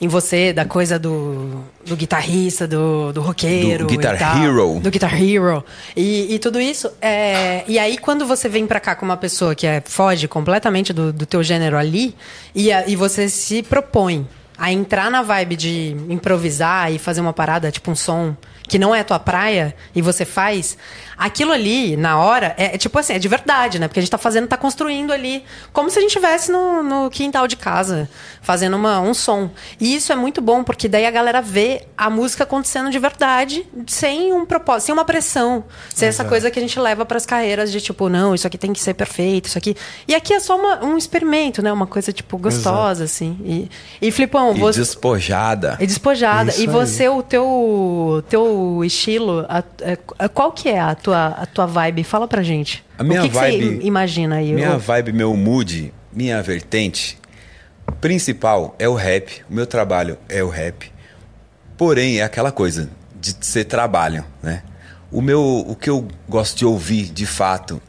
[SPEAKER 2] em você, da coisa do, do guitarrista, do, do roqueiro.
[SPEAKER 3] Do guitar
[SPEAKER 2] e tal,
[SPEAKER 3] hero.
[SPEAKER 2] Do Guitar Hero. E, e tudo isso. é, e aí, quando você vem pra cá com uma pessoa que é, foge completamente do, do teu gênero ali, e, a- e você se propõe a entrar na vibe de improvisar e fazer uma parada, tipo um som que não é a tua praia, e você faz, aquilo ali, na hora, é, é tipo assim, é de verdade, né? Porque a gente tá fazendo, tá construindo ali, como se a gente estivesse no, no quintal de casa, fazendo uma, um som. E isso é muito bom, porque daí a galera vê a música acontecendo de verdade, sem um propósito, sem uma pressão, sem essa coisa que a gente leva pras carreiras de tipo, não, isso aqui tem que ser perfeito, isso aqui. E aqui é só uma- um experimento, né? Uma coisa, tipo, gostosa, assim. E, e Flipão, Então,
[SPEAKER 3] E
[SPEAKER 2] você.
[SPEAKER 3] despojada.
[SPEAKER 2] E É despojada.
[SPEAKER 1] É Isso
[SPEAKER 2] e você, o teu, teu estilo, a- a- qual que é a tua, a tua vibe? Fala pra gente.
[SPEAKER 3] A minha
[SPEAKER 2] o que, que
[SPEAKER 3] vibe-
[SPEAKER 2] você imagina aí?
[SPEAKER 3] Minha
[SPEAKER 2] O-
[SPEAKER 3] vibe, meu mood, minha vertente principal é o rap. O meu trabalho é o rap. Porém, é aquela coisa de ser trabalho, né? O meu, o que eu gosto de ouvir de fato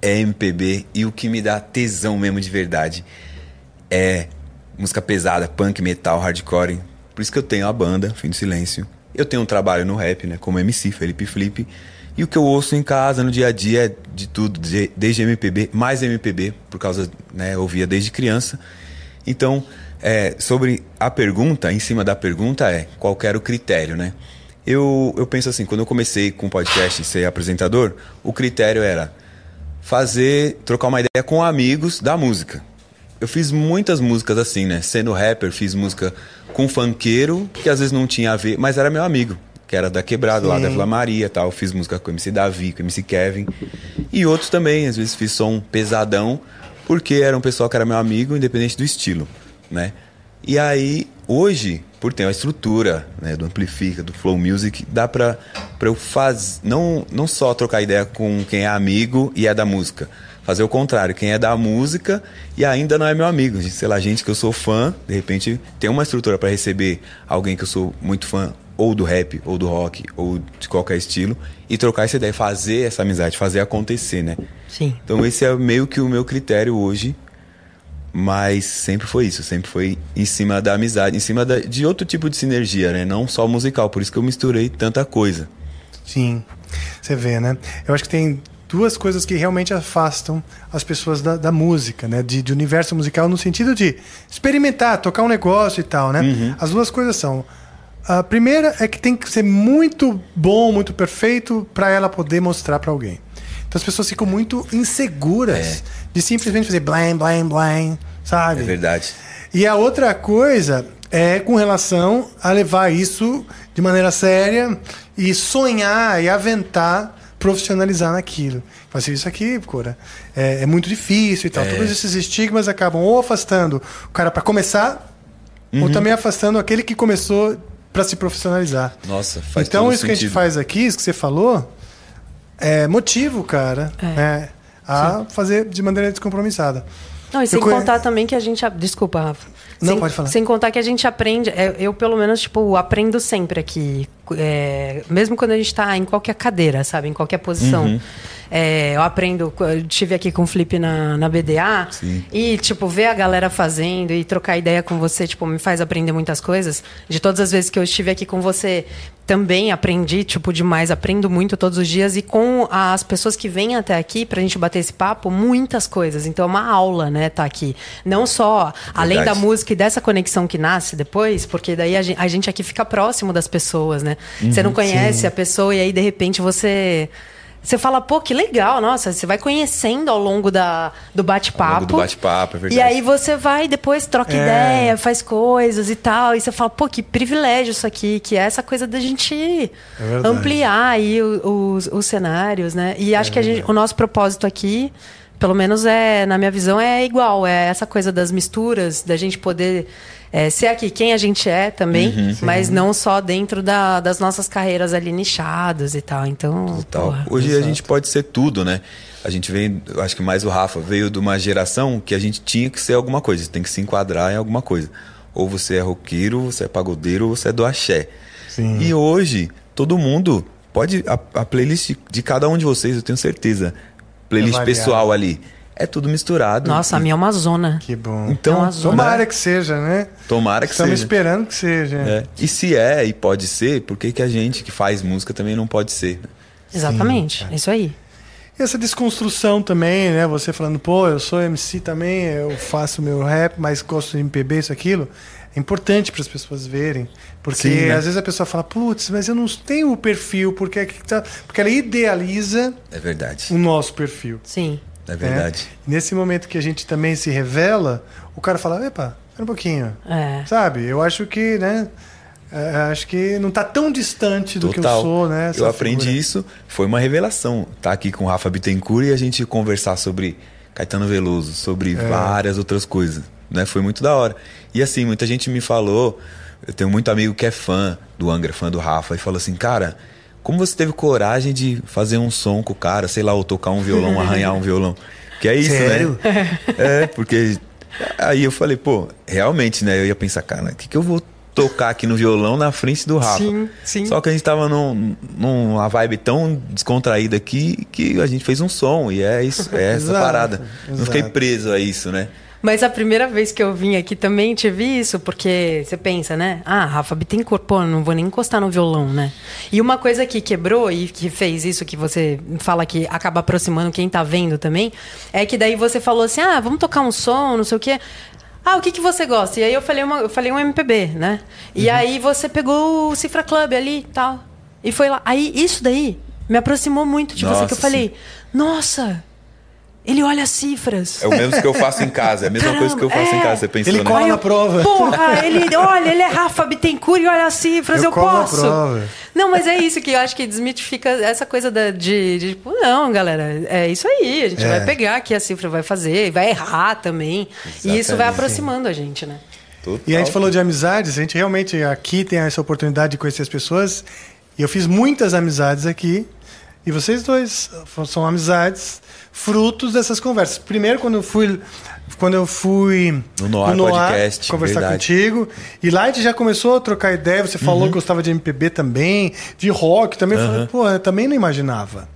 [SPEAKER 3] é MPB e o que me dá tesão mesmo de verdade é música pesada, punk, metal, hardcore. Por isso que eu tenho a banda, Fim do Silêncio. Eu tenho um trabalho no rap, né? Como MC, Felipe Flip. E o que eu ouço em casa, no dia a dia, é de tudo, de- desde MPB, mais MPB, por causa, né? Eu ouvia desde criança. Então, é, sobre a pergunta, em cima da pergunta é qual que era o critério, né? Eu, eu penso assim, quando eu comecei com o podcast e ser apresentador, o critério era fazer, trocar uma ideia com amigos da música. Eu fiz muitas músicas assim, né? Sendo rapper, fiz música com funkeiro, que às vezes não tinha a ver, mas era meu amigo, que era da Quebrada, lá da Vila Maria e tal. Fiz música com o MC Davi, com o MC Kevin. E outros também, às vezes fiz som pesadão, porque era um pessoal que era meu amigo, independente do estilo, né? E aí, hoje, por ter uma estrutura né, do Amplifica, do Flow Music, dá pra, pra eu fazer. Não, não só trocar ideia com quem é amigo e é da música. Fazer o contrário, quem é da música e ainda não é meu amigo. Sei lá, gente que eu sou fã, de repente tem uma estrutura pra receber alguém que eu sou muito fã, ou do rap, ou do rock, ou de qualquer estilo, e trocar essa ideia, fazer essa amizade, fazer acontecer, né?
[SPEAKER 2] Sim.
[SPEAKER 3] Então esse é meio que o meu critério hoje mas sempre foi isso, sempre foi em cima da amizade, em cima da- de outro tipo de sinergia, né? Não só musical, por isso que eu misturei tanta coisa.
[SPEAKER 1] Sim, você vê, né? Eu acho que tem duas coisas que realmente afastam as pessoas da, da música, né? De, de universo musical no sentido de experimentar, tocar um negócio e tal, né? As duas coisas são. A primeira é que tem que ser muito bom, muito perfeito para ela poder mostrar para alguém. Então as pessoas ficam muito inseguras de simplesmente fazer blém, blém, blém, sabe?
[SPEAKER 3] É verdade.
[SPEAKER 1] E a outra coisa é com relação a levar isso de maneira séria e sonhar e aventar profissionalizar naquilo. Fazer isso aqui, Cora, é, é muito difícil e tal.
[SPEAKER 3] É.
[SPEAKER 1] Todos esses estigmas acabam ou afastando o cara para começar,
[SPEAKER 3] Uhum.
[SPEAKER 1] ou também afastando aquele que começou para se profissionalizar.
[SPEAKER 3] Nossa, faz
[SPEAKER 1] Então,
[SPEAKER 3] todo
[SPEAKER 1] isso que a gente
[SPEAKER 3] sentido.
[SPEAKER 1] faz aqui, isso que você falou, é motivo, cara,
[SPEAKER 2] É.
[SPEAKER 1] né, a fazer de maneira descompromissada.
[SPEAKER 2] Não, e sem
[SPEAKER 1] conhe-
[SPEAKER 2] contar também que a gente. a- Desculpa, Rafa.
[SPEAKER 1] Não,
[SPEAKER 2] sem,
[SPEAKER 1] pode falar.
[SPEAKER 2] Sem contar que a gente aprende. é, Eu, pelo menos, tipo, aprendo sempre aqui. é, mesmo quando a gente tá em qualquer cadeira, sabe? Em qualquer posição. É, eu aprendo. Eu tive aqui com o Felipe na, na BDA. E, tipo, ver a galera fazendo e trocar ideia com você, tipo, me faz aprender muitas coisas. De todas as vezes que eu estive aqui com você, também aprendi, tipo, demais. Aprendo muito todos os dias. E com as pessoas que vêm até aqui pra gente bater esse papo, muitas coisas. Então é uma aula, né, tá aqui. Não só, além da
[SPEAKER 3] Verdade.
[SPEAKER 2] música e dessa conexão que nasce depois, porque daí a gen- a gente, aqui fica próximo das pessoas, né? você
[SPEAKER 3] Uhum,
[SPEAKER 2] não conhece a pessoa e aí, de repente, você. Você fala, pô, que legal, nossa, você vai conhecendo ao longo da, do bate-papo.
[SPEAKER 3] Ao longo do bate-papo, é verdade. É.
[SPEAKER 2] E aí você vai, depois troca ideia, faz coisas e tal. E você fala, pô, que privilégio isso aqui, que é essa coisa da gente
[SPEAKER 3] É
[SPEAKER 1] verdade.
[SPEAKER 2] ampliar aí o- os, os cenários, né? E acho que a gente, o nosso propósito aqui, pelo menos é, na minha visão, é igual. É essa coisa das misturas, da gente poder é, ser aqui quem a gente é também, mas não só dentro da- das nossas carreiras ali nichadas e tal. Então,
[SPEAKER 3] tal.
[SPEAKER 2] porra.
[SPEAKER 3] Hoje a gente pode ser tudo, né? A gente vem, eu acho que mais o Rafa, veio de uma geração que a gente tinha que ser alguma coisa, tem que se enquadrar em alguma coisa. Ou você é roqueiro, você é pagodeiro, ou você é do axé. E hoje, todo mundo pode. A, a playlist de cada um de vocês, eu tenho certeza. Playlist
[SPEAKER 1] É variado.
[SPEAKER 3] pessoal ali. É tudo misturado.
[SPEAKER 2] Nossa, a minha é uma zona.
[SPEAKER 1] Que bom.
[SPEAKER 3] Então,
[SPEAKER 2] é uma
[SPEAKER 3] zona.
[SPEAKER 1] Tomara que seja, né?
[SPEAKER 3] Tomara que
[SPEAKER 1] Estamos
[SPEAKER 3] seja.
[SPEAKER 1] esperando que seja.
[SPEAKER 3] É. E se é e pode ser, por que, que a gente que faz música também não pode ser? né?
[SPEAKER 2] Exatamente, é isso aí.
[SPEAKER 1] E essa desconstrução também, né? Você falando, pô, eu sou MC também, eu faço meu rap, mas gosto de MPB, isso, aquilo. É importante para as pessoas verem. Porque
[SPEAKER 3] Sim, né?
[SPEAKER 1] às vezes a pessoa fala, putz, mas eu não tenho o perfil, porque, é que tá... porque ela idealiza
[SPEAKER 3] É verdade.
[SPEAKER 1] o nosso perfil.
[SPEAKER 2] Sim.
[SPEAKER 3] É
[SPEAKER 1] né?
[SPEAKER 3] verdade.
[SPEAKER 1] Nesse momento que a gente também se revela, o cara fala, epa, espera um pouquinho.
[SPEAKER 2] É.
[SPEAKER 1] Sabe? Eu acho que, né? é, Acho que não tá tão distante do que eu
[SPEAKER 3] Total.
[SPEAKER 1] sou, né?
[SPEAKER 3] Eu aprendi
[SPEAKER 1] isso.
[SPEAKER 3] isso, foi uma revelação. Tá aqui com o
[SPEAKER 1] É.
[SPEAKER 3] Rafa Bittencourt e a gente conversar sobre Caetano Veloso, sobre várias outras coisas. né? Foi muito da hora. E assim, muita gente me falou, eu tenho muito amigo que é fã do Angra, fã do Rafa, e falou assim, cara, como você teve coragem de fazer um som com o cara, sei lá, ou tocar um violão, arranhar um violão? Que é isso,
[SPEAKER 6] Sério?
[SPEAKER 3] né? É, porque aí eu falei, pô, realmente, né? Eu ia pensar, cara, o que, que eu vou tocar aqui no violão na frente do Rafa?
[SPEAKER 2] Sim, sim.
[SPEAKER 3] Só que a gente tava num, numa vibe tão descontraída aqui que a gente fez um som e é isso, é essa
[SPEAKER 1] Exato,
[SPEAKER 3] parada. Não fiquei
[SPEAKER 1] exato.
[SPEAKER 3] preso a isso, né?
[SPEAKER 2] Mas a primeira vez que eu vim aqui também tive isso, porque você pensa, né? Ah, Rafa Bittencourt, pô, não vou nem encostar no violão, né? E uma coisa que quebrou e que fez isso que você fala que acaba aproximando quem tá vendo também, é que daí você falou assim, ah, vamos tocar um som, não sei o quê. Ah, o que, que você gosta? E aí eu falei, uma, eu falei um MPB, né? E aí você pegou o Cifra Club ali e tal. E foi lá. Aí isso daí me aproximou muito de você, que
[SPEAKER 3] Nossa,
[SPEAKER 2] eu falei, nossa, ele olha as cifras.
[SPEAKER 3] É o mesmo que eu faço em casa, é a mesma
[SPEAKER 2] Caramba,
[SPEAKER 3] coisa que eu faço em
[SPEAKER 2] é.
[SPEAKER 3] casa, você pensou,
[SPEAKER 1] Ele
[SPEAKER 3] né?
[SPEAKER 1] cola
[SPEAKER 2] Aí
[SPEAKER 1] na
[SPEAKER 2] eu,
[SPEAKER 1] prova.
[SPEAKER 2] Porra, ele, olha, ele é Rafa Bittencourt e olha as cifras,
[SPEAKER 1] Eu
[SPEAKER 2] eu,
[SPEAKER 1] colo na
[SPEAKER 2] posso.
[SPEAKER 1] prova.
[SPEAKER 2] Não, mas é isso que eu acho que desmitifica essa coisa da- de, de, tipo, não, galera, é isso aí, a gente vai pegar aqui a cifra, vai fazer, vai errar também. E isso vai
[SPEAKER 3] Exatamente.
[SPEAKER 2] aproximando a gente, né?
[SPEAKER 3] Total.
[SPEAKER 1] E a gente falou de amizades, a gente realmente aqui tem essa oportunidade de conhecer as pessoas. E eu fiz muitas amizades aqui. E vocês dois f- são amizades frutos dessas conversas. Primeiro, quando eu fui, quando eu fui
[SPEAKER 3] No Noir Podcast,
[SPEAKER 1] conversar
[SPEAKER 3] verdade. Uhum.
[SPEAKER 1] contigo. E lá a gente já começou a trocar ideia. Você falou que gostava de MPB também, de rock também. Eu falei, pô, eu também não imaginava.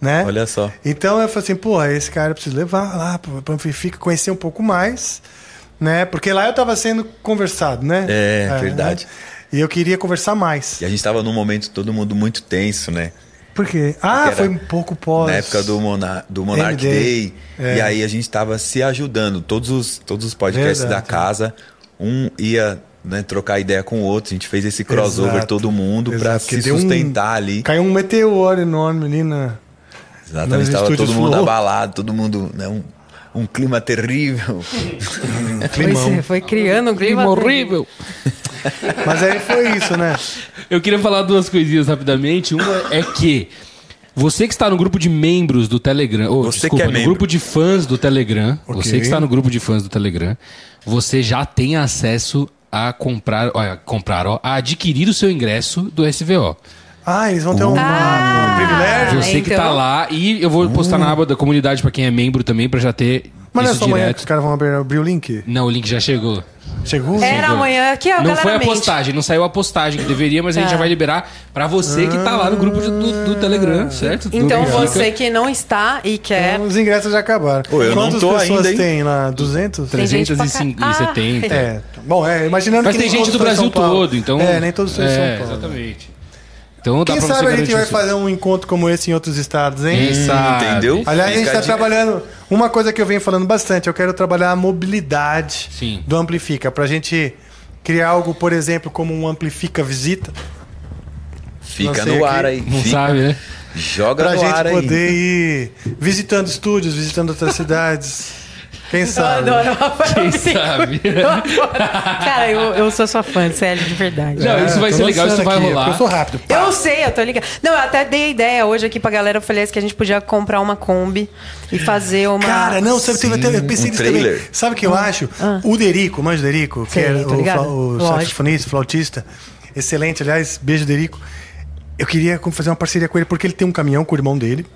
[SPEAKER 1] Né?
[SPEAKER 3] Olha só.
[SPEAKER 1] Então eu falei assim, porra, esse cara eu preciso levar lá para fica conhecer um pouco mais, né? Porque lá eu tava sendo conversado, né?
[SPEAKER 3] É, verdade.
[SPEAKER 1] né? E eu queria conversar mais.
[SPEAKER 3] E a gente tava num momento todo mundo muito tenso, né?
[SPEAKER 1] Por quê? Ah,
[SPEAKER 3] Porque era
[SPEAKER 1] foi um pouco pós.
[SPEAKER 3] Na época do, Monar do Monarch
[SPEAKER 1] MD.
[SPEAKER 3] Day.
[SPEAKER 1] É.
[SPEAKER 3] E aí a gente tava se ajudando. Todos os, todos os podcasts
[SPEAKER 1] Verdade.
[SPEAKER 3] da casa, um ia né, trocar ideia com o outro. A gente fez esse crossover
[SPEAKER 1] Exato.
[SPEAKER 3] todo mundo para
[SPEAKER 1] Exato, porque
[SPEAKER 3] se
[SPEAKER 1] deu um-
[SPEAKER 3] sustentar ali.
[SPEAKER 1] Caiu um meteoro enorme ali na.
[SPEAKER 3] Exatamente.
[SPEAKER 1] Nos
[SPEAKER 3] Tava todo
[SPEAKER 1] estúdios
[SPEAKER 3] mundo
[SPEAKER 1] Flow.
[SPEAKER 3] abalado, todo mundo. Né, um, um clima terrível.
[SPEAKER 2] Foi, foi criando um clima.
[SPEAKER 4] horrível.
[SPEAKER 3] é.
[SPEAKER 1] Mas aí foi isso, né?
[SPEAKER 4] Eu queria falar duas coisinhas rapidamente. Uma é que você que está no grupo de membros do Telegram, ou
[SPEAKER 3] Você
[SPEAKER 4] desculpa,
[SPEAKER 3] que é
[SPEAKER 4] no
[SPEAKER 3] membro.
[SPEAKER 4] grupo de fãs do Telegram,
[SPEAKER 1] Ok.
[SPEAKER 4] você que está no grupo de fãs do Telegram, você já tem acesso a comprar, ó, a comprar, ó, a adquirir o seu ingresso do SVO.
[SPEAKER 1] Ah, eles vão ter
[SPEAKER 3] Uh.
[SPEAKER 1] um,
[SPEAKER 2] Ah.
[SPEAKER 1] um privilégio.
[SPEAKER 4] Você que tá
[SPEAKER 2] então.
[SPEAKER 4] lá e eu vou postar na aba da comunidade para quem é membro também para já ter
[SPEAKER 1] Hum. Mas não é
[SPEAKER 4] isso
[SPEAKER 1] só amanhã que
[SPEAKER 4] direto.
[SPEAKER 1] os caras vão abrir, abrir o link?
[SPEAKER 4] Não, o link já chegou.
[SPEAKER 1] Chegou?
[SPEAKER 2] Era amanhã, aqui ó,
[SPEAKER 4] Não
[SPEAKER 2] galera
[SPEAKER 4] foi a
[SPEAKER 2] mente. Tá.
[SPEAKER 4] postagem, não saiu a postagem que deveria, mas a gente já vai liberar pra você que tá lá no grupo de- do, do Telegram,
[SPEAKER 1] Ah.
[SPEAKER 4] certo? Do
[SPEAKER 2] Então
[SPEAKER 4] Benfica.
[SPEAKER 2] você que não está e quer.
[SPEAKER 1] Então, os ingressos já acabaram.
[SPEAKER 3] Pô, eu não
[SPEAKER 1] Quantas
[SPEAKER 3] tô
[SPEAKER 1] pessoas
[SPEAKER 3] ainda, hein?
[SPEAKER 1] tem lá? 200?
[SPEAKER 2] Tem gente pra Ah!
[SPEAKER 4] 370.
[SPEAKER 1] É. Bom, é, imaginando
[SPEAKER 4] Mas
[SPEAKER 1] que
[SPEAKER 4] tem
[SPEAKER 1] nem
[SPEAKER 4] gente do
[SPEAKER 1] todos são em
[SPEAKER 4] Brasil
[SPEAKER 1] São Paulo.
[SPEAKER 4] todo, então.
[SPEAKER 1] É, nem todos são em São Paulo.
[SPEAKER 4] Exatamente. Então dá
[SPEAKER 1] Quem
[SPEAKER 4] pra você
[SPEAKER 1] sabe a gente
[SPEAKER 4] garantir
[SPEAKER 1] vai
[SPEAKER 4] isso.
[SPEAKER 1] fazer um encontro como esse em outros estados, hein?
[SPEAKER 4] Quem sabe?
[SPEAKER 3] Hum, Entendeu?
[SPEAKER 1] Aliás, a gente
[SPEAKER 3] Fica
[SPEAKER 1] está
[SPEAKER 3] dica.
[SPEAKER 1] trabalhando. Uma coisa que eu venho falando bastante, eu quero trabalhar a mobilidade
[SPEAKER 4] Sim.
[SPEAKER 1] do Amplifica. Pra gente criar algo, por exemplo, como um Amplifica Visita.
[SPEAKER 3] Fica
[SPEAKER 1] Lancei
[SPEAKER 3] no
[SPEAKER 1] aqui.
[SPEAKER 3] ar aí.
[SPEAKER 4] Não
[SPEAKER 3] fica-
[SPEAKER 4] sabe, né?
[SPEAKER 3] Joga
[SPEAKER 1] Pra
[SPEAKER 3] no ar
[SPEAKER 1] gente
[SPEAKER 3] aí.
[SPEAKER 1] poder ir visitando estúdios, visitando outras cidades. Quem
[SPEAKER 2] Eu
[SPEAKER 1] sabe?
[SPEAKER 2] adoro o Rafael
[SPEAKER 4] Quem
[SPEAKER 2] Bittencourt.
[SPEAKER 4] sabe?
[SPEAKER 2] Eu adoro. Cara, eu, eu sou sua fã, sério, de verdade.
[SPEAKER 4] Não, isso
[SPEAKER 1] É,
[SPEAKER 4] vai
[SPEAKER 1] tô
[SPEAKER 4] ser legal,
[SPEAKER 1] lançando
[SPEAKER 4] isso vai
[SPEAKER 1] aqui,
[SPEAKER 4] rolar.
[SPEAKER 1] porque Eu sou rápido. pá.
[SPEAKER 2] Eu sei, eu tô ligada. Não, eu até dei a ideia hoje aqui pra galera. Eu falei assim, que a gente podia comprar uma Kombi e fazer uma.
[SPEAKER 1] Cara, não, sabe, teve até, eu pensei
[SPEAKER 3] um
[SPEAKER 1] nisso
[SPEAKER 3] trailer.
[SPEAKER 1] também. Sabe o que eu acho? O Derico, manja o Derico, que
[SPEAKER 2] Ah. Sei,
[SPEAKER 1] é
[SPEAKER 2] tô
[SPEAKER 1] o,
[SPEAKER 2] ligada.
[SPEAKER 1] fla- o
[SPEAKER 2] Lógico.
[SPEAKER 1] saxofonista, flautista, excelente, aliás, beijo Derico. Eu queria como, fazer uma parceria com ele, porque ele tem um caminhão com o irmão dele,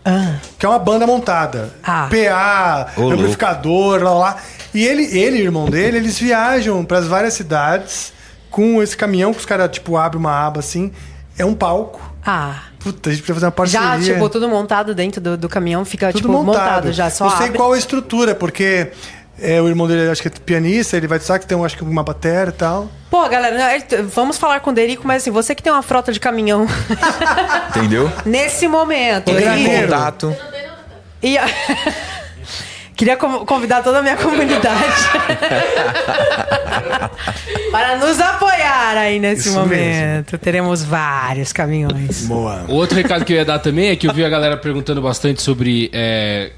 [SPEAKER 1] que é uma banda montada.
[SPEAKER 2] Ah.
[SPEAKER 1] PA,
[SPEAKER 3] Ô, louco.
[SPEAKER 1] amplificador, lá, lá. E ele, ele e o irmão dele, eles viajam para as várias cidades com esse caminhão que os caras, tipo, abrem uma aba assim. É um palco.
[SPEAKER 2] Ah.
[SPEAKER 1] Puta, a gente precisa fazer uma parceria.
[SPEAKER 2] Já, tipo, tudo montado dentro do, do caminhão, fica
[SPEAKER 1] Tudo
[SPEAKER 2] tipo montado. já, só
[SPEAKER 1] Não sei
[SPEAKER 2] abre.
[SPEAKER 1] qual a estrutura, porque é, o irmão dele acho que é pianista, ele vai de sax, tem um, acho que uma bateria e tal.
[SPEAKER 2] Pô, galera, não, é, t- vamos falar com o Derico, mas assim, você que tem uma frota de caminhão
[SPEAKER 3] Entendeu?
[SPEAKER 2] nesse momento.
[SPEAKER 1] Tem
[SPEAKER 2] e-
[SPEAKER 1] Primeiro.
[SPEAKER 3] Contato.
[SPEAKER 2] e- Queria com- convidar toda a minha comunidade para nos apoiar aí nesse
[SPEAKER 1] Isso
[SPEAKER 2] momento. Teremos vários caminhões.
[SPEAKER 1] Boa.
[SPEAKER 4] Outro recado que eu ia dar também é que eu vi a galera perguntando bastante sobre é,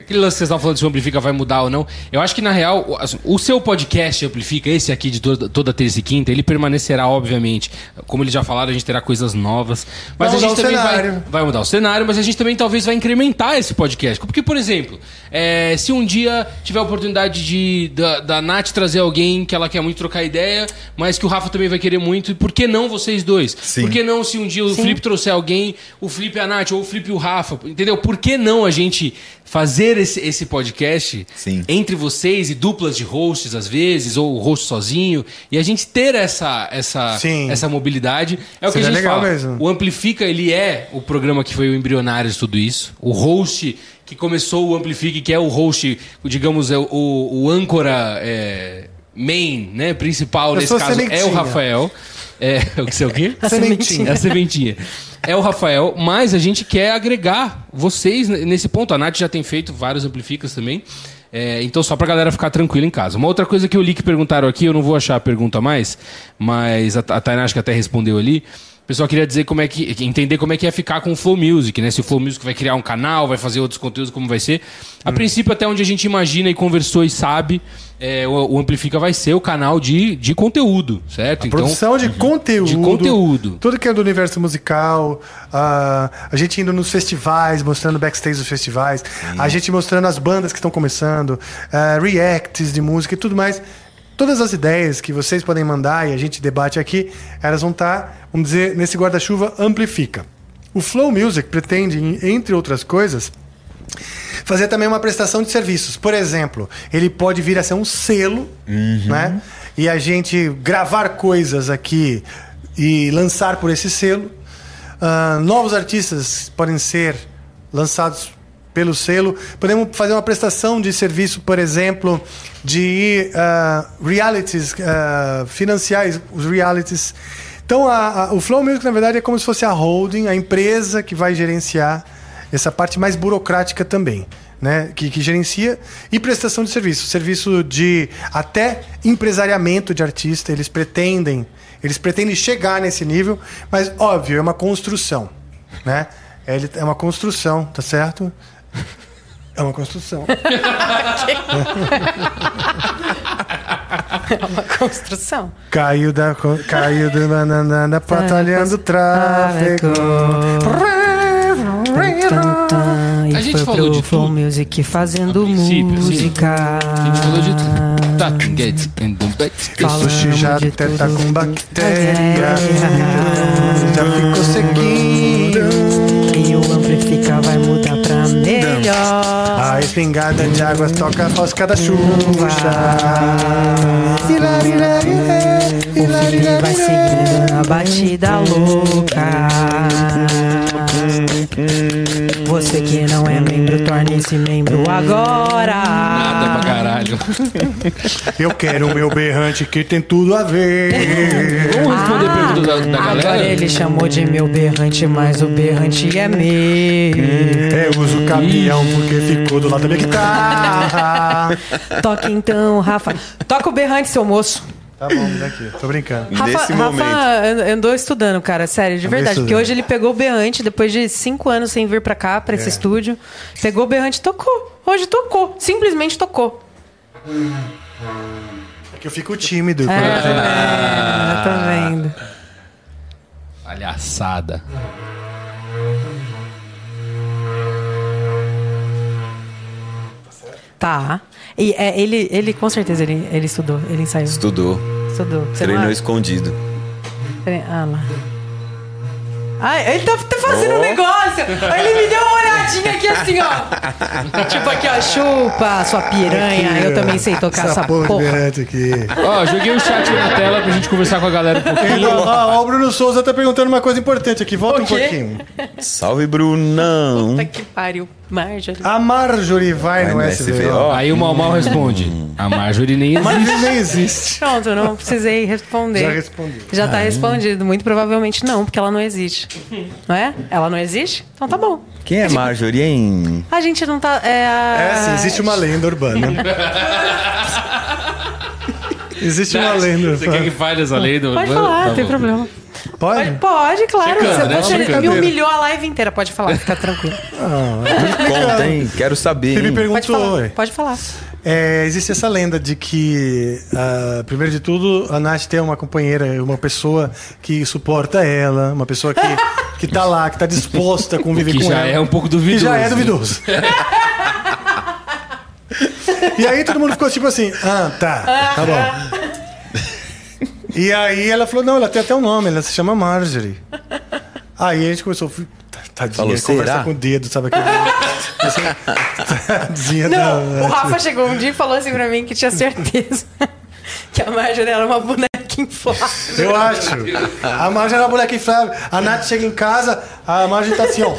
[SPEAKER 4] aquele lance que vocês estavam falando se o Amplifica vai mudar ou não. Eu acho que, na real, o- assim, o seu podcast Amplifica, esse aqui de toda, toda terça e quinta, ele permanecerá, obviamente. Como eles já falaram, a gente terá coisas novas.
[SPEAKER 1] Vai
[SPEAKER 4] Mas a gente
[SPEAKER 1] mudar o
[SPEAKER 4] também vai,
[SPEAKER 1] cenário.
[SPEAKER 4] vai mudar o cenário, mas a gente também talvez vai incrementar esse podcast. Porque, por exemplo, é, se um dia tiver a oportunidade de, da, da Nath trazer alguém que ela quer muito trocar ideia, mas que o Rafa também vai querer muito, e por que não vocês dois?
[SPEAKER 3] Sim.
[SPEAKER 4] Por que não se um dia o Felipe trouxer alguém, o Felipe e a Nath, ou o Felipe e o Rafa, entendeu? Por que não a gente fazer esse, esse podcast
[SPEAKER 3] Sim.
[SPEAKER 4] entre vocês e duplas de hosts às vezes, ou o host sozinho, e a gente ter essa, essa,
[SPEAKER 1] Sim.
[SPEAKER 4] essa mobilidade? É o que a
[SPEAKER 1] Seria
[SPEAKER 4] gente
[SPEAKER 1] legal
[SPEAKER 4] fala.
[SPEAKER 1] mesmo.
[SPEAKER 4] O Amplifica, ele é o programa que foi o embrionário de tudo isso. O host que começou o Amplifique, que é o host, digamos, é o, o âncora é, main, né? Principal
[SPEAKER 1] Eu
[SPEAKER 4] nesse
[SPEAKER 1] sou
[SPEAKER 4] caso é o
[SPEAKER 1] sementinha.
[SPEAKER 4] Rafael. É, o que você é o quê?
[SPEAKER 1] A sementinha.
[SPEAKER 4] É a sementinha. É o Rafael, mas a gente quer agregar vocês n- nesse ponto. A Nath já tem feito vários amplificas também. É, então, só pra galera ficar tranquila em casa. Uma outra coisa que eu li que perguntaram aqui, eu não vou achar a pergunta mais, mas a, a Tainá acho que até respondeu ali. O pessoal queria dizer como é que. entender como é que ia ficar com o Flow Music, né? Se o Flow Music vai criar um canal, vai fazer outros conteúdos, como vai ser. A princípio, até onde a gente imagina e conversou e sabe, é, o, o Amplifica vai ser o canal de, de conteúdo, certo? então, uhum.
[SPEAKER 1] Produção de conteúdo.
[SPEAKER 4] De conteúdo.
[SPEAKER 1] Tudo que é do universo musical. ah, a gente indo nos festivais, mostrando backstage dos festivais. A gente mostrando as bandas que estão começando. ah, reacts de música e tudo mais. Todas as ideias que vocês podem mandar e a gente debate aqui, elas vão estar, vamos dizer, nesse guarda-chuva amplifica. O Flow Music pretende, em- entre outras coisas, fazer também uma prestação de serviços. Por exemplo, ele pode vir a ser um selo, né? E a gente gravar coisas aqui e lançar por esse selo. Ah, novos artistas podem ser lançados pelo selo. Podemos fazer uma prestação de serviço, por exemplo, de ah, realities, ah, financiais, os realities. Então, a- a- o Flow Music, na verdade, é como se fosse a holding, a empresa que vai gerenciar essa parte mais burocrática também, né? Que, que gerencia e prestação de serviço, serviço de até empresariamento de artista, eles pretendem, eles pretendem chegar nesse nível, mas óbvio é uma construção, né? Ele- É uma construção, tá certo? É uma construção.
[SPEAKER 2] Construção.
[SPEAKER 1] Caiu da. co- Caiu do banana,
[SPEAKER 2] Tá,
[SPEAKER 1] batalhando o
[SPEAKER 2] Ah, é
[SPEAKER 1] tráfego.
[SPEAKER 2] E
[SPEAKER 4] A gente
[SPEAKER 2] foi
[SPEAKER 4] falou
[SPEAKER 2] pro
[SPEAKER 4] de
[SPEAKER 2] Flow
[SPEAKER 4] tudo.
[SPEAKER 2] Music fazendo
[SPEAKER 4] A princípio, assim.
[SPEAKER 2] música.
[SPEAKER 4] A gente falou de
[SPEAKER 2] Ah.
[SPEAKER 4] tudo. Tá, get and don't bet.
[SPEAKER 1] Que o sushi já
[SPEAKER 2] Falamos de
[SPEAKER 1] até
[SPEAKER 2] tudo.
[SPEAKER 1] tá com bactéria.
[SPEAKER 2] É.
[SPEAKER 1] Já ficou sequinho.
[SPEAKER 2] E o Amplifica vai mudar pra melhor.
[SPEAKER 1] A espingarda de águas toca a fosca da chuva.
[SPEAKER 2] O Felipe vai seguindo a batida louca. Você que não é membro, torne-se membro Ah.
[SPEAKER 4] Nada pra
[SPEAKER 2] agora.
[SPEAKER 4] caralho.
[SPEAKER 1] Eu quero o meu berrante que tem tudo a ver.
[SPEAKER 4] Vamos responder a pergunta da, da
[SPEAKER 2] Ah. Agora
[SPEAKER 4] galera?
[SPEAKER 2] ele chamou de meu berrante, mas o berrante é meu.
[SPEAKER 1] Eu uso o caminhão porque ficou do lado da minha guitarra.
[SPEAKER 2] Toca então, Rafa. Toca o berrante, seu moço.
[SPEAKER 1] Tá bom, daqui. Tô brincando.
[SPEAKER 3] Nesse
[SPEAKER 2] Rafa,
[SPEAKER 3] momento.
[SPEAKER 2] Rafa an- andou estudando, cara, sério, de
[SPEAKER 1] Andei
[SPEAKER 2] verdade. Porque
[SPEAKER 1] estudando.
[SPEAKER 2] hoje ele pegou o berrante, depois de cinco anos sem vir pra cá, pra esse
[SPEAKER 3] É.
[SPEAKER 2] estúdio. Pegou o berrante e tocou. Hoje tocou. Simplesmente tocou.
[SPEAKER 1] É que eu fico tímido.
[SPEAKER 2] É, eu tô vendo.
[SPEAKER 4] Palhaçada.
[SPEAKER 2] Tá. E é, ele, ele, com certeza, ele, ele estudou, ele ensaiou.
[SPEAKER 3] Estudou.
[SPEAKER 2] Estudou. Você não
[SPEAKER 3] treinou
[SPEAKER 2] acha?
[SPEAKER 3] escondido.
[SPEAKER 2] Tre- Ah lá. Ai, ele tá tá fazendo
[SPEAKER 1] Oh.
[SPEAKER 2] um negócio. Aí Ele me deu uma olhadinha aqui assim, ó. tipo aqui, ó. Chupa, sua piranha. Eu também sei tocar essa,
[SPEAKER 1] porra de
[SPEAKER 2] porra.
[SPEAKER 1] berrante aqui.
[SPEAKER 4] Ó, joguei o chat na tela pra gente conversar com a galera um pouquinho.
[SPEAKER 1] Então, ó, o Bruno Souza tá perguntando uma coisa importante aqui. Volta
[SPEAKER 2] O
[SPEAKER 1] um
[SPEAKER 2] quê?
[SPEAKER 1] pouquinho.
[SPEAKER 3] Salve, Brunão.
[SPEAKER 2] Puta que pariu. Marjorie.
[SPEAKER 1] A Marjorie vai
[SPEAKER 3] Vai
[SPEAKER 1] no
[SPEAKER 3] no
[SPEAKER 1] SVO.
[SPEAKER 3] SVO.
[SPEAKER 4] Aí o Mal Mal responde. A Marjorie nem existe.
[SPEAKER 1] Marjorie nem existe.
[SPEAKER 2] Pronto, não precisei responder.
[SPEAKER 1] Já respondeu.
[SPEAKER 2] Já tá respondido. Muito provavelmente não, porque ela não existe. Não é? Ela não existe? Então tá bom.
[SPEAKER 3] Quem é Marjorie, hein?
[SPEAKER 2] A gente não tá. É, a...
[SPEAKER 1] É sim, existe uma lenda urbana. existe uma lenda
[SPEAKER 4] Você quer que
[SPEAKER 1] urbana. tá
[SPEAKER 4] fale essa lei? do-
[SPEAKER 2] Pode falar,
[SPEAKER 4] Tá
[SPEAKER 2] não tem
[SPEAKER 4] bom.
[SPEAKER 2] problema. Pode,
[SPEAKER 1] Pode?
[SPEAKER 2] pode, claro.
[SPEAKER 4] Checando,
[SPEAKER 2] Você
[SPEAKER 4] né?
[SPEAKER 2] pode-
[SPEAKER 4] Checando.
[SPEAKER 2] me humilhou a live inteira, pode falar, fica tranquilo.
[SPEAKER 3] Conta, hein? Quero saber.
[SPEAKER 1] Ele me
[SPEAKER 3] hein?
[SPEAKER 2] Pode
[SPEAKER 1] perguntou.
[SPEAKER 2] falar, pode falar.
[SPEAKER 1] É, existe essa lenda de que, ah, primeiro de tudo, a Nath tem uma companheira, uma pessoa que suporta ela, uma pessoa que, que tá lá, que tá disposta a conviver
[SPEAKER 4] Que
[SPEAKER 1] com
[SPEAKER 4] já
[SPEAKER 1] ela.
[SPEAKER 4] é um pouco duvidoso.
[SPEAKER 1] Que já é duvidoso. e aí todo mundo ficou tipo assim, ah, tá, tá bom. E aí ela falou, não, ela tem até um nome, ela se chama Marjorie. Aí a gente começou, fui, tá- tadinha,
[SPEAKER 3] Falou,
[SPEAKER 1] conversa
[SPEAKER 3] será?
[SPEAKER 1] com o dedo, sabe aquele... tadinha
[SPEAKER 2] Não,
[SPEAKER 1] da...
[SPEAKER 2] o Rafa chegou um dia e falou assim pra mim que tinha certeza que a Marjorie era uma boneca inflável.
[SPEAKER 1] Eu acho. A Marge era a boneca inflável. A Nath chega em casa, a Marge tá assim, ó.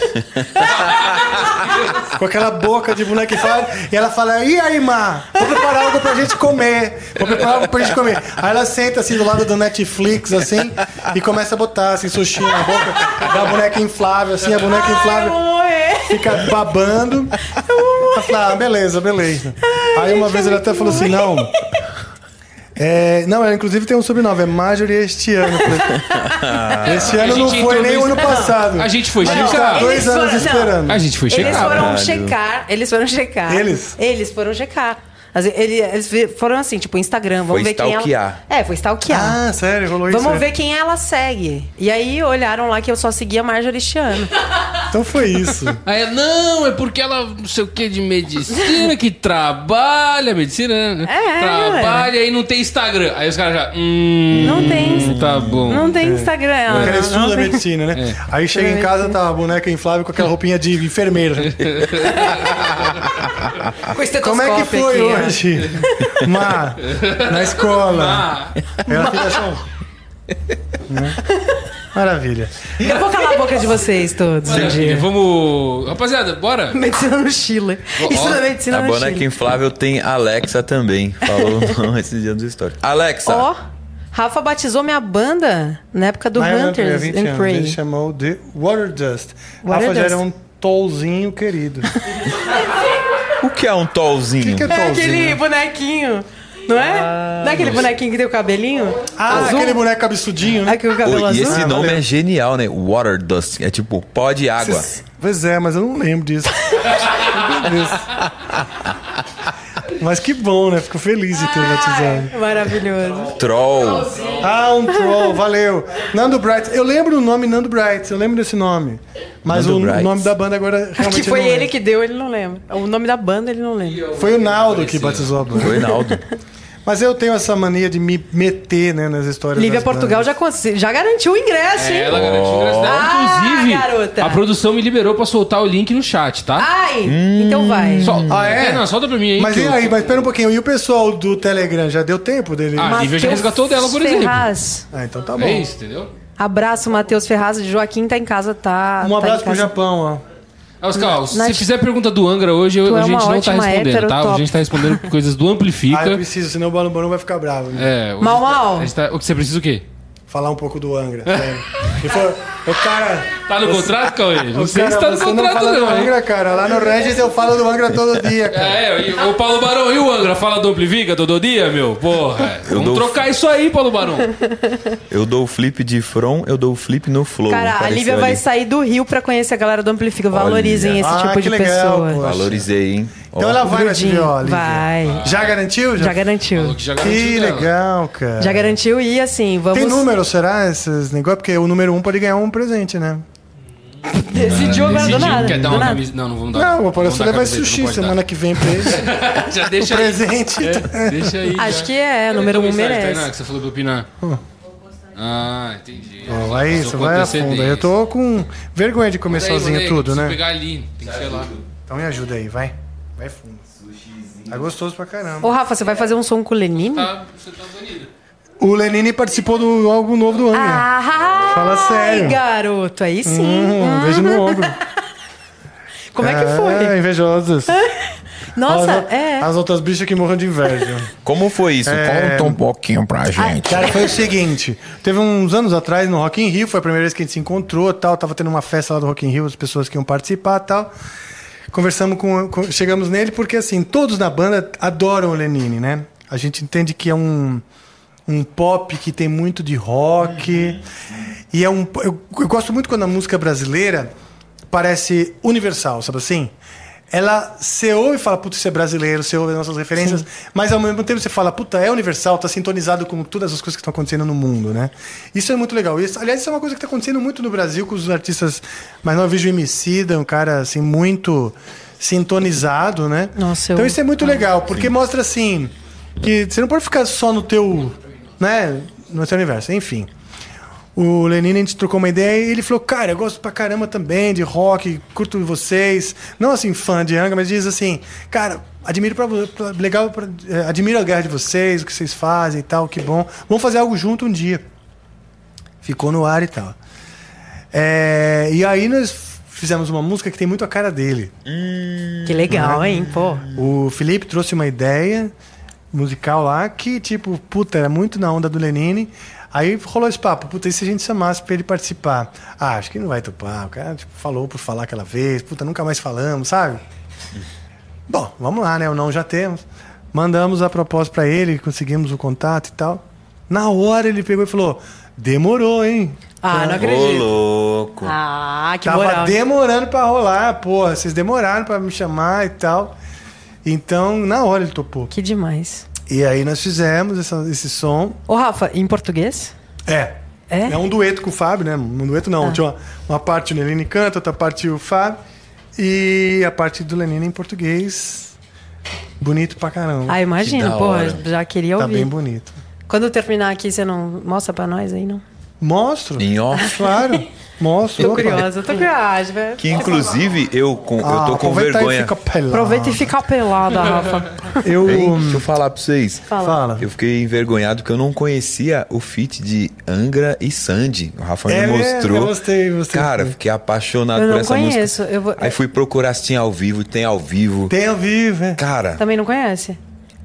[SPEAKER 1] Com aquela boca de boneca inflável. E ela fala, e aí, Mar? Vou preparar algo pra gente comer. Vou preparar algo pra gente comer. Aí ela senta assim do lado do Netflix, assim, e começa a botar assim, sushi na boca da boneca inflável, assim, a boneca
[SPEAKER 2] Ai, é. eu vou
[SPEAKER 1] inflável
[SPEAKER 2] morrer.
[SPEAKER 1] fica babando. Ela fala, ah, beleza, beleza. Aí uma vez ele até falou assim, não. É, não, ela inclusive tem um sobrenome, é Marjorie este ano. este ano
[SPEAKER 4] A
[SPEAKER 1] não
[SPEAKER 4] gente
[SPEAKER 1] foi nem o
[SPEAKER 4] entrou
[SPEAKER 1] ano
[SPEAKER 4] nesse-
[SPEAKER 1] passado.
[SPEAKER 4] A gente foi
[SPEAKER 1] A gente tá
[SPEAKER 4] checar.
[SPEAKER 1] dois
[SPEAKER 2] Eles foram-
[SPEAKER 1] anos
[SPEAKER 2] não.
[SPEAKER 1] esperando.
[SPEAKER 4] A gente foi né? checar.
[SPEAKER 2] Eles foram
[SPEAKER 3] Caralho.
[SPEAKER 2] checar, eles foram checar.
[SPEAKER 1] Eles?
[SPEAKER 2] Eles foram checar. As- ele- Eles vi- foram assim, tipo, Instagram, vamos
[SPEAKER 3] Foi
[SPEAKER 2] ver quem ela...
[SPEAKER 3] stalkear.
[SPEAKER 2] É, foi stalkear.
[SPEAKER 1] Ah, sério, rolou isso.
[SPEAKER 2] Vamos
[SPEAKER 1] é.
[SPEAKER 2] ver quem ela segue. E aí olharam lá que eu só seguia a Marjorie este ano.
[SPEAKER 1] Então foi isso.
[SPEAKER 4] Aí, ela, não, é porque ela não sei o que de medicina, que trabalha, medicina, né?
[SPEAKER 2] É,
[SPEAKER 4] trabalha e não tem Instagram. Aí os caras já, hum,
[SPEAKER 2] Não tem Insta-
[SPEAKER 4] tá bom.
[SPEAKER 2] Não tem Instagram.
[SPEAKER 1] Ela
[SPEAKER 2] ela não- não
[SPEAKER 1] estuda
[SPEAKER 2] tem-
[SPEAKER 1] medicina, né?
[SPEAKER 4] É.
[SPEAKER 1] Aí chega em casa, tá a boneca inflável com aquela roupinha de enfermeira.
[SPEAKER 2] Com
[SPEAKER 1] Como é que
[SPEAKER 2] estetoscópio
[SPEAKER 1] foi
[SPEAKER 2] aqui, né? ó.
[SPEAKER 1] hoje? Má, na escola. Ela fica só... Né? Maravilha.
[SPEAKER 2] Eu vou calar a boca de vocês todos um
[SPEAKER 4] Maravilha,
[SPEAKER 2] dia.
[SPEAKER 4] Vamos. Rapaziada, bora?
[SPEAKER 2] Medicina no Chile. Isso da medicina
[SPEAKER 3] A
[SPEAKER 1] é
[SPEAKER 3] é
[SPEAKER 2] no
[SPEAKER 3] boneca
[SPEAKER 2] Chile.
[SPEAKER 3] inflável tem Alexa também. Falou não esse dia do story. Alexa!
[SPEAKER 2] Ó, Rafa batizou minha banda na época do
[SPEAKER 1] Iron Hunter, há
[SPEAKER 2] Hunters
[SPEAKER 1] 20
[SPEAKER 2] and
[SPEAKER 1] anos, Ele
[SPEAKER 2] Prey.
[SPEAKER 1] chamou de Water Dust.
[SPEAKER 2] Water
[SPEAKER 1] Rafa já
[SPEAKER 2] Dust.
[SPEAKER 1] era um tolzinho querido.
[SPEAKER 3] O que é um tolzinho?
[SPEAKER 1] O que é
[SPEAKER 2] É
[SPEAKER 1] tolzinho?
[SPEAKER 2] aquele bonequinho, não é? não é aquele bonequinho que tem o cabelinho?
[SPEAKER 1] Ah, aquele boneco cabeçudinho, né?
[SPEAKER 2] Aqui o
[SPEAKER 3] Pô,
[SPEAKER 2] cabelo
[SPEAKER 3] e
[SPEAKER 2] azul?
[SPEAKER 3] esse
[SPEAKER 1] Ah,
[SPEAKER 3] nome
[SPEAKER 1] valeu.
[SPEAKER 3] é genial, né? Water Dust. É tipo pó de água.
[SPEAKER 1] Pois é, mas eu não lembro disso. Meu Deus. mas que bom, né? Fico feliz de ter batizado.
[SPEAKER 2] Ai, maravilhoso.
[SPEAKER 3] Troll.
[SPEAKER 1] Ah, um troll, valeu. Nando Bright. Eu lembro o nome Nando Bright, eu lembro desse nome. Mas
[SPEAKER 3] Nando
[SPEAKER 1] o
[SPEAKER 3] Bright.
[SPEAKER 1] nome da banda agora realmente.
[SPEAKER 2] Que
[SPEAKER 1] eu
[SPEAKER 2] foi
[SPEAKER 1] não
[SPEAKER 2] ele
[SPEAKER 1] lembro.
[SPEAKER 2] que deu, ele não lembra. O nome da banda ele não lembra.
[SPEAKER 1] Foi o Naldo que batizou a banda.
[SPEAKER 3] Foi Naldo.
[SPEAKER 1] Mas eu tenho essa mania de me meter né, nas histórias.
[SPEAKER 2] Lívia
[SPEAKER 1] das
[SPEAKER 2] Portugal
[SPEAKER 1] bandas.
[SPEAKER 2] já, consi- já garantiu o ingresso,
[SPEAKER 4] É,
[SPEAKER 2] hein?
[SPEAKER 4] ela garantiu o ingresso dela.
[SPEAKER 2] Ah,
[SPEAKER 4] Inclusive,
[SPEAKER 2] garota.
[SPEAKER 4] a produção me liberou pra soltar o link no chat, tá?
[SPEAKER 2] Ai, então vai.
[SPEAKER 4] Sol-
[SPEAKER 1] Ah, é?
[SPEAKER 4] Não, solta pra mim aí.
[SPEAKER 1] Mas
[SPEAKER 4] que
[SPEAKER 1] e
[SPEAKER 4] eu-
[SPEAKER 1] aí, mas espera um pouquinho. E o pessoal do Telegram já deu tempo dele?
[SPEAKER 4] Ah,
[SPEAKER 1] Ah,
[SPEAKER 4] Lívia já
[SPEAKER 2] Matheus
[SPEAKER 4] resgatou dela, por exemplo.
[SPEAKER 2] Ferraz.
[SPEAKER 1] então tá bom.
[SPEAKER 4] É isso, entendeu?
[SPEAKER 2] Abraço, Matheus Ferraz. Joaquim tá em casa, tá.
[SPEAKER 1] Um abraço
[SPEAKER 2] tá
[SPEAKER 1] pro
[SPEAKER 2] em casa.
[SPEAKER 1] Japão, ó.
[SPEAKER 4] Ah, Oscar, ó, se
[SPEAKER 2] Nath-
[SPEAKER 4] fizer pergunta do Angra hoje, eu-
[SPEAKER 2] Tu é
[SPEAKER 4] a gente
[SPEAKER 2] uma
[SPEAKER 4] não tá
[SPEAKER 2] ótima hétero
[SPEAKER 4] respondendo, tá? A
[SPEAKER 2] top.
[SPEAKER 4] gente tá respondendo coisas do
[SPEAKER 1] Ah, eu
[SPEAKER 4] Amplifica.
[SPEAKER 1] preciso, senão o Balão Balão vai ficar bravo. né?
[SPEAKER 4] É, hoje
[SPEAKER 2] Mal,
[SPEAKER 4] tá-
[SPEAKER 2] mal.
[SPEAKER 4] a gente tá- O que você precisa o quê?
[SPEAKER 1] Falar um pouco do Angra. sério. E foi- o cara.
[SPEAKER 4] Tá no contrato, Cauê? Não
[SPEAKER 1] O
[SPEAKER 4] sei
[SPEAKER 1] cara,
[SPEAKER 4] se tá no
[SPEAKER 1] você não
[SPEAKER 4] contrato,
[SPEAKER 1] fala
[SPEAKER 4] não.
[SPEAKER 1] do
[SPEAKER 4] hein?
[SPEAKER 1] Angra, cara. Lá no Regis eu falo do Angra todo dia, cara.
[SPEAKER 4] É, e o Paulo Barão e o Angra fala do Amplifica todo dia, meu? Porra. é.
[SPEAKER 3] Eu
[SPEAKER 4] Vamos
[SPEAKER 3] dou-
[SPEAKER 4] trocar isso aí, Paulo Barão.
[SPEAKER 3] Eu dou o flip de From, eu dou o flip no Flow.
[SPEAKER 2] Cara, a
[SPEAKER 3] Apareceu
[SPEAKER 2] Lívia vai
[SPEAKER 3] ali.
[SPEAKER 2] sair do Rio pra conhecer a galera do Amplifica. Valorizem esse
[SPEAKER 1] Ah,
[SPEAKER 2] tipo
[SPEAKER 1] que
[SPEAKER 2] de
[SPEAKER 1] legal,
[SPEAKER 2] pessoa.
[SPEAKER 1] pô.
[SPEAKER 3] Valorizei, hein?
[SPEAKER 1] Então ela vai na
[SPEAKER 2] Grudinho,
[SPEAKER 1] TVO, Lívia.
[SPEAKER 4] Ah.
[SPEAKER 2] vai.
[SPEAKER 1] Já garantiu? Já,
[SPEAKER 2] Já garantiu.
[SPEAKER 4] É. Já
[SPEAKER 1] Que
[SPEAKER 4] garantiu dela.
[SPEAKER 1] legal, cara.
[SPEAKER 2] Já garantiu e assim, vamos
[SPEAKER 1] Tem número, será? Esses negócios? Porque o número um pode ganhar um presente, né?
[SPEAKER 2] decidiu agora do
[SPEAKER 4] Ah, Decidiu,
[SPEAKER 2] nada.
[SPEAKER 4] quer dar
[SPEAKER 2] do
[SPEAKER 4] uma
[SPEAKER 2] nada.
[SPEAKER 4] camisa? Não, não vamos dar.
[SPEAKER 1] Não, o
[SPEAKER 4] vamos
[SPEAKER 1] Paulo
[SPEAKER 4] dar
[SPEAKER 1] Sônia vai
[SPEAKER 4] camiseta,
[SPEAKER 1] sushi
[SPEAKER 4] não pode
[SPEAKER 1] semana que vem pra ele. um
[SPEAKER 4] dar. Já deixa aí.
[SPEAKER 1] presente.
[SPEAKER 4] É, deixa aí.
[SPEAKER 2] Acho
[SPEAKER 4] já.
[SPEAKER 2] que é,
[SPEAKER 4] Cadê
[SPEAKER 2] número
[SPEAKER 4] tua
[SPEAKER 2] um
[SPEAKER 4] mensagem,
[SPEAKER 2] merece.
[SPEAKER 4] Tainá, que você falou pra opinar. Ah, entendi.
[SPEAKER 1] Pô, Vai
[SPEAKER 4] Passou
[SPEAKER 1] isso,
[SPEAKER 4] com
[SPEAKER 1] vai a
[SPEAKER 4] antecedência.
[SPEAKER 1] fundo. Eu tô com vergonha de comer
[SPEAKER 4] Manda aí,
[SPEAKER 1] sozinho
[SPEAKER 4] manda aí,
[SPEAKER 1] tudo,
[SPEAKER 4] preciso
[SPEAKER 1] né?
[SPEAKER 4] pegar ali, tem que ser lá.
[SPEAKER 1] Então me ajuda aí, vai. Vai fundo. Tá gostoso pra caramba.
[SPEAKER 2] Ô, Rafa, você vai fazer um som com o Lenine?
[SPEAKER 4] Tá, você tá banido.
[SPEAKER 1] O Lenine participou do álbum novo do Angra.
[SPEAKER 2] Ah,
[SPEAKER 1] Fala sério.
[SPEAKER 2] Ai, garoto, aí sim.
[SPEAKER 1] Hum, um beijo no ombro.
[SPEAKER 2] ah. Como é que foi?
[SPEAKER 1] Ah, invejosas.
[SPEAKER 2] Nossa,
[SPEAKER 1] as,
[SPEAKER 2] é.
[SPEAKER 1] as outras bichas que morram de inveja.
[SPEAKER 3] Como foi isso?
[SPEAKER 6] Conta um pouquinho pra gente.
[SPEAKER 1] É. Cara, foi o seguinte. Teve uns anos atrás no Rock in Rio, foi a primeira vez que a gente se encontrou, tal. Tava tendo uma festa lá do Rock in Rio, as pessoas que iam participar, tal. Conversamos com, com- chegamos nele porque assim, todos na banda adoram o Lenine, né? A gente entende que é um um um pop que tem muito de rock. E é um. Eu, eu gosto muito quando a música brasileira parece universal, sabe assim? Ela você ouve e fala, puta, isso é brasileiro, você ouve as nossas referências, mas ao mesmo tempo você fala, puta, é universal, tá sintonizado com todas as coisas que estão acontecendo no mundo, né? Isso é muito legal. Isso, aliás, isso é uma coisa que tá acontecendo muito no Brasil com os artistas mais novos. Eu vejo o Emicida, um cara, assim, muito sintonizado, né?
[SPEAKER 2] Nossa, eu-
[SPEAKER 1] Então isso é muito legal, porque mostra, assim, que você não pode ficar só no teu, né, no teu universo. Enfim. O Lenin, a gente trocou uma ideia e ele falou: Cara, eu gosto pra caramba também de rock, curto vocês. Não assim, fã de Angra, mas diz assim: Cara, admiro pra, vo- pra- legal, pra- eh, admiro a guerra de vocês, o que vocês fazem e tal, que bom. Vamos fazer algo junto um dia. Ficou no ar e tal. É, e aí nós fizemos uma música que tem muito a cara dele.
[SPEAKER 2] Que legal, hein? Pô.
[SPEAKER 1] O Felipe trouxe uma ideia musical lá que, tipo, puta, era muito na onda do Lenine. Aí rolou esse papo, puta, e se a gente chamasse pra ele participar? Ah, acho que ele não vai topar. O cara tipo, falou por falar aquela vez, puta, nunca mais falamos, sabe? Bom, vamos lá, né? O não já temos. Mandamos a proposta pra ele, conseguimos o contato e tal. Na hora ele pegou e falou: demorou, hein?
[SPEAKER 2] Ah, não
[SPEAKER 3] Ô,
[SPEAKER 2] acredito.
[SPEAKER 3] louco.
[SPEAKER 2] Ah, que
[SPEAKER 1] Tava
[SPEAKER 2] moral.
[SPEAKER 1] demorando pra rolar, porra. Vocês demoraram pra me chamar e tal. Então, na hora ele topou.
[SPEAKER 2] Que demais.
[SPEAKER 1] E aí nós fizemos essa- esse som.
[SPEAKER 2] Ô, Rafa, em português?
[SPEAKER 1] É.
[SPEAKER 2] É? Ah.
[SPEAKER 1] um dueto com o Fábio, né? Um dueto não. Tinha uma, uma parte o Lenine canta, outra parte o Fábio. E a parte do Lenine em português. Bonito pra caramba.
[SPEAKER 2] Ah, imagino,
[SPEAKER 6] da
[SPEAKER 2] pô,
[SPEAKER 6] hora.
[SPEAKER 2] já queria
[SPEAKER 1] tá
[SPEAKER 2] ouvir.
[SPEAKER 1] bem bonito.
[SPEAKER 2] Quando eu terminar aqui, você não mostra pra nós aí, não?
[SPEAKER 1] Mostro.
[SPEAKER 6] Em off.
[SPEAKER 1] Claro. Mostro.
[SPEAKER 2] Tô
[SPEAKER 1] opa.
[SPEAKER 2] curiosa, tô curiosa, velho.
[SPEAKER 3] Que inclusive eu, com, eu
[SPEAKER 1] Ah,
[SPEAKER 3] tô com
[SPEAKER 1] aproveita aí e
[SPEAKER 3] vergonha.
[SPEAKER 1] fica pelado.
[SPEAKER 2] Aproveita e fica pelada, Rafa.
[SPEAKER 1] Eu.
[SPEAKER 3] Hein? Deixa eu falar pra vocês.
[SPEAKER 1] Fala.
[SPEAKER 3] Eu fiquei envergonhado que eu não conhecia o feat de Angra e Sandy. O Rafa
[SPEAKER 1] É
[SPEAKER 3] me
[SPEAKER 1] mesmo?
[SPEAKER 3] mostrou.
[SPEAKER 1] Eu gostei, gostei.
[SPEAKER 3] Cara, fiquei apaixonado
[SPEAKER 2] Eu
[SPEAKER 3] por
[SPEAKER 2] não
[SPEAKER 3] essa
[SPEAKER 2] conheço,
[SPEAKER 3] música.
[SPEAKER 2] eu vou-
[SPEAKER 3] Aí fui procurar se tinha ao vivo, tem ao vivo.
[SPEAKER 1] Tem ao vivo, é.
[SPEAKER 3] Cara,
[SPEAKER 2] Também não conhece?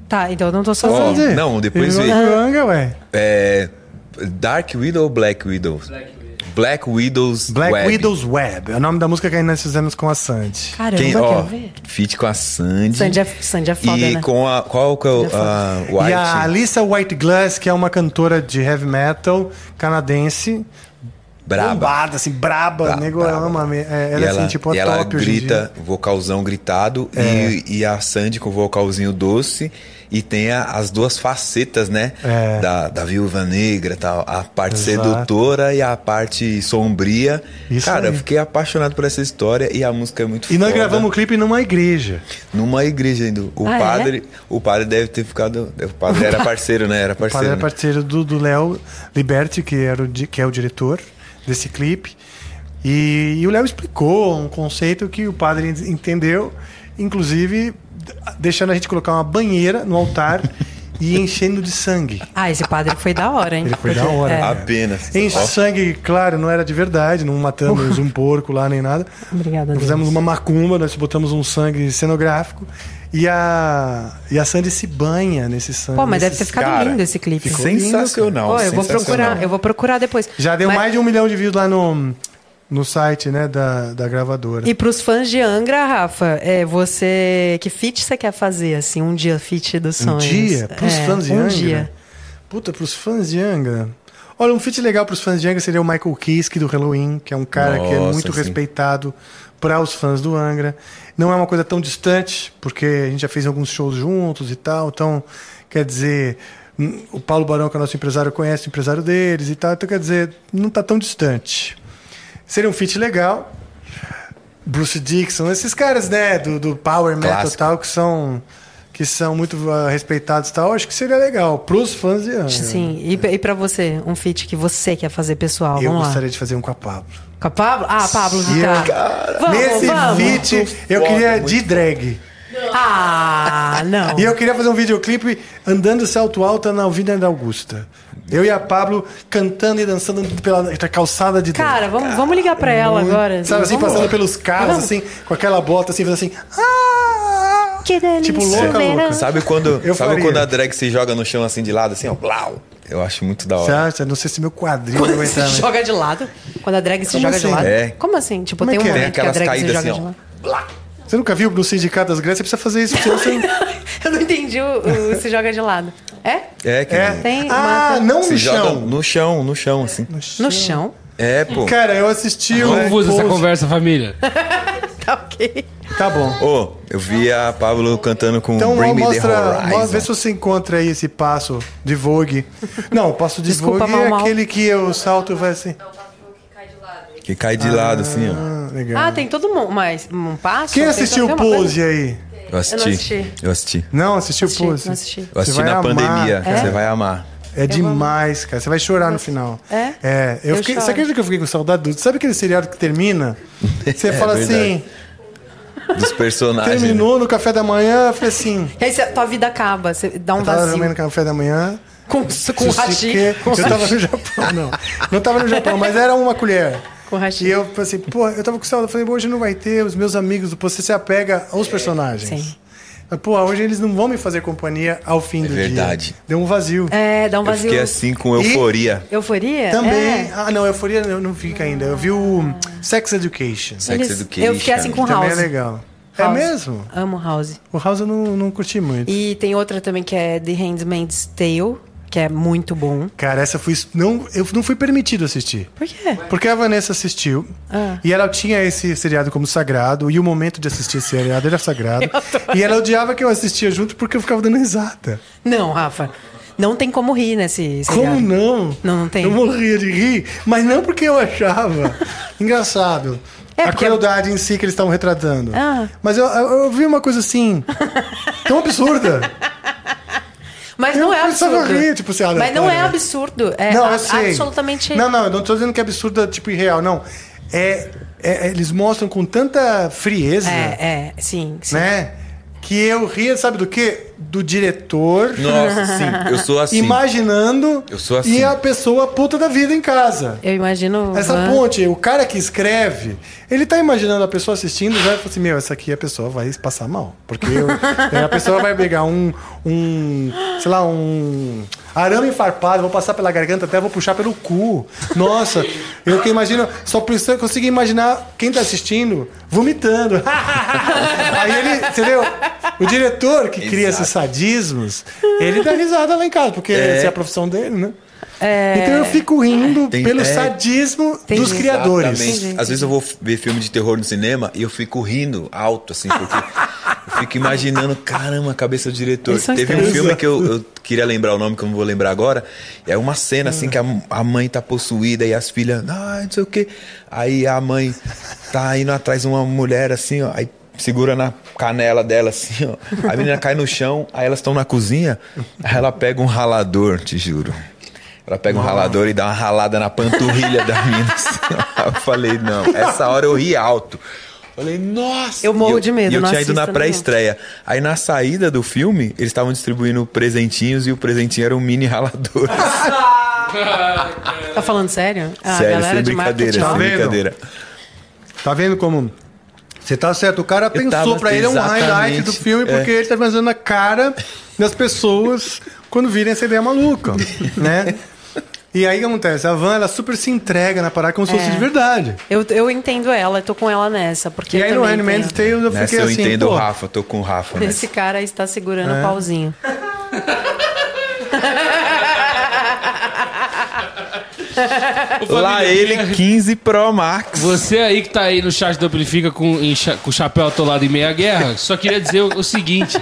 [SPEAKER 2] Tá, então eu não tô
[SPEAKER 3] Ó,
[SPEAKER 2] sozinha.
[SPEAKER 3] não, depois
[SPEAKER 1] Ele
[SPEAKER 3] vê.
[SPEAKER 1] gosta do Anga, ué.
[SPEAKER 3] é. Dark Widow ou Black Widow? Black Widow's
[SPEAKER 1] Black
[SPEAKER 3] Web.
[SPEAKER 1] Widow's Web. É o nome da música que nós fizemos com a Sandy.
[SPEAKER 2] Caramba,
[SPEAKER 3] Quem,
[SPEAKER 2] quero
[SPEAKER 3] ó,
[SPEAKER 2] ver.
[SPEAKER 3] feat com a Sandy.
[SPEAKER 2] Sandy é, Sandy é foda,
[SPEAKER 3] e
[SPEAKER 2] né?
[SPEAKER 3] com a. Qual que é o.
[SPEAKER 2] Sandy é foda.
[SPEAKER 3] a
[SPEAKER 1] E a
[SPEAKER 3] White.
[SPEAKER 1] Alissa White Glass, que é uma cantora de heavy metal canadense.
[SPEAKER 3] Braba.
[SPEAKER 1] Bombada, assim, braba.
[SPEAKER 3] Bra-
[SPEAKER 1] nego
[SPEAKER 3] braba.
[SPEAKER 1] ama. me- é, ela,
[SPEAKER 3] e
[SPEAKER 1] é assim, tipo, a
[SPEAKER 3] e ela
[SPEAKER 1] top hoje em dia. É.
[SPEAKER 3] grita, vocalzão gritado, e, e a Sandy com vocalzinho doce, e tem a- as duas facetas, né?
[SPEAKER 1] É.
[SPEAKER 3] Da, da viúva negra e tal. A parte
[SPEAKER 1] Exato.
[SPEAKER 3] sedutora e a parte sombria.
[SPEAKER 1] Isso aí.
[SPEAKER 3] Cara, eu fiquei apaixonado por essa história e a música é muito
[SPEAKER 1] E nós
[SPEAKER 3] foda.
[SPEAKER 1] gravamos o clipe numa igreja.
[SPEAKER 3] Numa igreja ainda. O
[SPEAKER 2] Ah, é?
[SPEAKER 3] padre. O padre deve ter ficado. O padre era parceiro, né? Era
[SPEAKER 1] O padre
[SPEAKER 3] parceiro.
[SPEAKER 1] era
[SPEAKER 3] né?
[SPEAKER 1] é parceiro do do Léo Liberti, que, era o, di- que é o diretor desse clipe. E, e o Léo explicou um conceito que o padre en- entendeu, inclusive d- deixando a gente colocar uma banheira no altar e enchendo de sangue.
[SPEAKER 2] Ah, esse padre foi da hora, hein?
[SPEAKER 1] Ele foi da hora,
[SPEAKER 2] É.
[SPEAKER 1] cara.
[SPEAKER 3] Apenas.
[SPEAKER 1] Em
[SPEAKER 3] Ó,
[SPEAKER 1] sangue, claro, não era de verdade, não matamos um porco lá nem nada.
[SPEAKER 2] Obrigada,
[SPEAKER 1] Nós
[SPEAKER 2] Deus.
[SPEAKER 1] Fizemos uma macumba, nós botamos um sangue cenográfico e a, e a Sandy se banha nesse sangue.
[SPEAKER 2] Pô, mas deve ter
[SPEAKER 1] nesses-
[SPEAKER 2] ficado
[SPEAKER 3] cara,
[SPEAKER 2] lindo esse clipe.
[SPEAKER 1] um ficou
[SPEAKER 3] Sensacional.
[SPEAKER 2] Pô, eu vou
[SPEAKER 3] sensacional.
[SPEAKER 2] procurar, eu vou procurar depois.
[SPEAKER 1] Já deu
[SPEAKER 2] Mas-
[SPEAKER 1] mais de um milhão de views lá no, no site né, da, da gravadora.
[SPEAKER 2] E pros fãs de Angra, Rafa, é você. Que feat você quer fazer, assim? Um dia feat dos
[SPEAKER 1] um
[SPEAKER 2] sonhos.
[SPEAKER 1] dia, pros
[SPEAKER 2] É,
[SPEAKER 1] fãs de
[SPEAKER 2] um
[SPEAKER 1] Angra.
[SPEAKER 2] dia.
[SPEAKER 1] Puta, pros fãs de Angra. Olha, um feat legal pros fãs de Angra seria o Michael Kiske do Halloween, que é um cara que é
[SPEAKER 3] Nossa,
[SPEAKER 1] muito
[SPEAKER 3] sim.
[SPEAKER 1] respeitado para os fãs do Angra. Não é uma coisa tão distante, porque a gente já fez alguns shows juntos e tal, então quer dizer, hum, o Paulo Barão, que é nosso empresário, conhece o empresário deles e tal, então quer dizer, não tá tão distante. Seria um feat legal. Bruce Dixon, esses caras, né, do, do Power Metal e
[SPEAKER 3] Clássico.
[SPEAKER 1] tal, que são que são muito ah, respeitados e tal, acho que seria legal pros fãs de Angra.
[SPEAKER 2] Sim. E, e pra você, um feat que você quer fazer, pessoal?
[SPEAKER 1] Eu
[SPEAKER 2] Vamos lá.
[SPEAKER 1] gostaria de fazer um com a Pablo.
[SPEAKER 2] Com a Pablo? Ah, Pablo Vittar. Vamos,
[SPEAKER 1] Nesse
[SPEAKER 2] vamos.
[SPEAKER 1] feat, eu queria de drag.
[SPEAKER 2] Ah, não.
[SPEAKER 1] E eu queria fazer um videoclipe andando salto alto na Avenida da Augusta. Eu e a Pablo cantando e dançando pela calçada de drag.
[SPEAKER 2] Cara, vamos, vamos ligar pra ela agora.
[SPEAKER 1] é Sabe assim,
[SPEAKER 2] Vamos.
[SPEAKER 1] passando pelos carros, assim, com aquela bota, assim, fazendo assim. Ah!
[SPEAKER 7] Que delícia.
[SPEAKER 1] Tipo, louca, louca.
[SPEAKER 3] Sabe quando,
[SPEAKER 1] Eu
[SPEAKER 3] sabe
[SPEAKER 1] faria.
[SPEAKER 3] quando a drag se joga no chão assim de lado, assim, ó, blau? Eu acho muito da hora.
[SPEAKER 1] Sabe, Não sei se meu quadril vai
[SPEAKER 2] Quando se
[SPEAKER 1] aguentar. né?
[SPEAKER 2] joga de lado. Quando a drag se
[SPEAKER 1] Como
[SPEAKER 2] joga
[SPEAKER 1] assim?
[SPEAKER 2] de lado.
[SPEAKER 3] É.
[SPEAKER 2] Como assim? Tipo,
[SPEAKER 1] Como é
[SPEAKER 2] tem um
[SPEAKER 1] que é?
[SPEAKER 2] momento
[SPEAKER 3] Tem
[SPEAKER 2] que a
[SPEAKER 3] aquelas
[SPEAKER 2] drag se
[SPEAKER 3] caídas
[SPEAKER 2] joga
[SPEAKER 3] assim,
[SPEAKER 2] de
[SPEAKER 3] ó.
[SPEAKER 2] lado.
[SPEAKER 1] Você nunca viu no Sindicato das Grécias? Você precisa fazer isso. senão Você...
[SPEAKER 2] Eu não entendi o, o se joga de lado. É?
[SPEAKER 3] É, que
[SPEAKER 1] É.
[SPEAKER 2] Tem
[SPEAKER 1] ah,
[SPEAKER 2] uma-
[SPEAKER 1] não
[SPEAKER 3] se
[SPEAKER 1] no
[SPEAKER 3] joga
[SPEAKER 1] chão.
[SPEAKER 3] no chão, no chão, assim.
[SPEAKER 2] No chão?
[SPEAKER 3] É, pô.
[SPEAKER 1] Cara, eu assisti o.
[SPEAKER 4] Não usa essa
[SPEAKER 1] post-
[SPEAKER 4] conversa, família.
[SPEAKER 2] Tá ok.
[SPEAKER 1] Tá bom.
[SPEAKER 3] Ô, eu vi a Pablo cantando com
[SPEAKER 1] Então
[SPEAKER 3] Bring
[SPEAKER 1] ó,
[SPEAKER 3] Me
[SPEAKER 1] mostra,
[SPEAKER 3] The
[SPEAKER 1] mo- vê se
[SPEAKER 3] Horizon.
[SPEAKER 1] você encontra aí esse passo de vogue. Não, o passo de
[SPEAKER 2] Desculpa,
[SPEAKER 1] vogue é
[SPEAKER 2] Mau Mau.
[SPEAKER 1] aquele que eu salto e vai assim.
[SPEAKER 3] Que cai de lado, assim, ó.
[SPEAKER 1] Ah, legal.
[SPEAKER 2] Ah, tem todo mundo. Mas um passo?
[SPEAKER 1] Quem
[SPEAKER 2] Tem um
[SPEAKER 1] assistiu o
[SPEAKER 2] toda- tem uma
[SPEAKER 1] Pose aí?
[SPEAKER 3] Eu assisti.
[SPEAKER 2] assisti.
[SPEAKER 3] Eu assisti.
[SPEAKER 1] Não, assistiu o
[SPEAKER 2] Assisti, não
[SPEAKER 1] Pose?
[SPEAKER 2] assisti. Eu
[SPEAKER 3] Eu assisti
[SPEAKER 1] Você vai
[SPEAKER 3] na
[SPEAKER 1] amar,
[SPEAKER 3] pandemia.
[SPEAKER 1] cara.
[SPEAKER 3] Você vai amar.
[SPEAKER 1] É demais, cara. Você vai chorar no final.
[SPEAKER 2] É?
[SPEAKER 1] É. Eu
[SPEAKER 2] Eu
[SPEAKER 1] fiquei,
[SPEAKER 2] choro.
[SPEAKER 1] você acredita que eu fiquei com saudade do. Sabe aquele seriado que termina? Você
[SPEAKER 3] É
[SPEAKER 1] fala assim,
[SPEAKER 3] verdade. Dos personagens.
[SPEAKER 1] terminou no café da manhã, eu falei assim.
[SPEAKER 2] coisa- E aí cê- tua vida acaba, você dá um
[SPEAKER 1] Eu tava
[SPEAKER 2] vazio.
[SPEAKER 1] comendo café da manhã.
[SPEAKER 2] Com, com
[SPEAKER 1] sushi,
[SPEAKER 2] hashi.
[SPEAKER 1] porque
[SPEAKER 2] Com
[SPEAKER 1] Eu tava no Japão, não. Não tava no Japão, mas era uma colher.
[SPEAKER 2] Com hashi.
[SPEAKER 1] E eu falei assim, pô, eu tava com saudade. Eu falei, hoje não vai ter os meus amigos. Você se apega aos personagens.
[SPEAKER 2] É, Sim.
[SPEAKER 1] Mas, Pô, hoje eles não vão me fazer companhia ao fim do dia.
[SPEAKER 3] verdade.
[SPEAKER 1] Deu um vazio.
[SPEAKER 2] É, dá um
[SPEAKER 3] Eu
[SPEAKER 2] vazio.
[SPEAKER 3] fiquei assim com
[SPEAKER 1] E-
[SPEAKER 3] euforia.
[SPEAKER 2] Euforia?
[SPEAKER 1] Também.
[SPEAKER 2] É.
[SPEAKER 1] Ah, não, Euforia eu não fica ainda. Eu vi o Sex Education.
[SPEAKER 3] Sex
[SPEAKER 2] Eles-
[SPEAKER 3] Education.
[SPEAKER 2] Eu fiquei assim com
[SPEAKER 1] Que também é
[SPEAKER 2] House.
[SPEAKER 1] legal. É
[SPEAKER 2] House.
[SPEAKER 1] mesmo?
[SPEAKER 2] Amo House.
[SPEAKER 1] O House eu não, não curti muito.
[SPEAKER 2] E tem outra também que é The Handmaid's Tale, que é muito bom.
[SPEAKER 1] Cara, essa fui. Não, eu não fui permitido assistir.
[SPEAKER 2] Por quê?
[SPEAKER 1] Porque a Vanessa assistiu
[SPEAKER 2] Ah.
[SPEAKER 1] e ela tinha esse seriado como sagrado, e o momento de assistir esse seriado era sagrado. e ela odiava que eu assistia junto porque eu ficava dando risada.
[SPEAKER 2] Não, Rafa. Não tem como rir nesse seriado.
[SPEAKER 1] Como não?
[SPEAKER 2] Não, não tem.
[SPEAKER 1] Eu morria de rir, mas não porque eu achava engraçado.
[SPEAKER 2] É,
[SPEAKER 1] a
[SPEAKER 2] porque-
[SPEAKER 1] crueldade em si que eles estavam retratando.
[SPEAKER 2] Ah.
[SPEAKER 1] Mas eu, eu- eu vi uma coisa assim, tão absurda.
[SPEAKER 2] Mas não é
[SPEAKER 1] Eu precisava
[SPEAKER 2] absurdo.
[SPEAKER 1] rir, tipo, assim, olha,
[SPEAKER 2] Mas não é
[SPEAKER 1] olha.
[SPEAKER 2] absurdo. É
[SPEAKER 1] não,
[SPEAKER 2] a-
[SPEAKER 1] eu sei.
[SPEAKER 2] absolutamente.
[SPEAKER 1] Não, não, eu não tô dizendo que é absurda, tipo, irreal, não. É, é- eles mostram com tanta frieza,
[SPEAKER 2] É, é, sim. sim.
[SPEAKER 1] né? Que eu ria, sabe do quê? Do diretor.
[SPEAKER 3] Nossa, sim. Eu sou assim.
[SPEAKER 1] Imaginando
[SPEAKER 3] Eu sou assim.
[SPEAKER 1] e a pessoa puta da vida em casa.
[SPEAKER 2] Eu imagino.
[SPEAKER 1] Essa
[SPEAKER 2] Van-
[SPEAKER 1] ponte, o cara que escreve, ele tá imaginando a pessoa assistindo e vai falar assim: Meu, essa aqui a pessoa vai passar mal. Porque eu- é, a pessoa vai pegar um, um, sei lá, um arame farpado, vou passar pela garganta até vou puxar pelo cu. Nossa, eu que imagino, só preciso eu consigo imaginar quem tá assistindo vomitando. Aí ele, entendeu? O diretor que cria esses sadismos, ele dá risada lá em casa, porque essa é a profissão dele, né?
[SPEAKER 2] É.
[SPEAKER 1] Então eu fico rindo
[SPEAKER 3] Tem-
[SPEAKER 1] pelo
[SPEAKER 3] é.
[SPEAKER 1] sadismo dos
[SPEAKER 2] Entendi.
[SPEAKER 1] criadores.
[SPEAKER 3] Exatamente. Às vezes eu vou ver filme de terror no cinema e eu fico rindo alto, assim, porque eu fico imaginando, caramba, a cabeça do diretor.
[SPEAKER 2] Eles são
[SPEAKER 3] Teve um
[SPEAKER 2] estranhos.
[SPEAKER 3] filme que eu, eu queria lembrar o nome, que eu não vou lembrar agora. É uma cena, assim, que a, a mãe tá possuída e as filhas, ah, não sei o quê. Aí a mãe tá indo atrás de uma mulher, assim, ó, aí segura na canela dela, assim, ó. A menina cai no chão, aí elas estão na cozinha, aí ela pega um ralador, te juro. Ela pega um ralador e dá uma ralada na panturrilha da mina. assim, ó. Eu falei, não, essa hora eu ri alto. Falei, nossa!
[SPEAKER 2] Eu morro
[SPEAKER 3] E
[SPEAKER 2] de medo,
[SPEAKER 3] E eu
[SPEAKER 2] não
[SPEAKER 3] tinha ido
[SPEAKER 2] assisto,
[SPEAKER 3] na
[SPEAKER 2] não.
[SPEAKER 3] pré-estreia. Aí na saída do filme, eles estavam distribuindo presentinhos e o presentinho era um mini ralador.
[SPEAKER 2] Ah, Tá falando sério? Ah,
[SPEAKER 3] Sério,
[SPEAKER 2] galera
[SPEAKER 3] sem
[SPEAKER 2] de
[SPEAKER 3] brincadeira,
[SPEAKER 2] marketing.
[SPEAKER 3] assim. sem
[SPEAKER 1] Tá vendo?
[SPEAKER 3] brincadeira.
[SPEAKER 1] Tá vendo como. Você tá certo, o cara pensou
[SPEAKER 3] tava-
[SPEAKER 1] pra ele é um highlight
[SPEAKER 3] exatamente, É.
[SPEAKER 1] do filme porque ele tá pensando na cara das pessoas quando virem essa ideia maluca, né? E aí o que acontece? A Van, ela super se entrega na parada como se
[SPEAKER 2] É.
[SPEAKER 1] fosse de verdade.
[SPEAKER 2] Eu, eu entendo ela, eu tô com ela nessa. Porque
[SPEAKER 1] e
[SPEAKER 2] eu
[SPEAKER 1] aí no
[SPEAKER 2] também
[SPEAKER 1] Handmaid's
[SPEAKER 2] tenho-
[SPEAKER 1] Tale eu
[SPEAKER 3] Nessa
[SPEAKER 1] fiquei
[SPEAKER 3] eu
[SPEAKER 1] assim,
[SPEAKER 3] entendo o
[SPEAKER 1] pô,
[SPEAKER 3] Rafa, tô com o Rafa, né?
[SPEAKER 2] Esse cara está segurando
[SPEAKER 1] É.
[SPEAKER 2] o pauzinho.
[SPEAKER 3] Lá
[SPEAKER 1] é
[SPEAKER 3] ele, 15 Pro Max.
[SPEAKER 4] Você aí que tá aí no chat do Amplifica com, em cha- com o chapéu atolado em meia guerra, só queria dizer o, o seguinte.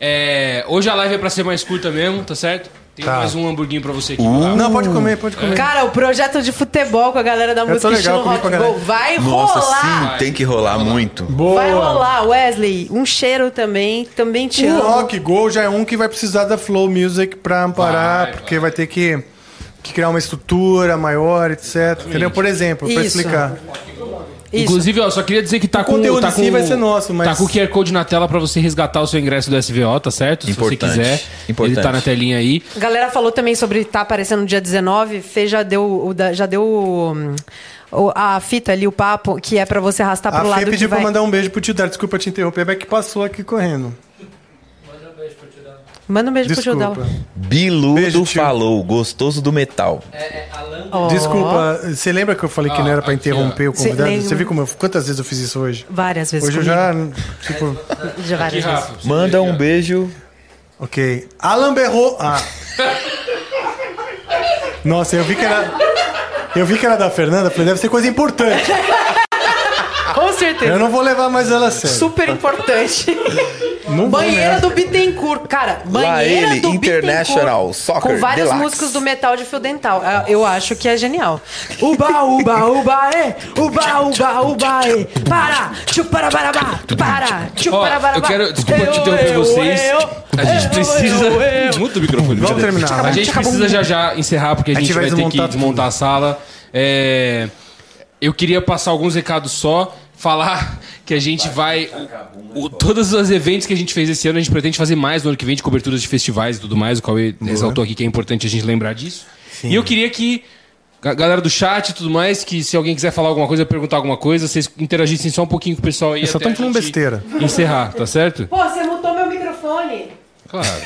[SPEAKER 4] é, hoje a live é pra ser mais curta mesmo, tá certo? Tem
[SPEAKER 1] Tá.
[SPEAKER 4] mais um hamburguinho pra você aqui.
[SPEAKER 1] Não, pode comer, pode comer.
[SPEAKER 2] Cara, o projeto de futebol com a galera da música
[SPEAKER 1] legal,
[SPEAKER 2] estilo
[SPEAKER 1] comi
[SPEAKER 2] rock
[SPEAKER 1] com a
[SPEAKER 2] and
[SPEAKER 1] galera.
[SPEAKER 2] roll vai
[SPEAKER 3] Nossa,
[SPEAKER 2] rolar.
[SPEAKER 3] sim, tem que rolar muito.
[SPEAKER 2] Vai rolar, Wesley. Um cheiro também. Também te
[SPEAKER 1] O
[SPEAKER 2] amo.
[SPEAKER 1] Rock Go já é um que vai precisar da Flow Music pra amparar,
[SPEAKER 4] Vai,
[SPEAKER 1] porque vai ter que, que criar uma estrutura maior, etc. Entendeu? Por exemplo, pra
[SPEAKER 2] Isso.
[SPEAKER 1] explicar.
[SPEAKER 2] Isso.
[SPEAKER 4] Inclusive, ó, só queria dizer que tá com
[SPEAKER 1] conteúdo
[SPEAKER 4] tá
[SPEAKER 1] em si
[SPEAKER 4] com-
[SPEAKER 1] vai ser nosso, mas-
[SPEAKER 4] Tá com o QR Code na tela pra você resgatar o seu ingresso do SVO, tá certo?
[SPEAKER 3] Importante,
[SPEAKER 4] Se você quiser.
[SPEAKER 3] importante.
[SPEAKER 4] Ele tá na telinha aí.
[SPEAKER 2] A galera falou também sobre tá aparecendo no dia 19. Fê já deu, o da- já deu hum, o- a fita ali, o papo, que é pra você arrastar pro
[SPEAKER 1] A
[SPEAKER 2] lado
[SPEAKER 1] Fê
[SPEAKER 2] que
[SPEAKER 1] pediu
[SPEAKER 2] vai...
[SPEAKER 1] pra mandar um beijo pro tio Dar. Desculpa te interromper, mas é que passou aqui correndo.
[SPEAKER 2] Manda um beijo pro tio
[SPEAKER 1] Desculpa.
[SPEAKER 2] dela.
[SPEAKER 3] Biludo
[SPEAKER 1] Beijo, tio.
[SPEAKER 3] falou, gostoso do metal.
[SPEAKER 2] Ó.
[SPEAKER 1] Desculpa, você lembra que eu falei que não era pra
[SPEAKER 4] aqui,
[SPEAKER 1] interromper o
[SPEAKER 2] Cê
[SPEAKER 1] convidado?
[SPEAKER 2] lembra?
[SPEAKER 1] Você viu como eu- quantas vezes eu fiz isso hoje?
[SPEAKER 2] Várias vezes
[SPEAKER 1] Hoje eu
[SPEAKER 2] comigo.
[SPEAKER 1] já. Tipo,
[SPEAKER 2] Já várias vezes.
[SPEAKER 4] Rafa, você
[SPEAKER 3] Manda
[SPEAKER 4] vê aqui,
[SPEAKER 3] um
[SPEAKER 4] ó.
[SPEAKER 3] beijo
[SPEAKER 1] Ok. Alan Berro. Ah. Nossa, eu vi que era. Eu vi que era da Fernanda, falei, deve ser coisa importante.
[SPEAKER 2] Com certeza.
[SPEAKER 1] Eu não vou levar mais ela a sério.
[SPEAKER 2] Super importante.
[SPEAKER 1] Não vou né?
[SPEAKER 2] banheira
[SPEAKER 1] nessa.
[SPEAKER 2] do Bittencourt. Cara,
[SPEAKER 6] Um né? Lá
[SPEAKER 2] banheira
[SPEAKER 6] ele,
[SPEAKER 2] do
[SPEAKER 6] International
[SPEAKER 2] Bittencourt.
[SPEAKER 6] Soccer
[SPEAKER 2] Com vários
[SPEAKER 6] Deluxe.
[SPEAKER 2] músicos do metal de fio dental. Ah, Eu acho que é genial. Uba, uba, uba, é. Uba, uba, uba, é. Para, chupara, barabá. Para, chupara,
[SPEAKER 4] Ó,
[SPEAKER 2] barabá.
[SPEAKER 4] eu quero. Desculpa te interromper
[SPEAKER 2] Eu, eu,
[SPEAKER 4] vocês.
[SPEAKER 2] eu,
[SPEAKER 4] A gente
[SPEAKER 2] eu,
[SPEAKER 4] precisa.
[SPEAKER 2] eu, eu.
[SPEAKER 4] Muda o microfone.
[SPEAKER 1] É, Vamos
[SPEAKER 4] brincadeira.
[SPEAKER 1] terminar,
[SPEAKER 4] A
[SPEAKER 1] vai.
[SPEAKER 4] gente precisa já já encerrar, porque a gente vai ter que
[SPEAKER 1] desmontar
[SPEAKER 4] desmontar a sala. É, Eu queria passar alguns recados só. Falar que a gente vai. o- todos os eventos que a gente fez esse ano, a gente pretende fazer mais no ano que vem, de coberturas de festivais e tudo mais. O Cauê ressaltou aqui que é importante a gente lembrar disso. E eu queria que. A galera do chat e tudo mais, que se alguém quiser falar alguma coisa, perguntar alguma coisa, vocês interagissem só um pouquinho com o pessoal aí.
[SPEAKER 1] Eu só
[SPEAKER 4] até
[SPEAKER 1] tô
[SPEAKER 4] a
[SPEAKER 1] falando
[SPEAKER 4] gente
[SPEAKER 1] besteira.
[SPEAKER 4] Encerrar, tá certo?
[SPEAKER 2] Pô, você mutou meu microfone.
[SPEAKER 4] Claro.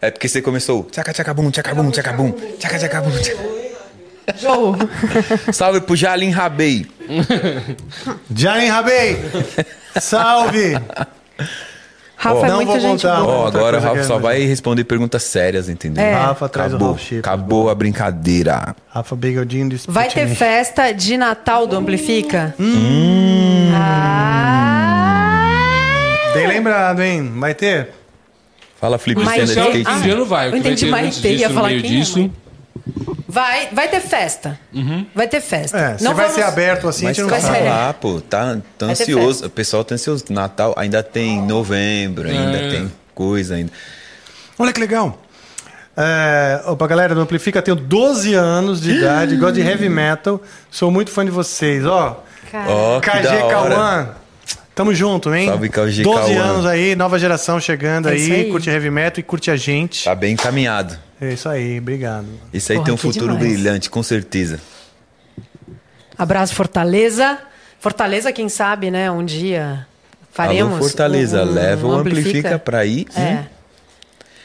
[SPEAKER 3] É porque você começou. Tchaca, tchaca, bum, tchaca, bum, tchaca, bum. Tchaca, tchaca, bum. tchaca.
[SPEAKER 2] Joe.
[SPEAKER 3] Salve pro Jalim Rabei.
[SPEAKER 1] Jaren Rabei! Salve!
[SPEAKER 2] Rafa é
[SPEAKER 1] Não
[SPEAKER 2] muito
[SPEAKER 1] vou
[SPEAKER 2] gente
[SPEAKER 1] contar.
[SPEAKER 2] boa.
[SPEAKER 3] Ó,
[SPEAKER 1] outra
[SPEAKER 3] agora o
[SPEAKER 1] coisa que é
[SPEAKER 3] Rafa
[SPEAKER 1] eu
[SPEAKER 3] só
[SPEAKER 1] ia
[SPEAKER 3] vai responder perguntas sérias, entendeu?
[SPEAKER 2] É.
[SPEAKER 1] Rafa traz o
[SPEAKER 3] acabou,
[SPEAKER 1] Rafa Chip.
[SPEAKER 3] acabou a brincadeira.
[SPEAKER 1] Rafa Bigodinho do
[SPEAKER 2] Vai ter
[SPEAKER 1] Sputnik.
[SPEAKER 2] festa de Natal do Amplifica?
[SPEAKER 1] Bem lembrado, hein? Vai ter?
[SPEAKER 3] Fala, Flip,
[SPEAKER 2] Mas
[SPEAKER 3] você anda de
[SPEAKER 2] eu-
[SPEAKER 3] skate.
[SPEAKER 4] Marcelo
[SPEAKER 2] ah,
[SPEAKER 4] Cristiano vai. o que
[SPEAKER 2] eu entendi,
[SPEAKER 4] vai
[SPEAKER 2] mas
[SPEAKER 4] ter antes
[SPEAKER 2] ia
[SPEAKER 4] disso, no
[SPEAKER 2] falar
[SPEAKER 4] meio
[SPEAKER 2] quem é,
[SPEAKER 4] disso.
[SPEAKER 2] mãe. Vai, vai ter festa.
[SPEAKER 3] Uhum.
[SPEAKER 2] Vai ter festa.
[SPEAKER 1] É, se vai ser aberto assim, a
[SPEAKER 3] Mas
[SPEAKER 1] gente não
[SPEAKER 2] vai
[SPEAKER 1] sabe.
[SPEAKER 2] ser-
[SPEAKER 3] calma lá, pô. Tá, tá
[SPEAKER 2] Vai ter
[SPEAKER 3] ansioso.
[SPEAKER 2] festa. Ah.
[SPEAKER 3] O pessoal tá ansioso. Natal ainda tem novembro, ainda
[SPEAKER 4] É.
[SPEAKER 3] tem coisa ainda.
[SPEAKER 1] Olha que legal. É, opa, galera do Amplifica, tenho 12 anos de idade, gosto de heavy metal, sou muito fã de vocês, ó.
[SPEAKER 2] Cara,
[SPEAKER 3] Ó, que da
[SPEAKER 1] KG
[SPEAKER 3] hora.
[SPEAKER 1] Cauã, tamo junto, hein?
[SPEAKER 3] Salve, KG
[SPEAKER 1] 12
[SPEAKER 3] Cauã.
[SPEAKER 1] anos aí, nova geração chegando
[SPEAKER 2] É
[SPEAKER 1] aí,
[SPEAKER 2] isso aí.
[SPEAKER 1] curte heavy metal e curte a gente.
[SPEAKER 3] Tá bem encaminhado.
[SPEAKER 1] É isso aí, obrigado.
[SPEAKER 3] Isso aí
[SPEAKER 2] Porra,
[SPEAKER 3] tem um
[SPEAKER 2] que
[SPEAKER 3] futuro
[SPEAKER 2] demais.
[SPEAKER 3] brilhante, com certeza.
[SPEAKER 2] Abraço Fortaleza. Fortaleza, quem sabe, né? Um dia faremos.
[SPEAKER 3] Alô, Fortaleza,
[SPEAKER 2] um- um
[SPEAKER 3] leva o Amplifica pra Hum? ir.
[SPEAKER 2] É.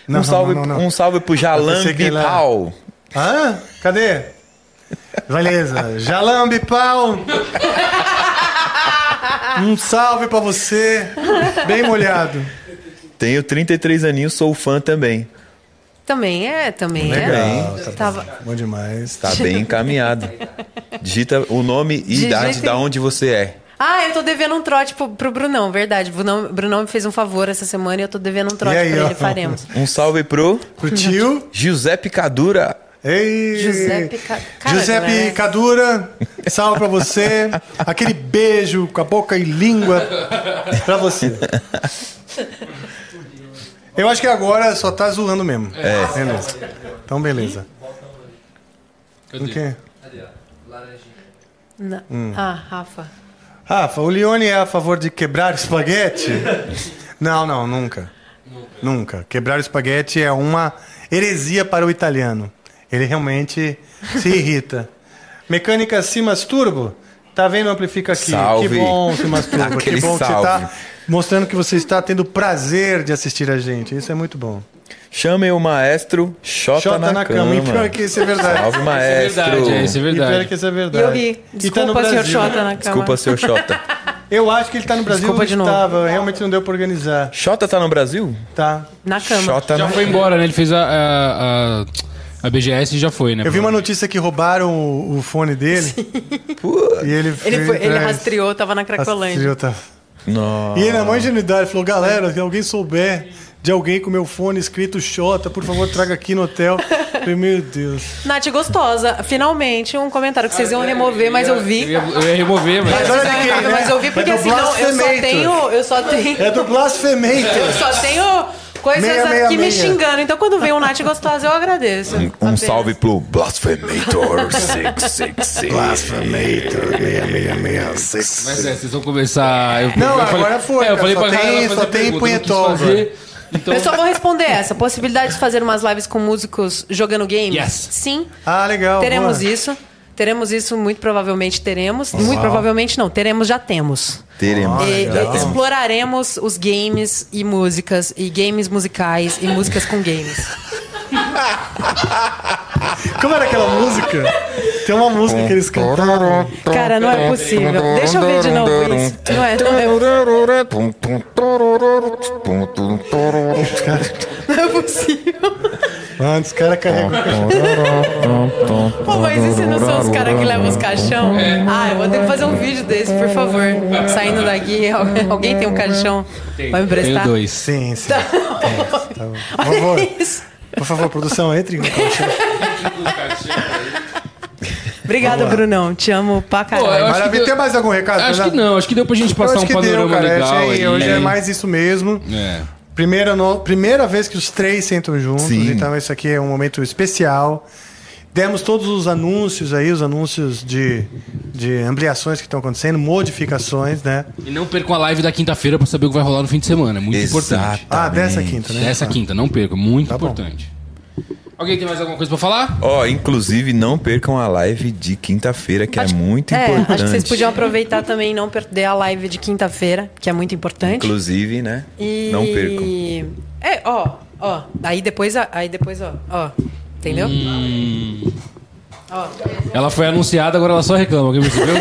[SPEAKER 1] Não,
[SPEAKER 3] um, salve,
[SPEAKER 1] não, não, não.
[SPEAKER 3] um salve pro
[SPEAKER 1] Eu
[SPEAKER 3] Jalan
[SPEAKER 1] pensei que ele era-
[SPEAKER 3] Bipal.
[SPEAKER 1] Hã? Cadê? Beleza. Jalambe pau. Um salve pra você. Bem molhado.
[SPEAKER 3] Tenho 33 aninhos, sou fã também.
[SPEAKER 2] Também é, também
[SPEAKER 1] Legal,
[SPEAKER 2] é.
[SPEAKER 1] tá bom.
[SPEAKER 2] Tava...
[SPEAKER 1] Bom demais.
[SPEAKER 3] Tá bem encaminhado. Digita o nome e
[SPEAKER 2] Digita
[SPEAKER 3] idade
[SPEAKER 2] e-
[SPEAKER 3] da onde você é.
[SPEAKER 2] Ah, eu tô devendo um trote pro, pro Brunão, verdade. O Brunão, Brunão me fez um favor essa semana e eu tô devendo um trote
[SPEAKER 1] E aí,
[SPEAKER 2] pra
[SPEAKER 1] ó.
[SPEAKER 2] ele, faremos.
[SPEAKER 3] Um salve pro
[SPEAKER 1] Curtiu?
[SPEAKER 3] José Picadura.
[SPEAKER 1] Ei.
[SPEAKER 2] Giuseppe Ca- Cara, é
[SPEAKER 1] Giuseppe
[SPEAKER 2] galera.
[SPEAKER 1] Cadura, salve pra você. Aquele beijo com a boca e língua pra você. Eu acho que agora só tá zoando mesmo. É. Beleza. Então, beleza. O
[SPEAKER 4] Cadê?
[SPEAKER 1] quê?
[SPEAKER 2] Na-
[SPEAKER 1] Hum.
[SPEAKER 2] Ah, Rafa.
[SPEAKER 1] Rafa, o Leone é a favor de quebrar espaguete? não, não, nunca. Nunca. Quebrar espaguete é uma heresia para o italiano. Ele realmente se irrita. Mecânica se masturbo? Tá vendo? Amplifica aqui.
[SPEAKER 3] Salve.
[SPEAKER 1] Que bom se masturbo. que
[SPEAKER 3] Aquele
[SPEAKER 1] bom que você
[SPEAKER 3] salve.
[SPEAKER 1] está mostrando que você está tendo prazer de assistir a gente. Isso é muito bom.
[SPEAKER 3] Chamem o maestro Xota,
[SPEAKER 1] Xota
[SPEAKER 3] na, cama.
[SPEAKER 1] E pior que isso é verdade.
[SPEAKER 3] Salve, maestro.
[SPEAKER 4] verdade, é, isso é
[SPEAKER 1] E pior
[SPEAKER 4] verdade.
[SPEAKER 1] que isso é
[SPEAKER 2] E eu
[SPEAKER 1] verdade.
[SPEAKER 2] ri.
[SPEAKER 1] E tá no
[SPEAKER 2] Desculpa, senhor
[SPEAKER 1] Brasil.
[SPEAKER 2] Xota, na cama.
[SPEAKER 3] Desculpa, seu Xota.
[SPEAKER 1] Eu acho que ele tá no Brasil.
[SPEAKER 2] Desculpa de novo.
[SPEAKER 1] Estava, realmente não deu pra organizar.
[SPEAKER 3] Xota tá no Brasil?
[SPEAKER 1] Tá.
[SPEAKER 2] Na cama.
[SPEAKER 3] Xota
[SPEAKER 4] Já
[SPEAKER 3] na-
[SPEAKER 4] foi embora, né? Ele fez a, a, a, a BGS e já foi, né?
[SPEAKER 1] Eu vi uma notícia que roubaram o, o fone dele. E ele
[SPEAKER 2] Ele,
[SPEAKER 1] fez-
[SPEAKER 2] foi, ele
[SPEAKER 1] é,
[SPEAKER 2] rastreou, tava na Cracolândia.
[SPEAKER 1] rastreou, tá.
[SPEAKER 3] Nossa.
[SPEAKER 1] E ele, na maior ingenuidade, falou: galera, se alguém souber de alguém com meu fone escrito Xota, por favor, traga aqui no hotel. Eu falei, meu Deus.
[SPEAKER 2] Nath Gostosa, finalmente um comentário que vocês iam remover, mas eu
[SPEAKER 4] Eu
[SPEAKER 2] vi.
[SPEAKER 4] ia, eu ia remover,
[SPEAKER 1] Mas
[SPEAKER 4] mas.
[SPEAKER 1] olha de quem, né?
[SPEAKER 2] Mas eu vi porque
[SPEAKER 1] é do
[SPEAKER 2] assim, não, eu só
[SPEAKER 1] Blasfemator.
[SPEAKER 2] tenho. Eu só tenho.
[SPEAKER 1] É do
[SPEAKER 2] Eu
[SPEAKER 1] Blasfemator.
[SPEAKER 2] só tenho coisas
[SPEAKER 1] Meia,
[SPEAKER 2] aqui
[SPEAKER 1] meia,
[SPEAKER 2] me
[SPEAKER 1] meia.
[SPEAKER 2] xingando. Então quando vem um Nath Gostosa, eu agradeço.
[SPEAKER 3] Um, um
[SPEAKER 2] Apenas.
[SPEAKER 3] salve pro Blasphemator 666.
[SPEAKER 4] Mas é, vocês vão começar. Eu,
[SPEAKER 1] Não,
[SPEAKER 4] eu falei-
[SPEAKER 1] agora foi,
[SPEAKER 4] É,
[SPEAKER 1] cara,
[SPEAKER 4] eu falei
[SPEAKER 1] só
[SPEAKER 4] pra
[SPEAKER 1] tem-
[SPEAKER 4] galera fazer
[SPEAKER 1] só tem
[SPEAKER 4] pergunta, não quis
[SPEAKER 1] punhetol,
[SPEAKER 4] fazer,
[SPEAKER 1] velho.
[SPEAKER 4] Então,
[SPEAKER 2] Eu só vou responder essa. Possibilidade de fazer umas lives com músicos jogando games?
[SPEAKER 4] Yes.
[SPEAKER 2] Sim.
[SPEAKER 1] Ah, legal.
[SPEAKER 2] Teremos
[SPEAKER 1] boa.
[SPEAKER 2] isso. Teremos isso, muito provavelmente teremos. Muito provavelmente não, teremos, já temos.
[SPEAKER 3] Teremos.
[SPEAKER 2] E- e
[SPEAKER 3] já temos.
[SPEAKER 2] exploraremos os games e músicas, e games musicais, e músicas com games.
[SPEAKER 1] Como era aquela música? Tem uma música que eles cantaram.
[SPEAKER 2] Cara, não é possível. Deixa eu ver de novo isso. Não é, não é, não é possível.
[SPEAKER 1] Mano, os caras carregam.
[SPEAKER 2] Pô, mas e se não são os caras que levam os caixão? Ah, eu vou ter que fazer um vídeo desse, por favor. Saindo daqui, al- alguém tem um caixão? Vai me
[SPEAKER 4] Tenho
[SPEAKER 2] emprestar?
[SPEAKER 4] dois.
[SPEAKER 1] Sim, sim. Por favor.
[SPEAKER 2] Olha isso.
[SPEAKER 1] Por favor, produção, entre. em contato.
[SPEAKER 2] Obrigada, Brunão. Te amo pra
[SPEAKER 4] Pô, eu
[SPEAKER 2] caralho.
[SPEAKER 4] acho que
[SPEAKER 1] Maravilha.
[SPEAKER 4] deu-
[SPEAKER 1] Tem mais algum recado?
[SPEAKER 4] Acho
[SPEAKER 1] Renato?
[SPEAKER 4] que não, acho que deu pra gente
[SPEAKER 1] Eu
[SPEAKER 4] passar
[SPEAKER 1] Tá, acho
[SPEAKER 4] um
[SPEAKER 1] que deu,
[SPEAKER 4] panorama
[SPEAKER 1] cara.
[SPEAKER 4] legal.
[SPEAKER 1] Achei-
[SPEAKER 4] aí. né?
[SPEAKER 1] Hoje é mais isso mesmo.
[SPEAKER 4] É.
[SPEAKER 1] Primeira, no- primeira vez que os três sentam juntos,
[SPEAKER 3] Sim.
[SPEAKER 1] então isso aqui é um momento especial. Demos todos os anúncios aí, os anúncios de, de ampliações que estão acontecendo, modificações, né?
[SPEAKER 4] E não percam a live da quinta-feira pra saber o que vai rolar no fim de semana. É muito importante.
[SPEAKER 1] Ah, dessa quinta, né?
[SPEAKER 4] Dessa quinta, não percam. Muito
[SPEAKER 1] Tá bom.
[SPEAKER 4] importante. Alguém tem mais alguma coisa pra falar?
[SPEAKER 3] Ó, inclusive não percam a live de quinta-feira, que é muito
[SPEAKER 2] é,
[SPEAKER 3] importante.
[SPEAKER 2] acho que vocês podiam aproveitar também e não perder a live de quinta-feira, que é muito importante.
[SPEAKER 3] Inclusive, né?
[SPEAKER 2] E...
[SPEAKER 3] Não percam.
[SPEAKER 2] É, ó, ó. Aí depois, a- aí depois, ó, ó. Entendeu?
[SPEAKER 3] Hum.
[SPEAKER 4] Ela foi anunciada, agora ela só reclama. Alguém percebeu?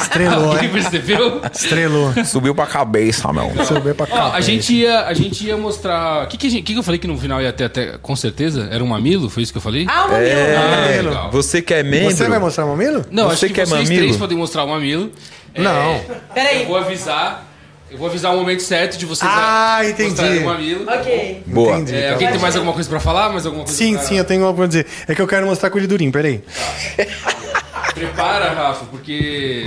[SPEAKER 1] Estrelou,
[SPEAKER 4] Alguém
[SPEAKER 1] hein?
[SPEAKER 4] percebeu?
[SPEAKER 1] Estrelou.
[SPEAKER 6] Subiu pra cabeça, meu.
[SPEAKER 3] É,
[SPEAKER 1] Subiu pra
[SPEAKER 4] Ó,
[SPEAKER 1] cá.
[SPEAKER 4] a, gente ia, a gente ia mostrar. O que, que, a gente- que que eu falei que no final ia ter até. Com certeza? Era um mamilo? Foi isso que eu falei?
[SPEAKER 2] Ah, o mamilo.
[SPEAKER 3] É,
[SPEAKER 4] legal.
[SPEAKER 3] você que é membro.
[SPEAKER 1] Você vai mostrar o mamilo?
[SPEAKER 4] não,
[SPEAKER 3] você
[SPEAKER 4] acho que,
[SPEAKER 3] que é
[SPEAKER 4] vocês
[SPEAKER 3] mamilo?
[SPEAKER 4] três podem mostrar o mamilo. É,
[SPEAKER 1] Não.
[SPEAKER 2] Peraí.
[SPEAKER 4] Eu vou avisar. Eu vou avisar o momento certo de vocês
[SPEAKER 1] Ah,
[SPEAKER 4] a-
[SPEAKER 1] entendi.
[SPEAKER 4] mostrarem o mamilo.
[SPEAKER 2] Ok.
[SPEAKER 3] Boa.
[SPEAKER 1] Entendi.
[SPEAKER 4] É, alguém tem mais alguma coisa pra falar? Mais alguma coisa
[SPEAKER 1] Sim,
[SPEAKER 4] pra-
[SPEAKER 1] sim, eu tenho algo pra dizer. É que eu quero mostrar com ele durinho, peraí.
[SPEAKER 4] Prepara, Rafa, porque.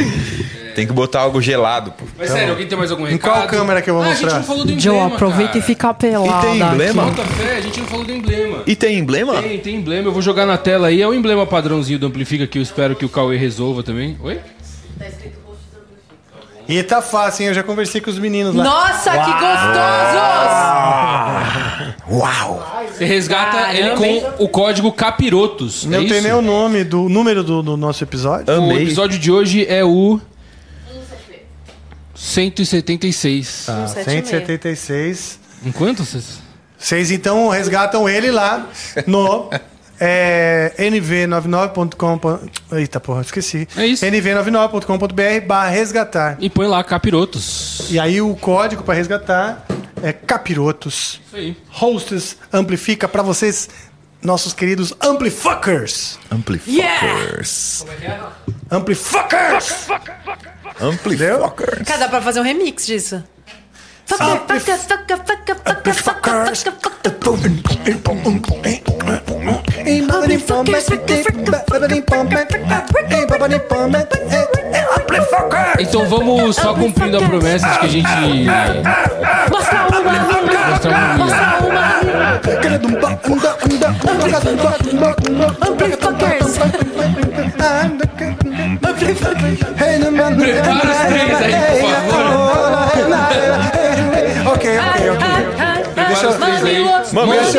[SPEAKER 3] Tem que botar algo gelado, pô.
[SPEAKER 4] Mas sério, alguém tem mais algum
[SPEAKER 1] Então, qual
[SPEAKER 4] recado?
[SPEAKER 1] câmera que eu vou
[SPEAKER 4] ah, A
[SPEAKER 1] mostrar?
[SPEAKER 4] gente não falou do
[SPEAKER 2] Joe,
[SPEAKER 4] emblema.
[SPEAKER 2] aproveita
[SPEAKER 4] cara.
[SPEAKER 2] e fica pelada.
[SPEAKER 3] E tem emblema?
[SPEAKER 4] Bota fé, a gente não falou do emblema.
[SPEAKER 3] E tem emblema?
[SPEAKER 4] Tem, tem emblema, eu vou jogar na tela aí. É o emblema padrãozinho do Amplifica que eu espero que o Cauê resolva também. Oi?
[SPEAKER 1] E tá fácil, hein? Eu já conversei com os meninos lá.
[SPEAKER 2] Nossa, que gostosos!
[SPEAKER 6] Uau!
[SPEAKER 4] Você resgata
[SPEAKER 2] Caramba,
[SPEAKER 4] ele
[SPEAKER 2] hein?
[SPEAKER 4] com o código Capirotos.
[SPEAKER 1] Não
[SPEAKER 4] é
[SPEAKER 1] tem
[SPEAKER 4] isso?
[SPEAKER 1] nem o nome do número do, do nosso episódio.
[SPEAKER 4] O
[SPEAKER 3] Amei.
[SPEAKER 4] episódio de hoje é o. 176.
[SPEAKER 1] Tá, 176.
[SPEAKER 4] Enquanto vocês.
[SPEAKER 1] Vocês então resgatam ele lá no é, nv99.com. Eita porra, esqueci.
[SPEAKER 4] É isso.
[SPEAKER 1] nv99.com.br barra resgatar.
[SPEAKER 4] E põe lá Capirotos.
[SPEAKER 1] E aí o código para resgatar é capirotos.
[SPEAKER 4] Isso aí.
[SPEAKER 1] Hosts amplifica para vocês, nossos queridos amplifuckers.
[SPEAKER 3] Amplifuckers.
[SPEAKER 1] Amplifuckers!
[SPEAKER 3] Amplifuckers.
[SPEAKER 2] Cara, dá pra fazer um remix disso.
[SPEAKER 1] Amplifuckers!
[SPEAKER 4] Então vamos só cumprindo a promessa de que a gente.
[SPEAKER 2] Mostra uma!
[SPEAKER 4] Mostrar um amigo.
[SPEAKER 2] Mostra uma! Amplifuckers!
[SPEAKER 4] Prepara os três aí, por favor.
[SPEAKER 1] Ok, ok, ok.
[SPEAKER 4] Prepara os três aí. Mãos, mãos,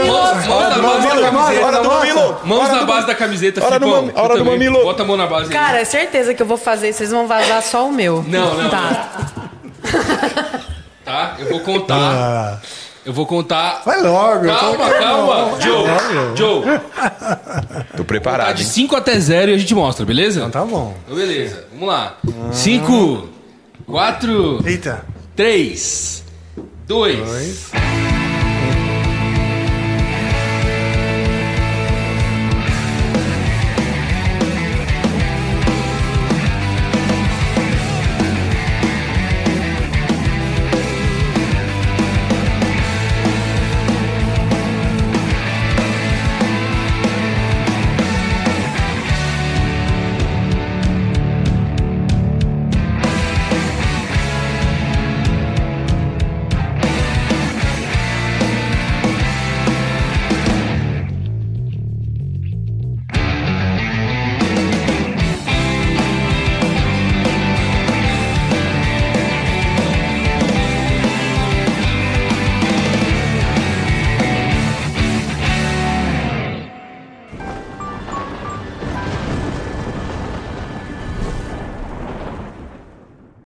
[SPEAKER 4] mãos na base da camiseta. Mãos na base da camiseta,
[SPEAKER 3] Hora do
[SPEAKER 4] Filipão.
[SPEAKER 3] mami- hora
[SPEAKER 4] Tu
[SPEAKER 3] do
[SPEAKER 4] também.
[SPEAKER 3] mamilo.
[SPEAKER 4] Bota a mão na base aí.
[SPEAKER 2] Cara, é certeza que eu vou fazer, vocês vão vazar só o meu.
[SPEAKER 4] Não, não.
[SPEAKER 2] Tá.
[SPEAKER 4] Tá? Eu vou contar.
[SPEAKER 1] Ah,
[SPEAKER 4] Eu vou contar.
[SPEAKER 1] Vai logo.
[SPEAKER 4] Calma, calma. Joe, Joe.
[SPEAKER 3] Tô
[SPEAKER 4] Tá
[SPEAKER 3] preparado,
[SPEAKER 4] de
[SPEAKER 3] hein?
[SPEAKER 4] 5 até 0 e a gente mostra, beleza?
[SPEAKER 1] Tá bom.
[SPEAKER 4] Então, beleza. Vamos lá. 5, 4,
[SPEAKER 1] Eita.
[SPEAKER 4] 3, 2, 1.